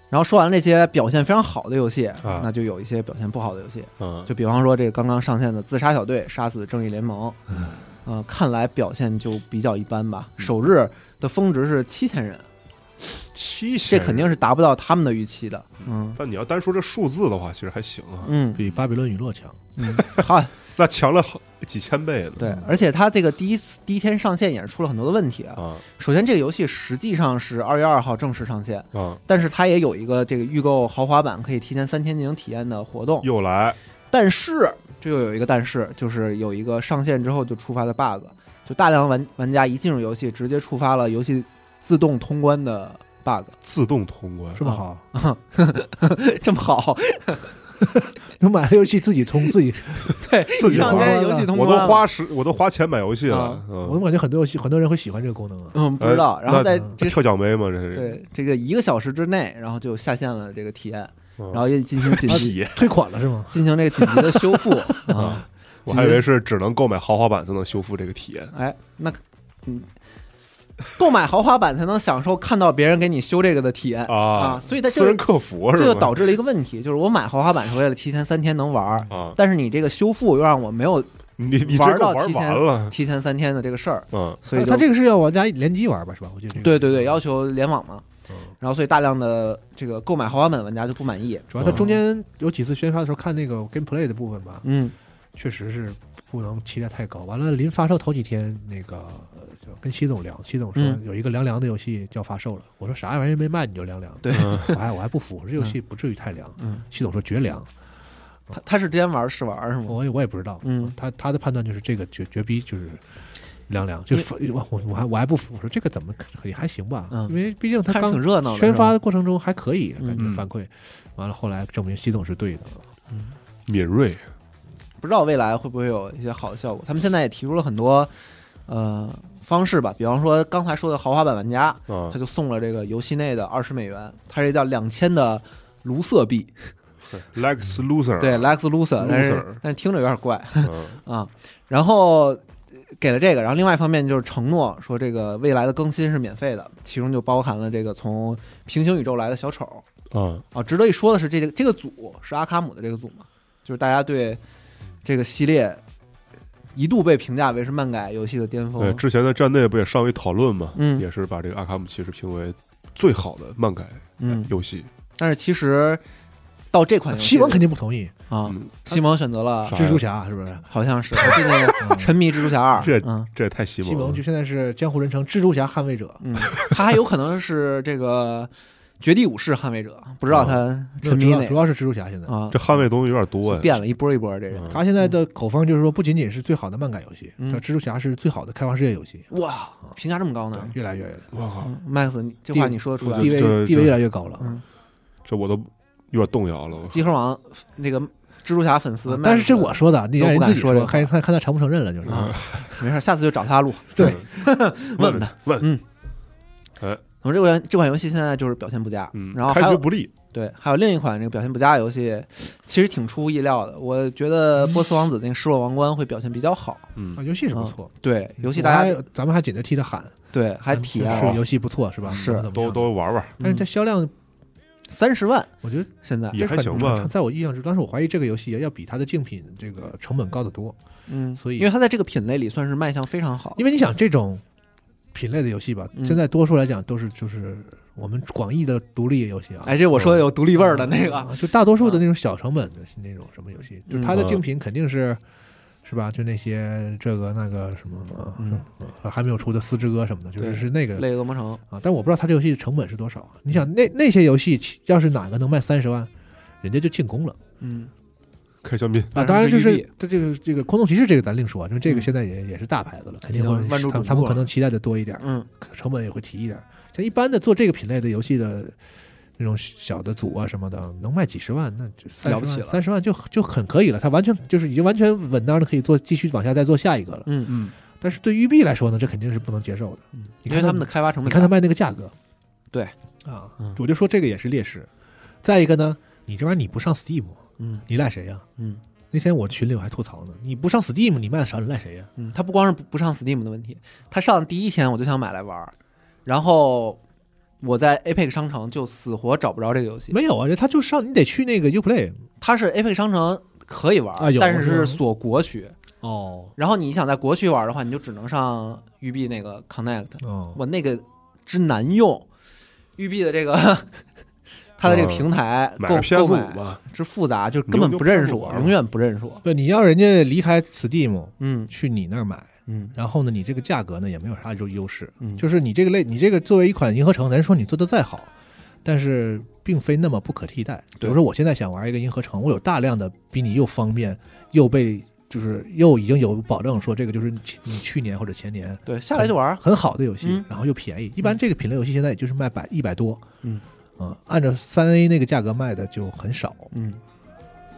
Speaker 1: 然后说完了这些表现非常好的游戏，
Speaker 2: 啊
Speaker 1: 那就有一些表现不好的游戏，
Speaker 2: 嗯，
Speaker 1: 就比方说这个刚刚上线的《自杀小队：杀死正义联盟》，呃，看来表现就比较一般吧。首日的峰值是七千人，
Speaker 2: 七千
Speaker 1: 这
Speaker 2: 人，
Speaker 1: 肯定是达不到他们的预期的。嗯
Speaker 2: 但你要单说这数字的话，其实还行啊，
Speaker 1: 嗯，
Speaker 3: 比巴比伦娱乐强，
Speaker 1: 嗯好，
Speaker 2: 那强了好几千倍呢。
Speaker 1: 对，而且它这个第一次第一天上线也是出了很多的问题啊。
Speaker 2: 啊
Speaker 1: 首先，这个游戏实际上是二月二号正式上线，
Speaker 2: 啊，
Speaker 1: 但是它也有一个这个预购豪华版可以提前三天进行体验的活动。
Speaker 2: 又来
Speaker 1: 但是这又有一个但是，就是有一个上线之后就触发的 bug，就大量玩玩家一进入游戏，直接触发了游戏自动通关的 bug。
Speaker 2: 自动通
Speaker 1: 嗯
Speaker 2: 关，
Speaker 3: 这么好，
Speaker 1: 这么好，
Speaker 3: 能买了游戏自己通自己，
Speaker 1: 对，
Speaker 2: 自己
Speaker 1: 一上
Speaker 2: 通
Speaker 1: 线
Speaker 3: 关
Speaker 1: 游戏
Speaker 3: 了
Speaker 1: 通
Speaker 2: 我
Speaker 1: 关
Speaker 2: 都
Speaker 1: 了，
Speaker 2: 花十，我都花钱买游戏了
Speaker 1: 啊。
Speaker 3: 我
Speaker 2: 嗯
Speaker 3: 怎，么感觉很多游戏很多人会喜欢这个功能 啊。
Speaker 1: 嗯，不知道。然后
Speaker 2: 哎那
Speaker 1: 在这
Speaker 2: 跳奖杯嘛，这是
Speaker 1: 对这个一个小时之内，然后就下线了这个体验，
Speaker 2: 嗯
Speaker 1: 然后也进行紧急
Speaker 2: 体验，
Speaker 3: 退款了是吗？
Speaker 1: 进行这个紧急的修复啊。
Speaker 2: 我还以为是只能购买豪华版才能修复这个体验。
Speaker 1: 哎，那嗯，购买豪华版才能享受看到别人给你修这个的体验
Speaker 2: 啊
Speaker 1: 所以它
Speaker 2: 私
Speaker 1: 就
Speaker 2: 人客服是吧？
Speaker 1: 这就导致了一个问题，就是我买豪华版是为了提前三天能玩儿，
Speaker 2: 啊，
Speaker 1: 但是你这个修复又让我没有
Speaker 2: 你你这
Speaker 1: 玩
Speaker 2: 个
Speaker 1: 到
Speaker 2: 玩
Speaker 1: 提前
Speaker 2: 完了，
Speaker 1: 提前三天的这个事儿，
Speaker 2: 嗯，
Speaker 1: 所以就
Speaker 3: 他这个是要玩家联机玩吧，是吧？我觉得这个
Speaker 1: 对对对，要求联网嘛，
Speaker 2: 嗯
Speaker 1: 然后所以大量的这个购买豪华版的玩家就不满意，
Speaker 3: 主要他中间
Speaker 6: 嗯有几次宣发的时候看那个 gameplay 的部分吧，
Speaker 1: 嗯，
Speaker 3: 确实是不能期待太高。完了，临发售头几天，那个呃就跟西总聊，西总说
Speaker 1: 嗯
Speaker 3: 有一个凉凉的游戏就要发售了。我说啥玩意儿没卖你就凉凉？
Speaker 1: 对
Speaker 2: 嗯
Speaker 3: 我还我还不服，我说这游戏不至于太凉。
Speaker 1: 嗯
Speaker 3: 西总说绝凉，
Speaker 1: 他他是之前玩试玩是吗？
Speaker 3: 我也我也不知道。
Speaker 1: 嗯
Speaker 3: 他他的判断就是这个绝绝逼就是凉凉，就
Speaker 1: 因为
Speaker 3: 发我我我还我还不服，我说这个怎么可以还行吧？
Speaker 1: 嗯
Speaker 3: 因为毕竟他
Speaker 1: 还是
Speaker 3: 刚
Speaker 1: 挺热闹的，
Speaker 3: 宣
Speaker 1: 是吧
Speaker 3: 发的过程中还可以，感觉
Speaker 2: 嗯
Speaker 3: 反馈。完了后来证明西总是对的。
Speaker 2: 敏锐，
Speaker 1: 不知道未来会不会有一些好的效果。他们现在也提出了很多呃方式吧，比方说刚才说的豪华版玩家，
Speaker 2: 啊
Speaker 1: 他，就送了这个游戏内的二十美元，它是一叫两千的卢瑟币，
Speaker 2: Lex Loser，
Speaker 1: 对，Lex Luthor，但是
Speaker 2: 啊 Luthor
Speaker 1: 但是听着有点怪
Speaker 2: 嗯
Speaker 1: 啊。然后呃给了这个，然后另外一方面就是承诺说这个未来的更新是免费的，其中就包含了这个从平行宇宙来的小丑
Speaker 2: 啊，
Speaker 1: 啊。值得一说的是，这个这个组是阿卡姆的这个组嘛，就是大家对这个系列一度被评价为是漫改游戏的巅
Speaker 2: 对，
Speaker 1: 峰，
Speaker 2: 之前在站内不也尚未讨论嘛，
Speaker 1: 哦嗯
Speaker 2: 也是把这个阿卡姆骑士评为最好的漫改
Speaker 1: 嗯，
Speaker 2: 游戏，
Speaker 1: 但是其实到这款游戏
Speaker 3: 西蒙肯定不同意，
Speaker 1: 啊
Speaker 2: 嗯，
Speaker 1: 西蒙选择了
Speaker 2: 啥。呀
Speaker 3: 蜘蛛侠是不是？
Speaker 1: 好像是， 我记
Speaker 3: 嗯
Speaker 1: 得沉迷蜘蛛侠二，
Speaker 2: 这
Speaker 1: 嗯
Speaker 2: 这也太西
Speaker 3: 西
Speaker 2: 蒙
Speaker 3: 蒙
Speaker 2: 了
Speaker 3: 就，现在是江湖人称蜘蛛侠捍卫者，
Speaker 1: 嗯，他还有可能是这个绝地武士捍卫者，不知
Speaker 3: 哦
Speaker 1: 道他嗯沉迷
Speaker 3: 主要
Speaker 1: 哪
Speaker 3: 主
Speaker 1: 个
Speaker 3: 要是蜘蛛侠现在。
Speaker 1: 啊
Speaker 2: 这，捍卫东西有点多呀，
Speaker 1: 变了一波一波这人，
Speaker 2: 嗯
Speaker 3: 他现在的口风就是说，不仅仅是最好的漫改游戏，
Speaker 1: 嗯
Speaker 3: 这蜘蛛侠是最好的开放世界游戏，
Speaker 1: 哇，评价这么高
Speaker 3: 对
Speaker 1: 呢，
Speaker 3: 越来越
Speaker 2: 我靠，
Speaker 1: 嗯，Max，你这话你说得出来
Speaker 3: 地
Speaker 1: 吗？
Speaker 2: 这
Speaker 3: 位地位越来越高了。
Speaker 1: 嗯，
Speaker 2: 这我都有点动摇了，我
Speaker 1: 集合网那个蜘蛛侠粉丝，
Speaker 3: 啊但是这我
Speaker 1: Max，
Speaker 3: 说的，你让人自己
Speaker 1: 都不敢说这个
Speaker 3: 看看看他承不承认了，就是。
Speaker 1: 啊没事，下次就找他录。
Speaker 3: 对，
Speaker 1: 问
Speaker 2: 问
Speaker 1: 问
Speaker 2: 他，问，
Speaker 1: 嗯，
Speaker 2: 哎，
Speaker 1: 我们这款这款游戏现在就是表现不佳，
Speaker 2: 嗯，
Speaker 1: 然后还
Speaker 2: 开局
Speaker 1: 有
Speaker 2: 不利，
Speaker 1: 对，还有另一款这个表现不佳的游戏，其实挺出乎意料的。我觉得波斯王子那个失落王冠会表现比较好，
Speaker 3: 啊，
Speaker 2: 嗯，
Speaker 3: 游戏是不错，
Speaker 1: 对，游戏
Speaker 3: 我
Speaker 1: 大家
Speaker 3: 还咱们还紧着替他喊，
Speaker 1: 对，还体验
Speaker 3: 是
Speaker 1: 了
Speaker 3: 游戏不错是吧？
Speaker 1: 是
Speaker 3: 怎么怎么
Speaker 2: 都
Speaker 3: 样
Speaker 2: 都玩玩，
Speaker 3: 但是它销量，
Speaker 1: 三十万，
Speaker 3: 我觉得
Speaker 1: 现在，
Speaker 2: 也还行吧，
Speaker 3: 在我印象中，当时我怀疑这个游戏要比它的竞品这个成本高得多，
Speaker 1: 嗯，
Speaker 3: 所以
Speaker 1: 因为它在这个品类里算是卖相非常好
Speaker 3: 因，为你想这种品类的游戏吧，
Speaker 1: 嗯
Speaker 3: 现在多数来讲都是就是我们广义的独立游戏啊，
Speaker 1: 哎，这我说的有独立味儿的那个，
Speaker 3: 啊，就大多数的那种小成本的那种什么游戏，就
Speaker 1: 嗯
Speaker 3: 它的竞品肯定是。是吧？就那些这个那个什么，啊
Speaker 1: 嗯
Speaker 3: 是还没有出的《四之歌》什么的，就
Speaker 1: 对
Speaker 3: 是是那个
Speaker 1: 类恶魔城，
Speaker 3: 啊。但我不知道它这游戏成本是多少啊。你想，那那些游戏其要是哪个能卖三十万，人家就进攻了。
Speaker 1: 嗯，
Speaker 2: 开香槟，
Speaker 3: 啊，
Speaker 1: 但
Speaker 3: 当然
Speaker 1: 是
Speaker 3: 就
Speaker 1: 育
Speaker 3: 是
Speaker 1: 碧
Speaker 3: 它这个这个空洞骑士这个咱另说，因为这个
Speaker 1: 嗯
Speaker 3: 现在也也是大牌子了，肯定
Speaker 1: 已
Speaker 3: 会
Speaker 1: 经万众
Speaker 3: 他们
Speaker 1: 瞩
Speaker 3: 他们
Speaker 1: 目
Speaker 3: 可
Speaker 1: 了
Speaker 3: 能期待的多一点，
Speaker 1: 嗯
Speaker 3: 成本也会提一点。像一般的做这个品类的游戏的那种小的组啊什么的，能卖几十万，那就三
Speaker 1: 了不起
Speaker 3: 十
Speaker 1: 了
Speaker 3: 万三十万就就很可以了，它完全就是已经完全稳当的可以做继续往下再做下一个了。
Speaker 1: 嗯，
Speaker 2: 嗯，
Speaker 3: 但是对育碧来说呢，这肯定是不能接受的。嗯你
Speaker 1: 因
Speaker 3: 看
Speaker 1: 为他
Speaker 3: 他
Speaker 1: 们的开发成
Speaker 3: 你
Speaker 1: 本，
Speaker 3: 看他卖那个价格，
Speaker 1: 对
Speaker 3: 啊
Speaker 1: 嗯，
Speaker 3: 我就说这个也是劣势。再一个呢，你这玩意儿你不上 Steam，
Speaker 1: 嗯
Speaker 3: 你赖谁呀、
Speaker 1: 嗯
Speaker 3: 那天我群里我还吐槽呢，你不上 Steam，你卖的少，你赖谁呀、
Speaker 1: 嗯，他不光是不不上 Steam 的问题，他上第一天我就想买来玩儿，然后我在 Apex 商城就死活找不着这个游戏，
Speaker 3: 没有啊，他就上，你得去那个 Uplay
Speaker 1: 它是 Apex 商城可以玩儿
Speaker 3: 啊，有
Speaker 1: 但是
Speaker 3: 是吗
Speaker 1: 是锁国区，
Speaker 3: 哦
Speaker 1: 然后你想在国区玩儿的话，你就只能上育碧那个 Connect，
Speaker 3: 哦，
Speaker 1: 我那个之难用，育碧的这个 它的这个平台
Speaker 2: 买
Speaker 1: 购
Speaker 2: 个 PS
Speaker 1: 购
Speaker 2: 五
Speaker 1: 买
Speaker 2: 吧，
Speaker 1: 之复杂，就根本不认识我，
Speaker 2: 你用就不玩了
Speaker 1: 永远不认识我。
Speaker 3: 对，你要人家离开 Steam
Speaker 1: 嗯
Speaker 3: 去你那儿买，
Speaker 1: 嗯
Speaker 3: 然后呢，你这个价格呢也没有啥优优势，
Speaker 1: 嗯，
Speaker 3: 就是你这个类，你这个作为一款银河城，咱说你做的再好，但是并非那么不可替代。比
Speaker 1: 对
Speaker 3: 如说我现在想玩一个银河城，我有大量的比你又方便又被就是又已经有保证说这个就是你你去年或者前年
Speaker 1: 对，下来就玩儿。
Speaker 3: 很好的游戏
Speaker 1: 嗯，
Speaker 3: 然后又便宜。一般这个品类游戏现在也就是卖百一百多，
Speaker 1: 嗯，
Speaker 3: 啊，按照三 A 那个价格卖的就很少
Speaker 1: 嗯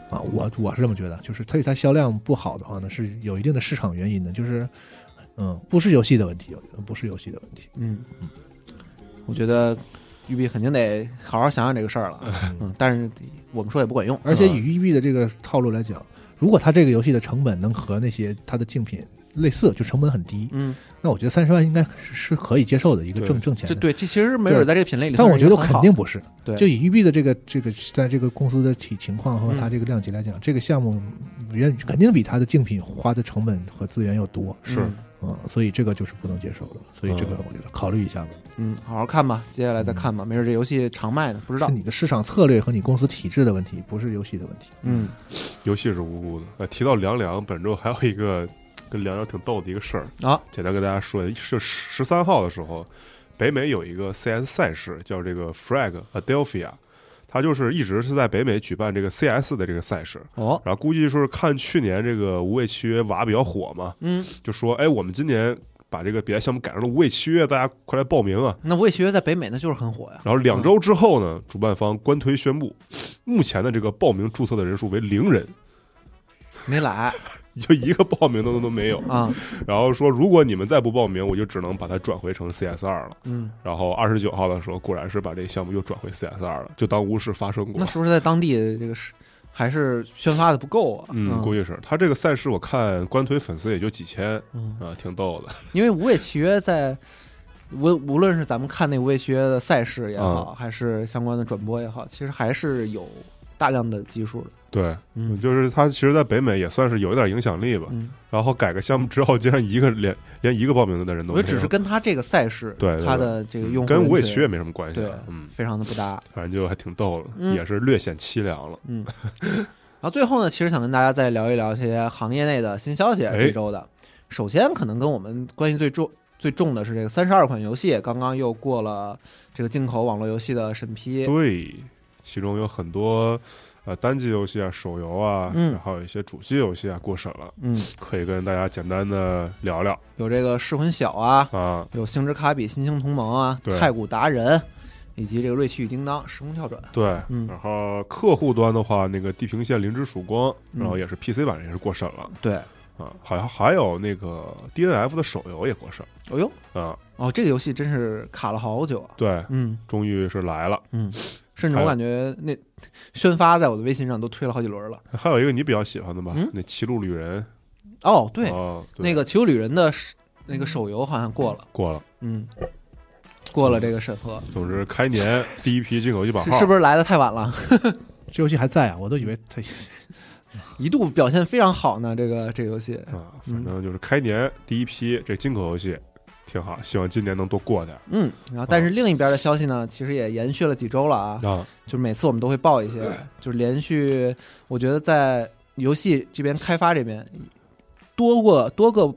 Speaker 3: 啊。我我是这么觉得，就是它它销量不好的话呢，是有一定的市场原因的，就是嗯，不是游戏的问题，我觉得不是游戏的问题。
Speaker 1: 嗯，我觉得育碧肯定得好好想想这个事儿了。 嗯，但是我们说也不管用。嗯
Speaker 3: 而且以育碧的这个套路来讲，如果它这个游戏的成本能和那些它的竞品
Speaker 5: 类似，就成本很低。
Speaker 1: 嗯，
Speaker 5: 那我觉得三十万应该是是可以接受的一个
Speaker 2: 对
Speaker 5: 挣挣钱
Speaker 1: 这
Speaker 5: 的。
Speaker 1: 对，这其实没准在这个品类里
Speaker 5: 但
Speaker 1: 算
Speaker 5: 我
Speaker 1: 是
Speaker 5: 觉
Speaker 1: 一个
Speaker 5: 得
Speaker 1: 很好，
Speaker 5: 肯定不是。
Speaker 1: 对
Speaker 5: 就以育碧的这个这个，在这个公司的体情况和
Speaker 1: 嗯
Speaker 5: 它这个量级来讲，这个项目远肯定比它的竞品花的成本和资源要多，
Speaker 2: 是
Speaker 1: 嗯
Speaker 5: 嗯，所以这个就是不能接受的。所以这个
Speaker 2: 嗯
Speaker 5: 我觉得考虑一下吧，
Speaker 1: 嗯，好好看吧，接下来再看
Speaker 5: 嗯
Speaker 1: 吧，没准这游戏长卖呢，不知道
Speaker 5: 是。你的市场策略和你公司体制的问题，不是游戏的问题。
Speaker 1: 嗯，
Speaker 2: 游戏是无辜的。呃，提到凉凉，本周还有一个跟凉凉挺逗的一个事儿
Speaker 1: 啊，
Speaker 2: 简单跟大家说一下，是十三号的时候，北美有一个 CS 赛事叫这个 Frag Adelphia，它就是一直是在北美举办这个 CS 的这个赛事。
Speaker 1: 哦，
Speaker 2: 然后估计说是看去年这个无畏契约娃比较火嘛，
Speaker 1: 嗯，
Speaker 2: 就说哎，我们今年把这个别的项目改成了无畏契约，大家快来报名啊！
Speaker 1: 那我也学在北美那就是很火呀。
Speaker 2: 然后两周之后呢，主办方官推宣布，目前的这个报名注册的人数为零人，
Speaker 1: 没来
Speaker 2: 就一个报名的都都 没有。
Speaker 1: 啊，
Speaker 2: 然后说，如果你们再不报名，我就只能把它转回成 CS 二了。
Speaker 1: 嗯，
Speaker 2: 然后二十九号的时候，果然是把这个项目又转回 CS 二了，就当无事发生过
Speaker 1: 那。是不是在当地这个是还是宣发的不够啊？
Speaker 2: 嗯，估计是他这个赛事，我看官推粉丝也就几千啊、
Speaker 1: 嗯，
Speaker 2: 挺逗的。
Speaker 1: 因为《无畏契约》在无无论是咱们看那《无畏契约》的赛事也
Speaker 2: 嗯
Speaker 1: 好，还是相关的转播也好，其实还是有大量的基数的。
Speaker 2: 对，
Speaker 1: 嗯
Speaker 2: 就是他其实，在北美也算是有一点影响力吧。
Speaker 1: 嗯，
Speaker 2: 然后改个项目之后，竟然一个连 连一个报名的人都
Speaker 1: 我
Speaker 2: 没
Speaker 1: 觉得
Speaker 2: 有，
Speaker 1: 只是跟他这个赛事，
Speaker 2: 对对对嗯
Speaker 1: 他的这个用户
Speaker 2: 跟无畏
Speaker 1: 人
Speaker 2: 契
Speaker 1: 群
Speaker 2: 约没什么关系
Speaker 1: 对
Speaker 2: 啊。嗯，
Speaker 1: 非常的不搭。
Speaker 2: 反正就还挺逗的，
Speaker 1: 嗯
Speaker 2: 也是略显凄凉了。
Speaker 1: 嗯，然后最后呢，其实想跟大家再聊一聊一些行业内的新消息。
Speaker 2: 哎
Speaker 1: 这周的，首先可能跟我们关系最重最重的是这个三十二款游戏，刚刚又过了这个进口网络游戏的审批。
Speaker 2: 对，其中有很多呃单机游戏啊、手游啊，
Speaker 1: 嗯
Speaker 2: 然后有一些主机游戏啊过审了，
Speaker 1: 嗯，
Speaker 2: 可以跟大家简单的聊聊
Speaker 1: 有这个《噬魂小》啊，
Speaker 2: 啊。
Speaker 1: 有《星之卡比》《新兴同盟》啊，
Speaker 2: 对
Speaker 1: 《太古达人》，以及这个《瑞奇与叮当》《时空跳转》。
Speaker 2: 对，
Speaker 1: 嗯
Speaker 2: 然后客户端的话，那个《地平线：零之曙光》，
Speaker 1: 嗯
Speaker 2: 然后也是 PC 版也是过审了
Speaker 1: 对，
Speaker 2: 啊，好像还有那个 DNF 的手游也过审
Speaker 1: 哦呦，
Speaker 2: 啊。
Speaker 1: 哦，这个游戏真是卡了好久啊。
Speaker 2: 对，
Speaker 1: 嗯
Speaker 2: 终于是来了。
Speaker 1: 嗯，甚至我
Speaker 2: 还有
Speaker 1: 感觉那宣发在我的微信上都推了好几轮了。
Speaker 2: 还有一个你比较喜欢的吧？
Speaker 1: 嗯
Speaker 2: 那《骑路旅人》
Speaker 1: 哦，对，
Speaker 2: 啊，对
Speaker 1: 那个《骑路旅人》的手那个手游好像过了，
Speaker 2: 过了。
Speaker 1: 嗯，过了这个审核，
Speaker 2: 总之，开年第一批进口一版
Speaker 1: 是
Speaker 2: 号
Speaker 1: 是不是来的太晚 了？
Speaker 5: 这游戏还在啊，我都以为它
Speaker 1: 一度表现非常好呢，这个这个游戏，
Speaker 2: 啊，
Speaker 1: 嗯
Speaker 2: 反正就是开年第一批这进口游戏挺好，希望今年能多过点儿
Speaker 1: 嗯，然后但是另一边的消息呢，其实也延续了几周了啊，
Speaker 2: 啊。
Speaker 1: 就是每次我们都会报一些，就是连续，我觉得在游戏这边开发这边多过多个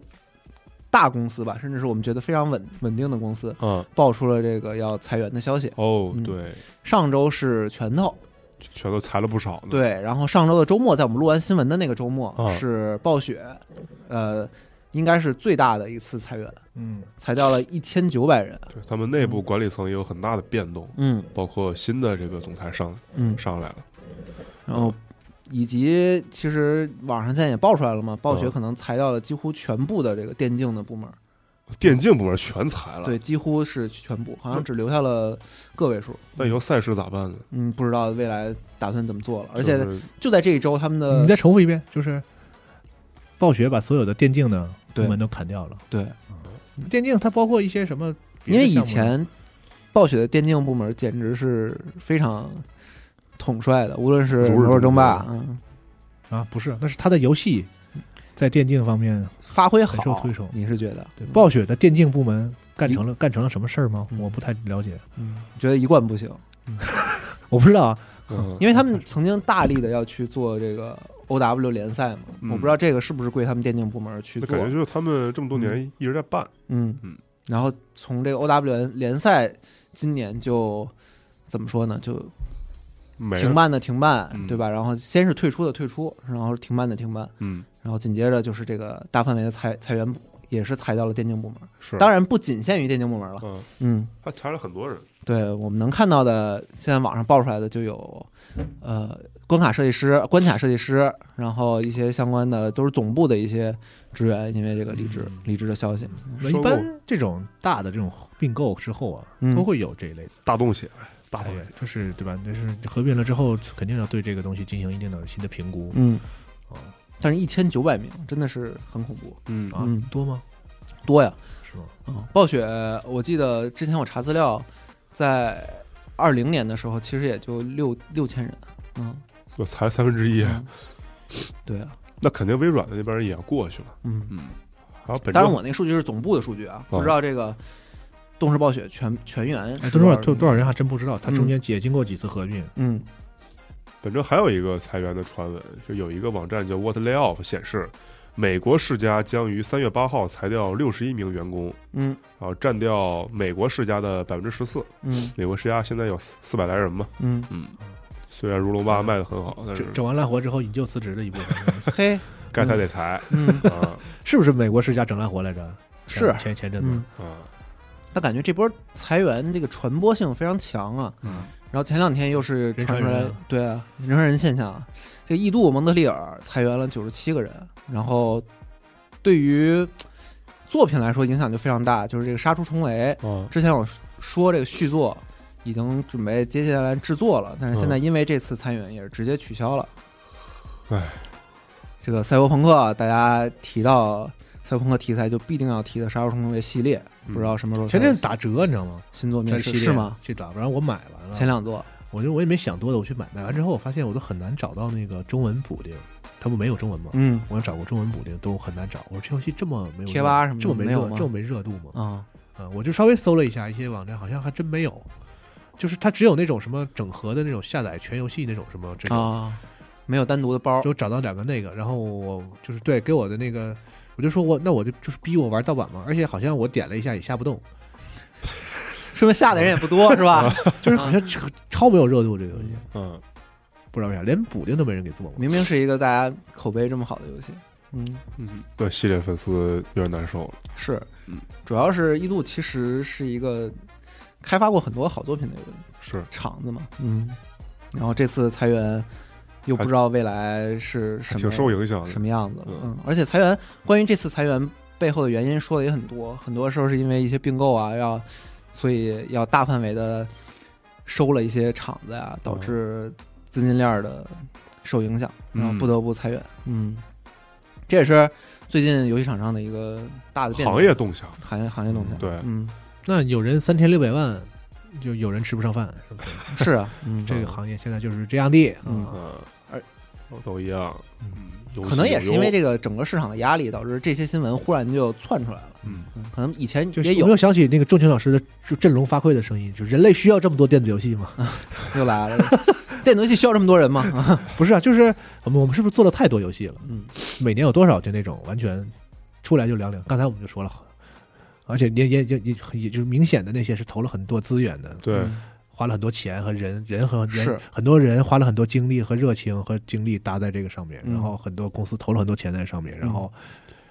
Speaker 1: 大公司吧，甚至是我们觉得非常稳稳定的公司
Speaker 2: 嗯，
Speaker 1: 爆出了这个要裁员的消息。
Speaker 2: 哦
Speaker 1: 嗯，
Speaker 2: 对，
Speaker 1: 上周是拳头，
Speaker 2: 全都裁了不少呢。，
Speaker 1: 对，然后上周的周末，在我们录完新闻的那个周末、
Speaker 2: 嗯啊
Speaker 1: 是暴雪，呃，应该是最大的一次裁员，
Speaker 5: 嗯，
Speaker 1: 裁掉了一千九百人。
Speaker 2: 对他们内部管理层也有很大的变动，
Speaker 1: 嗯
Speaker 2: 包括新的这个总裁上
Speaker 1: 嗯，
Speaker 2: 上来了。
Speaker 1: 然后以及其实网上现在也爆出来了嘛，暴雪
Speaker 2: 嗯
Speaker 1: 可能裁掉了几乎全部的这个电竞的部门，
Speaker 2: 电竞部门全裁了，
Speaker 1: 对，几乎是全部，好像只留下了个位数。
Speaker 2: 那以后赛事咋办呢？
Speaker 1: 嗯，不知道未来打算怎么做了。而且
Speaker 2: 就 是
Speaker 1: 就在这一周，他们
Speaker 5: 呃你
Speaker 1: 的
Speaker 5: 再重复一遍，就是暴雪把所有的电竞呢
Speaker 1: 对
Speaker 5: 部门都砍掉了。
Speaker 1: 对，
Speaker 5: 电竞它包括一些什么别
Speaker 1: 因
Speaker 5: 的项
Speaker 1: 为
Speaker 5: 目
Speaker 1: 以
Speaker 5: 呢？
Speaker 1: 前暴雪的电竞部门简直是非常统帅的，无论是《
Speaker 2: 如
Speaker 1: 魔
Speaker 2: 日
Speaker 1: 兽
Speaker 2: 中
Speaker 1: 争
Speaker 2: 天
Speaker 1: 霸》嗯，
Speaker 5: 啊，不是，那是它的游戏在电竞方面，
Speaker 1: 发挥
Speaker 5: 很受
Speaker 1: 好，
Speaker 5: 推崇
Speaker 1: 你是觉得？
Speaker 5: 对暴雪的电竞部门干成了干成了什么事儿吗？我不太了解，
Speaker 1: 嗯，觉得一贯不行，
Speaker 5: 我不知道啊。
Speaker 2: 嗯
Speaker 1: 因为他们曾经大力的要去做这个 OW 联赛嘛，
Speaker 2: 嗯
Speaker 1: 我不知道这个是不是归他们电竞部门去
Speaker 2: 那
Speaker 1: 做
Speaker 2: 感，觉就是他们这么多年一直在办，
Speaker 1: 嗯
Speaker 2: 嗯，
Speaker 1: 然后从这个 OW 联赛今年就。怎么说呢？就
Speaker 2: 没
Speaker 1: 停
Speaker 2: 了。
Speaker 1: 办的停办，
Speaker 2: 嗯
Speaker 1: 对吧？然后先是退出的退出，然后停办的停办，
Speaker 2: 嗯，
Speaker 1: 然后紧接着就是这个大范围的裁裁员，也是裁掉了电竞部门。
Speaker 2: 是。
Speaker 1: 当然不仅限于电竞部门了。
Speaker 2: 嗯，
Speaker 1: 嗯，
Speaker 2: 他裁了很多人。
Speaker 1: 对，我们能看到的，现在网上爆出来的就有，呃，关卡设计师、关卡设计师，然后一些相关的都是总部的一些职员，因为这个离职离职的消息。
Speaker 5: 那
Speaker 2: 收
Speaker 5: 一
Speaker 2: 购
Speaker 5: 般这种大的这种并购之后啊，
Speaker 1: 嗯
Speaker 5: 都会有这一类的
Speaker 2: 大动血，大
Speaker 5: 裁
Speaker 2: 动
Speaker 5: 员
Speaker 2: 血。，
Speaker 5: 就是对吧？就是合并了之后，肯定要对这个东西进行一定的新的评估
Speaker 1: 嗯，
Speaker 5: 啊。
Speaker 1: 但是一千九百名真的是很恐怖，
Speaker 2: 嗯
Speaker 3: 啊
Speaker 1: 嗯，
Speaker 3: 多吗？
Speaker 1: 多呀，
Speaker 3: 是吗？
Speaker 1: 嗯，暴雪，我记得之前我查资料，在二零年的时候，其实也就六六千人，嗯，
Speaker 2: 我才三分之一，
Speaker 1: 嗯对啊，
Speaker 2: 那肯定微软的那边人也要过去了。
Speaker 1: 嗯，
Speaker 4: 嗯，
Speaker 2: 然后本
Speaker 1: 当然
Speaker 2: 周
Speaker 1: 我那个数据是总部的数据啊，
Speaker 3: 哦
Speaker 1: 不知道这个动视暴雪全全员
Speaker 3: 哎
Speaker 1: 是
Speaker 3: 多
Speaker 1: 多
Speaker 3: 少
Speaker 1: 少
Speaker 3: 多多
Speaker 1: 少，
Speaker 3: 少人还真不知道，它中间也经过几次合并，
Speaker 1: 嗯
Speaker 2: 本周还有一个裁员的传闻，就有一个网站叫 What Layoff 显示，美国世家将于三月八号裁掉六十一名员工，
Speaker 1: 嗯
Speaker 2: 然后占掉美国世家的百分之十四。
Speaker 1: 嗯
Speaker 2: 美国世家现在有四百来人嘛，
Speaker 1: 嗯，
Speaker 2: 虽然如龙八卖的很好，但是
Speaker 3: 整整完烂活之后引咎辞职的一部 分，
Speaker 1: 嘿，
Speaker 2: 该裁得裁
Speaker 1: 嗯
Speaker 2: 啊
Speaker 3: 是不是美国世家整烂活来着？
Speaker 1: 是，
Speaker 3: 前前阵子
Speaker 1: 嗯，
Speaker 2: 啊！
Speaker 1: 但感觉这波裁员这个传播性非常强啊，
Speaker 3: 嗯
Speaker 1: 然后前两天又是
Speaker 3: 人
Speaker 1: 传
Speaker 3: 传
Speaker 1: 出来
Speaker 3: 人啊，
Speaker 1: 对啊，人传人现象啊。这个异度蒙德利尔裁员了九十七个人，然后对于作品来说影响就非常大，就是这个《杀出重围
Speaker 2: 啊》，
Speaker 1: 之前我说这个续作已经准备接下来制作了，
Speaker 2: 嗯
Speaker 1: 但是现在因为这次参演也是直接取消了。
Speaker 2: 唉，
Speaker 1: 这个赛博朋克啊，大家提到赛博朋克题材就必定要提的《杀出重围》系列，
Speaker 2: 嗯
Speaker 1: 不知道什么时候才
Speaker 3: 前阵子打折，你知道吗？
Speaker 1: 新作
Speaker 3: 在
Speaker 1: 面
Speaker 3: 系
Speaker 1: 世
Speaker 3: 列
Speaker 1: 是吗？？
Speaker 3: 去打，然后我买完了，
Speaker 1: 前两座，
Speaker 3: 我就我也没想多的，我去买，买完之后我发现我都很难找到那个中文补丁，它不没有中文吗？
Speaker 1: 嗯
Speaker 3: 我找过中文补丁都很难找，我说这游戏这么没有热
Speaker 1: 贴吧什么的
Speaker 3: 这么没
Speaker 1: 没有
Speaker 3: 热
Speaker 1: 吗
Speaker 3: 这么没热度吗？
Speaker 1: 啊
Speaker 3: 啊，我就稍微搜了一下一些网站，好像还真没有，就是它只有那种什么整合的那种下载全游戏那种什么这种，
Speaker 1: 啊，没有单独的 包，
Speaker 3: 就找到两个那个，然后我就是对给我的那个，我就说我那我就就是逼我玩盗版嘛，而且好像我点了一下也下不动，
Speaker 1: 说明下的人也不 多是吧？
Speaker 3: 就是好
Speaker 1: 啊
Speaker 3: 像超超没有热度这个游戏，
Speaker 2: 嗯，
Speaker 3: 不知道为啥连补丁都没人给做过。
Speaker 1: 明明是一个大家口碑这么好的游戏，嗯，
Speaker 2: 那系列粉丝有点难受了。
Speaker 1: 是
Speaker 4: 嗯，
Speaker 1: 主要是一度其实是一个开发过很多好作品的
Speaker 2: 是
Speaker 1: 厂子嘛，嗯，然后这次裁员又不知道未来是什么
Speaker 2: 挺受影响的
Speaker 1: 什，么样子了，
Speaker 2: 嗯
Speaker 1: 嗯，而且裁员关于这次裁员背后的原因说的也很多，很多时候是因为一些并购啊，要所以要大范围的收了一些厂子呀、
Speaker 2: 嗯
Speaker 1: 导致资金链儿的受影响，
Speaker 2: 嗯
Speaker 1: 然后不得不裁员，嗯，这也是最近游戏厂商的一个大的变动
Speaker 2: 行业动向。
Speaker 1: 行业行业动向，
Speaker 2: 对
Speaker 1: 嗯，
Speaker 3: 那有人三千六百万，就有人吃不上饭，是不是？
Speaker 1: 是啊，嗯，
Speaker 3: 这个行业现在就是这样的。
Speaker 1: 嗯
Speaker 3: 啊
Speaker 2: 嗯，
Speaker 1: 而
Speaker 2: 都一样，有
Speaker 1: 可能也是因为
Speaker 2: 个，
Speaker 1: 这个整个市场的压力，导致这些新闻忽然就窜出来了。
Speaker 2: 嗯，
Speaker 1: 嗯，可能以前
Speaker 3: 就
Speaker 1: 也
Speaker 3: 有
Speaker 1: 有
Speaker 3: 没，有想起那个钟情老师的就振聋发聩的声音？就人类需要这么多电子游戏吗？
Speaker 1: 又来了。电子游戏需要这么多人吗？
Speaker 3: 不是啊，就是我们我们是不是做了太多游戏了？
Speaker 1: 嗯，
Speaker 3: 每年有多少就那种完全出来就凉凉？刚才我们就说了，而且也也也也也就是明显的那些是投了很多资源的，
Speaker 2: 对，
Speaker 1: 嗯
Speaker 3: 花了很多钱和人人和人
Speaker 1: 是
Speaker 3: 很多人花了很多精力和热情和精力搭在这个上面，
Speaker 1: 嗯
Speaker 3: 然后很多公司投了很多钱在上面，然后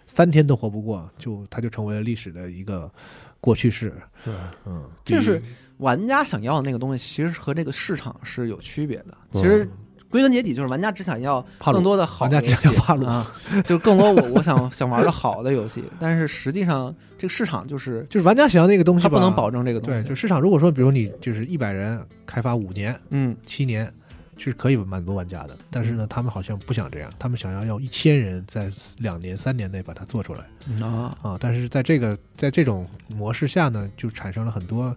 Speaker 3: 三天都活不过，就它就成为了历史的一个过去式。
Speaker 2: 对
Speaker 3: 嗯，
Speaker 1: 就是
Speaker 2: 第一
Speaker 1: 玩家想要的那个东西，其实和这个市场是有区别的。
Speaker 2: 嗯
Speaker 1: 其实归根结底就是玩家只想要
Speaker 3: 帕鲁
Speaker 1: 更多的好
Speaker 3: 玩家
Speaker 1: 游
Speaker 3: 只
Speaker 1: 戏
Speaker 3: 想要帕鲁
Speaker 1: 啊，就更多我我想想玩的好的游戏。但是实际上这个市场就是
Speaker 3: 就是玩家想要那个东西
Speaker 1: 它
Speaker 3: 吧，
Speaker 1: 不能保证这个东
Speaker 3: 对，
Speaker 1: 西。
Speaker 3: 就市场如果说，比如你就是一百人开发五年、
Speaker 1: 嗯
Speaker 3: 七年。是可以满足玩家的，但是呢，他们好像不想这样，他们想要要一千人在两年、三年内把它做出来。
Speaker 1: 啊，
Speaker 3: 啊，但是在这个在这种模式下呢，就产生了很多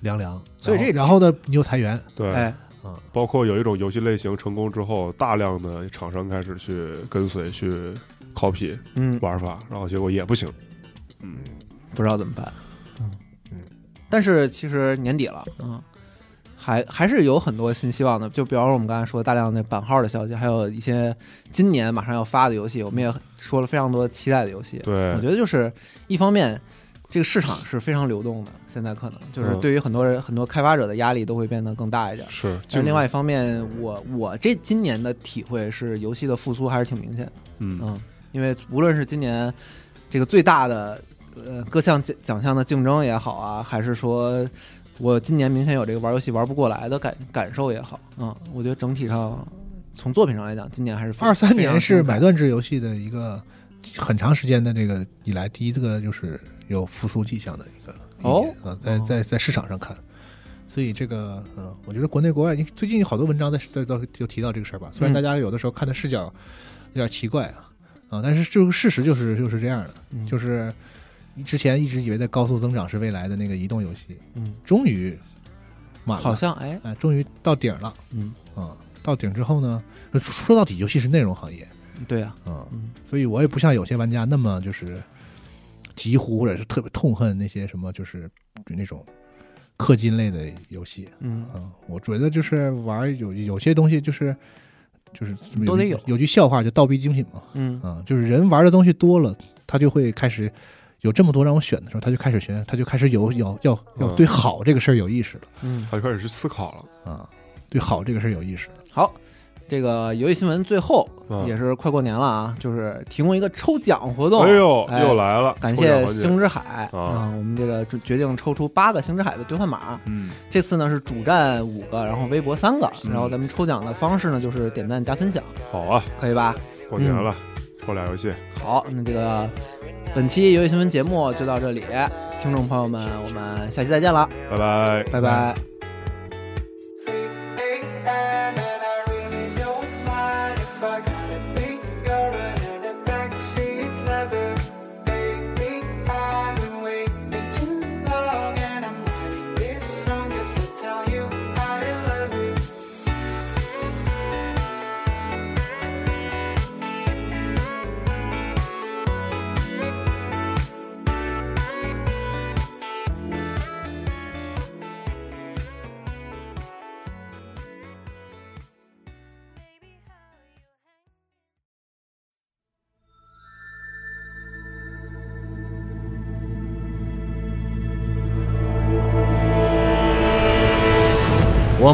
Speaker 3: 凉凉，
Speaker 1: 所以这
Speaker 3: 然后然后呢，你又裁员，
Speaker 2: 对，
Speaker 1: 哎，
Speaker 3: 啊，
Speaker 2: 包括有一种游戏类型成功之后，大量的厂商开始去跟随去 copy
Speaker 3: 呃
Speaker 1: 嗯，
Speaker 2: 玩法，然后结果也不行，
Speaker 1: 不知道怎么办。
Speaker 3: 嗯
Speaker 1: 但是其实年底了，嗯，还还是有很多新希望的。就比方说我们刚才说大量的版号的消息，还有一些今年马上要发的游戏，我们也说了非常多期待的游戏。
Speaker 2: 对
Speaker 1: 我，觉得就是一方面，这个市场是非常流动的，现在可能就是
Speaker 2: 嗯
Speaker 1: 对于很多人、很多开发者的压力都会变得更大一点。
Speaker 2: 是，
Speaker 1: 但
Speaker 2: 竞
Speaker 1: 另外一方面，我我这今年的体会是，游戏的复苏还是挺明显的。
Speaker 2: 嗯，
Speaker 1: 嗯，因为无论是今年这个最大的呃各项奖奖项的竞争也好啊，还是说我今年明显有这个玩游戏玩不过来的感感受也好，嗯，我觉得整体上从作品上来讲，今年还是非
Speaker 3: 二三年是
Speaker 1: 非常精
Speaker 3: 买。
Speaker 1: 彩
Speaker 3: 断制游戏的一个很长时间的这个以来第一个就是有复苏迹象的一个一
Speaker 1: 哦
Speaker 3: 年啊，在
Speaker 1: 哦
Speaker 3: 在在市场上看。所以这个，嗯、我觉得国内国外，你最近有好多文章在在都就提到这个事儿吧。虽
Speaker 1: 嗯
Speaker 3: 然大家有的时候看的视角有点奇怪啊啊！但是就是事实就是就是这样的，
Speaker 1: 嗯
Speaker 3: 就是之前一直以为在高速增长是未来的那个移动游戏，
Speaker 1: 嗯，
Speaker 3: 终于满
Speaker 1: 好
Speaker 3: 了，
Speaker 1: 像哎，
Speaker 3: 哎，终于到顶了
Speaker 1: 嗯，
Speaker 3: 啊！到顶之后呢，呃说到底游戏是内容行业
Speaker 1: 对呀，
Speaker 3: 啊，
Speaker 1: 嗯
Speaker 3: 所以我也不像有些玩家那么就是疾呼或者是特别痛恨那些什么就是那种氪金类的游戏，
Speaker 1: 嗯
Speaker 3: 嗯，我觉得就是玩儿有有些东西就是就是怎么
Speaker 1: 都得
Speaker 3: 有
Speaker 1: 有
Speaker 3: 句。有句笑话就倒逼精品嘛，
Speaker 1: 嗯
Speaker 3: 啊、就是人玩的东西多了，他就会开始有这么多让我选的时候，他就开始选，他就开始有有要要
Speaker 2: 嗯
Speaker 3: 对好这个事儿有意识了
Speaker 1: 嗯，
Speaker 2: 他就开始去思考了。
Speaker 3: 啊、对好这个事儿有意识了。
Speaker 1: 好。这个游戏新闻最后
Speaker 2: 嗯
Speaker 1: 也是快过年了啊，就是提供一个抽奖活动。
Speaker 2: 哎呦，
Speaker 1: 哎
Speaker 2: 又来了，
Speaker 1: 感
Speaker 2: 抽奖
Speaker 1: 谢
Speaker 2: 环节
Speaker 1: 星之海
Speaker 2: 啊
Speaker 1: 啊，我们这个决决定抽出八个星之海的兑换码。
Speaker 2: 嗯
Speaker 1: 这次呢是主站五个，然后微博三个，然后咱们抽奖的方式呢就是点赞加分享，
Speaker 2: 好啊，
Speaker 1: 可以吧？
Speaker 2: 过年
Speaker 1: 嗯
Speaker 2: 了，抽俩游戏，
Speaker 1: 好，那这个本期游戏新闻节目就到这里，听众朋友们，我们下期再见了，
Speaker 2: 拜拜。
Speaker 1: 拜拜。
Speaker 4: And I really don't mind if I gotta be your in the backseat lover. Baby, I've been waiting too long, and I'm writing this song just to tell you I love you.
Speaker 7: 我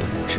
Speaker 7: 本质。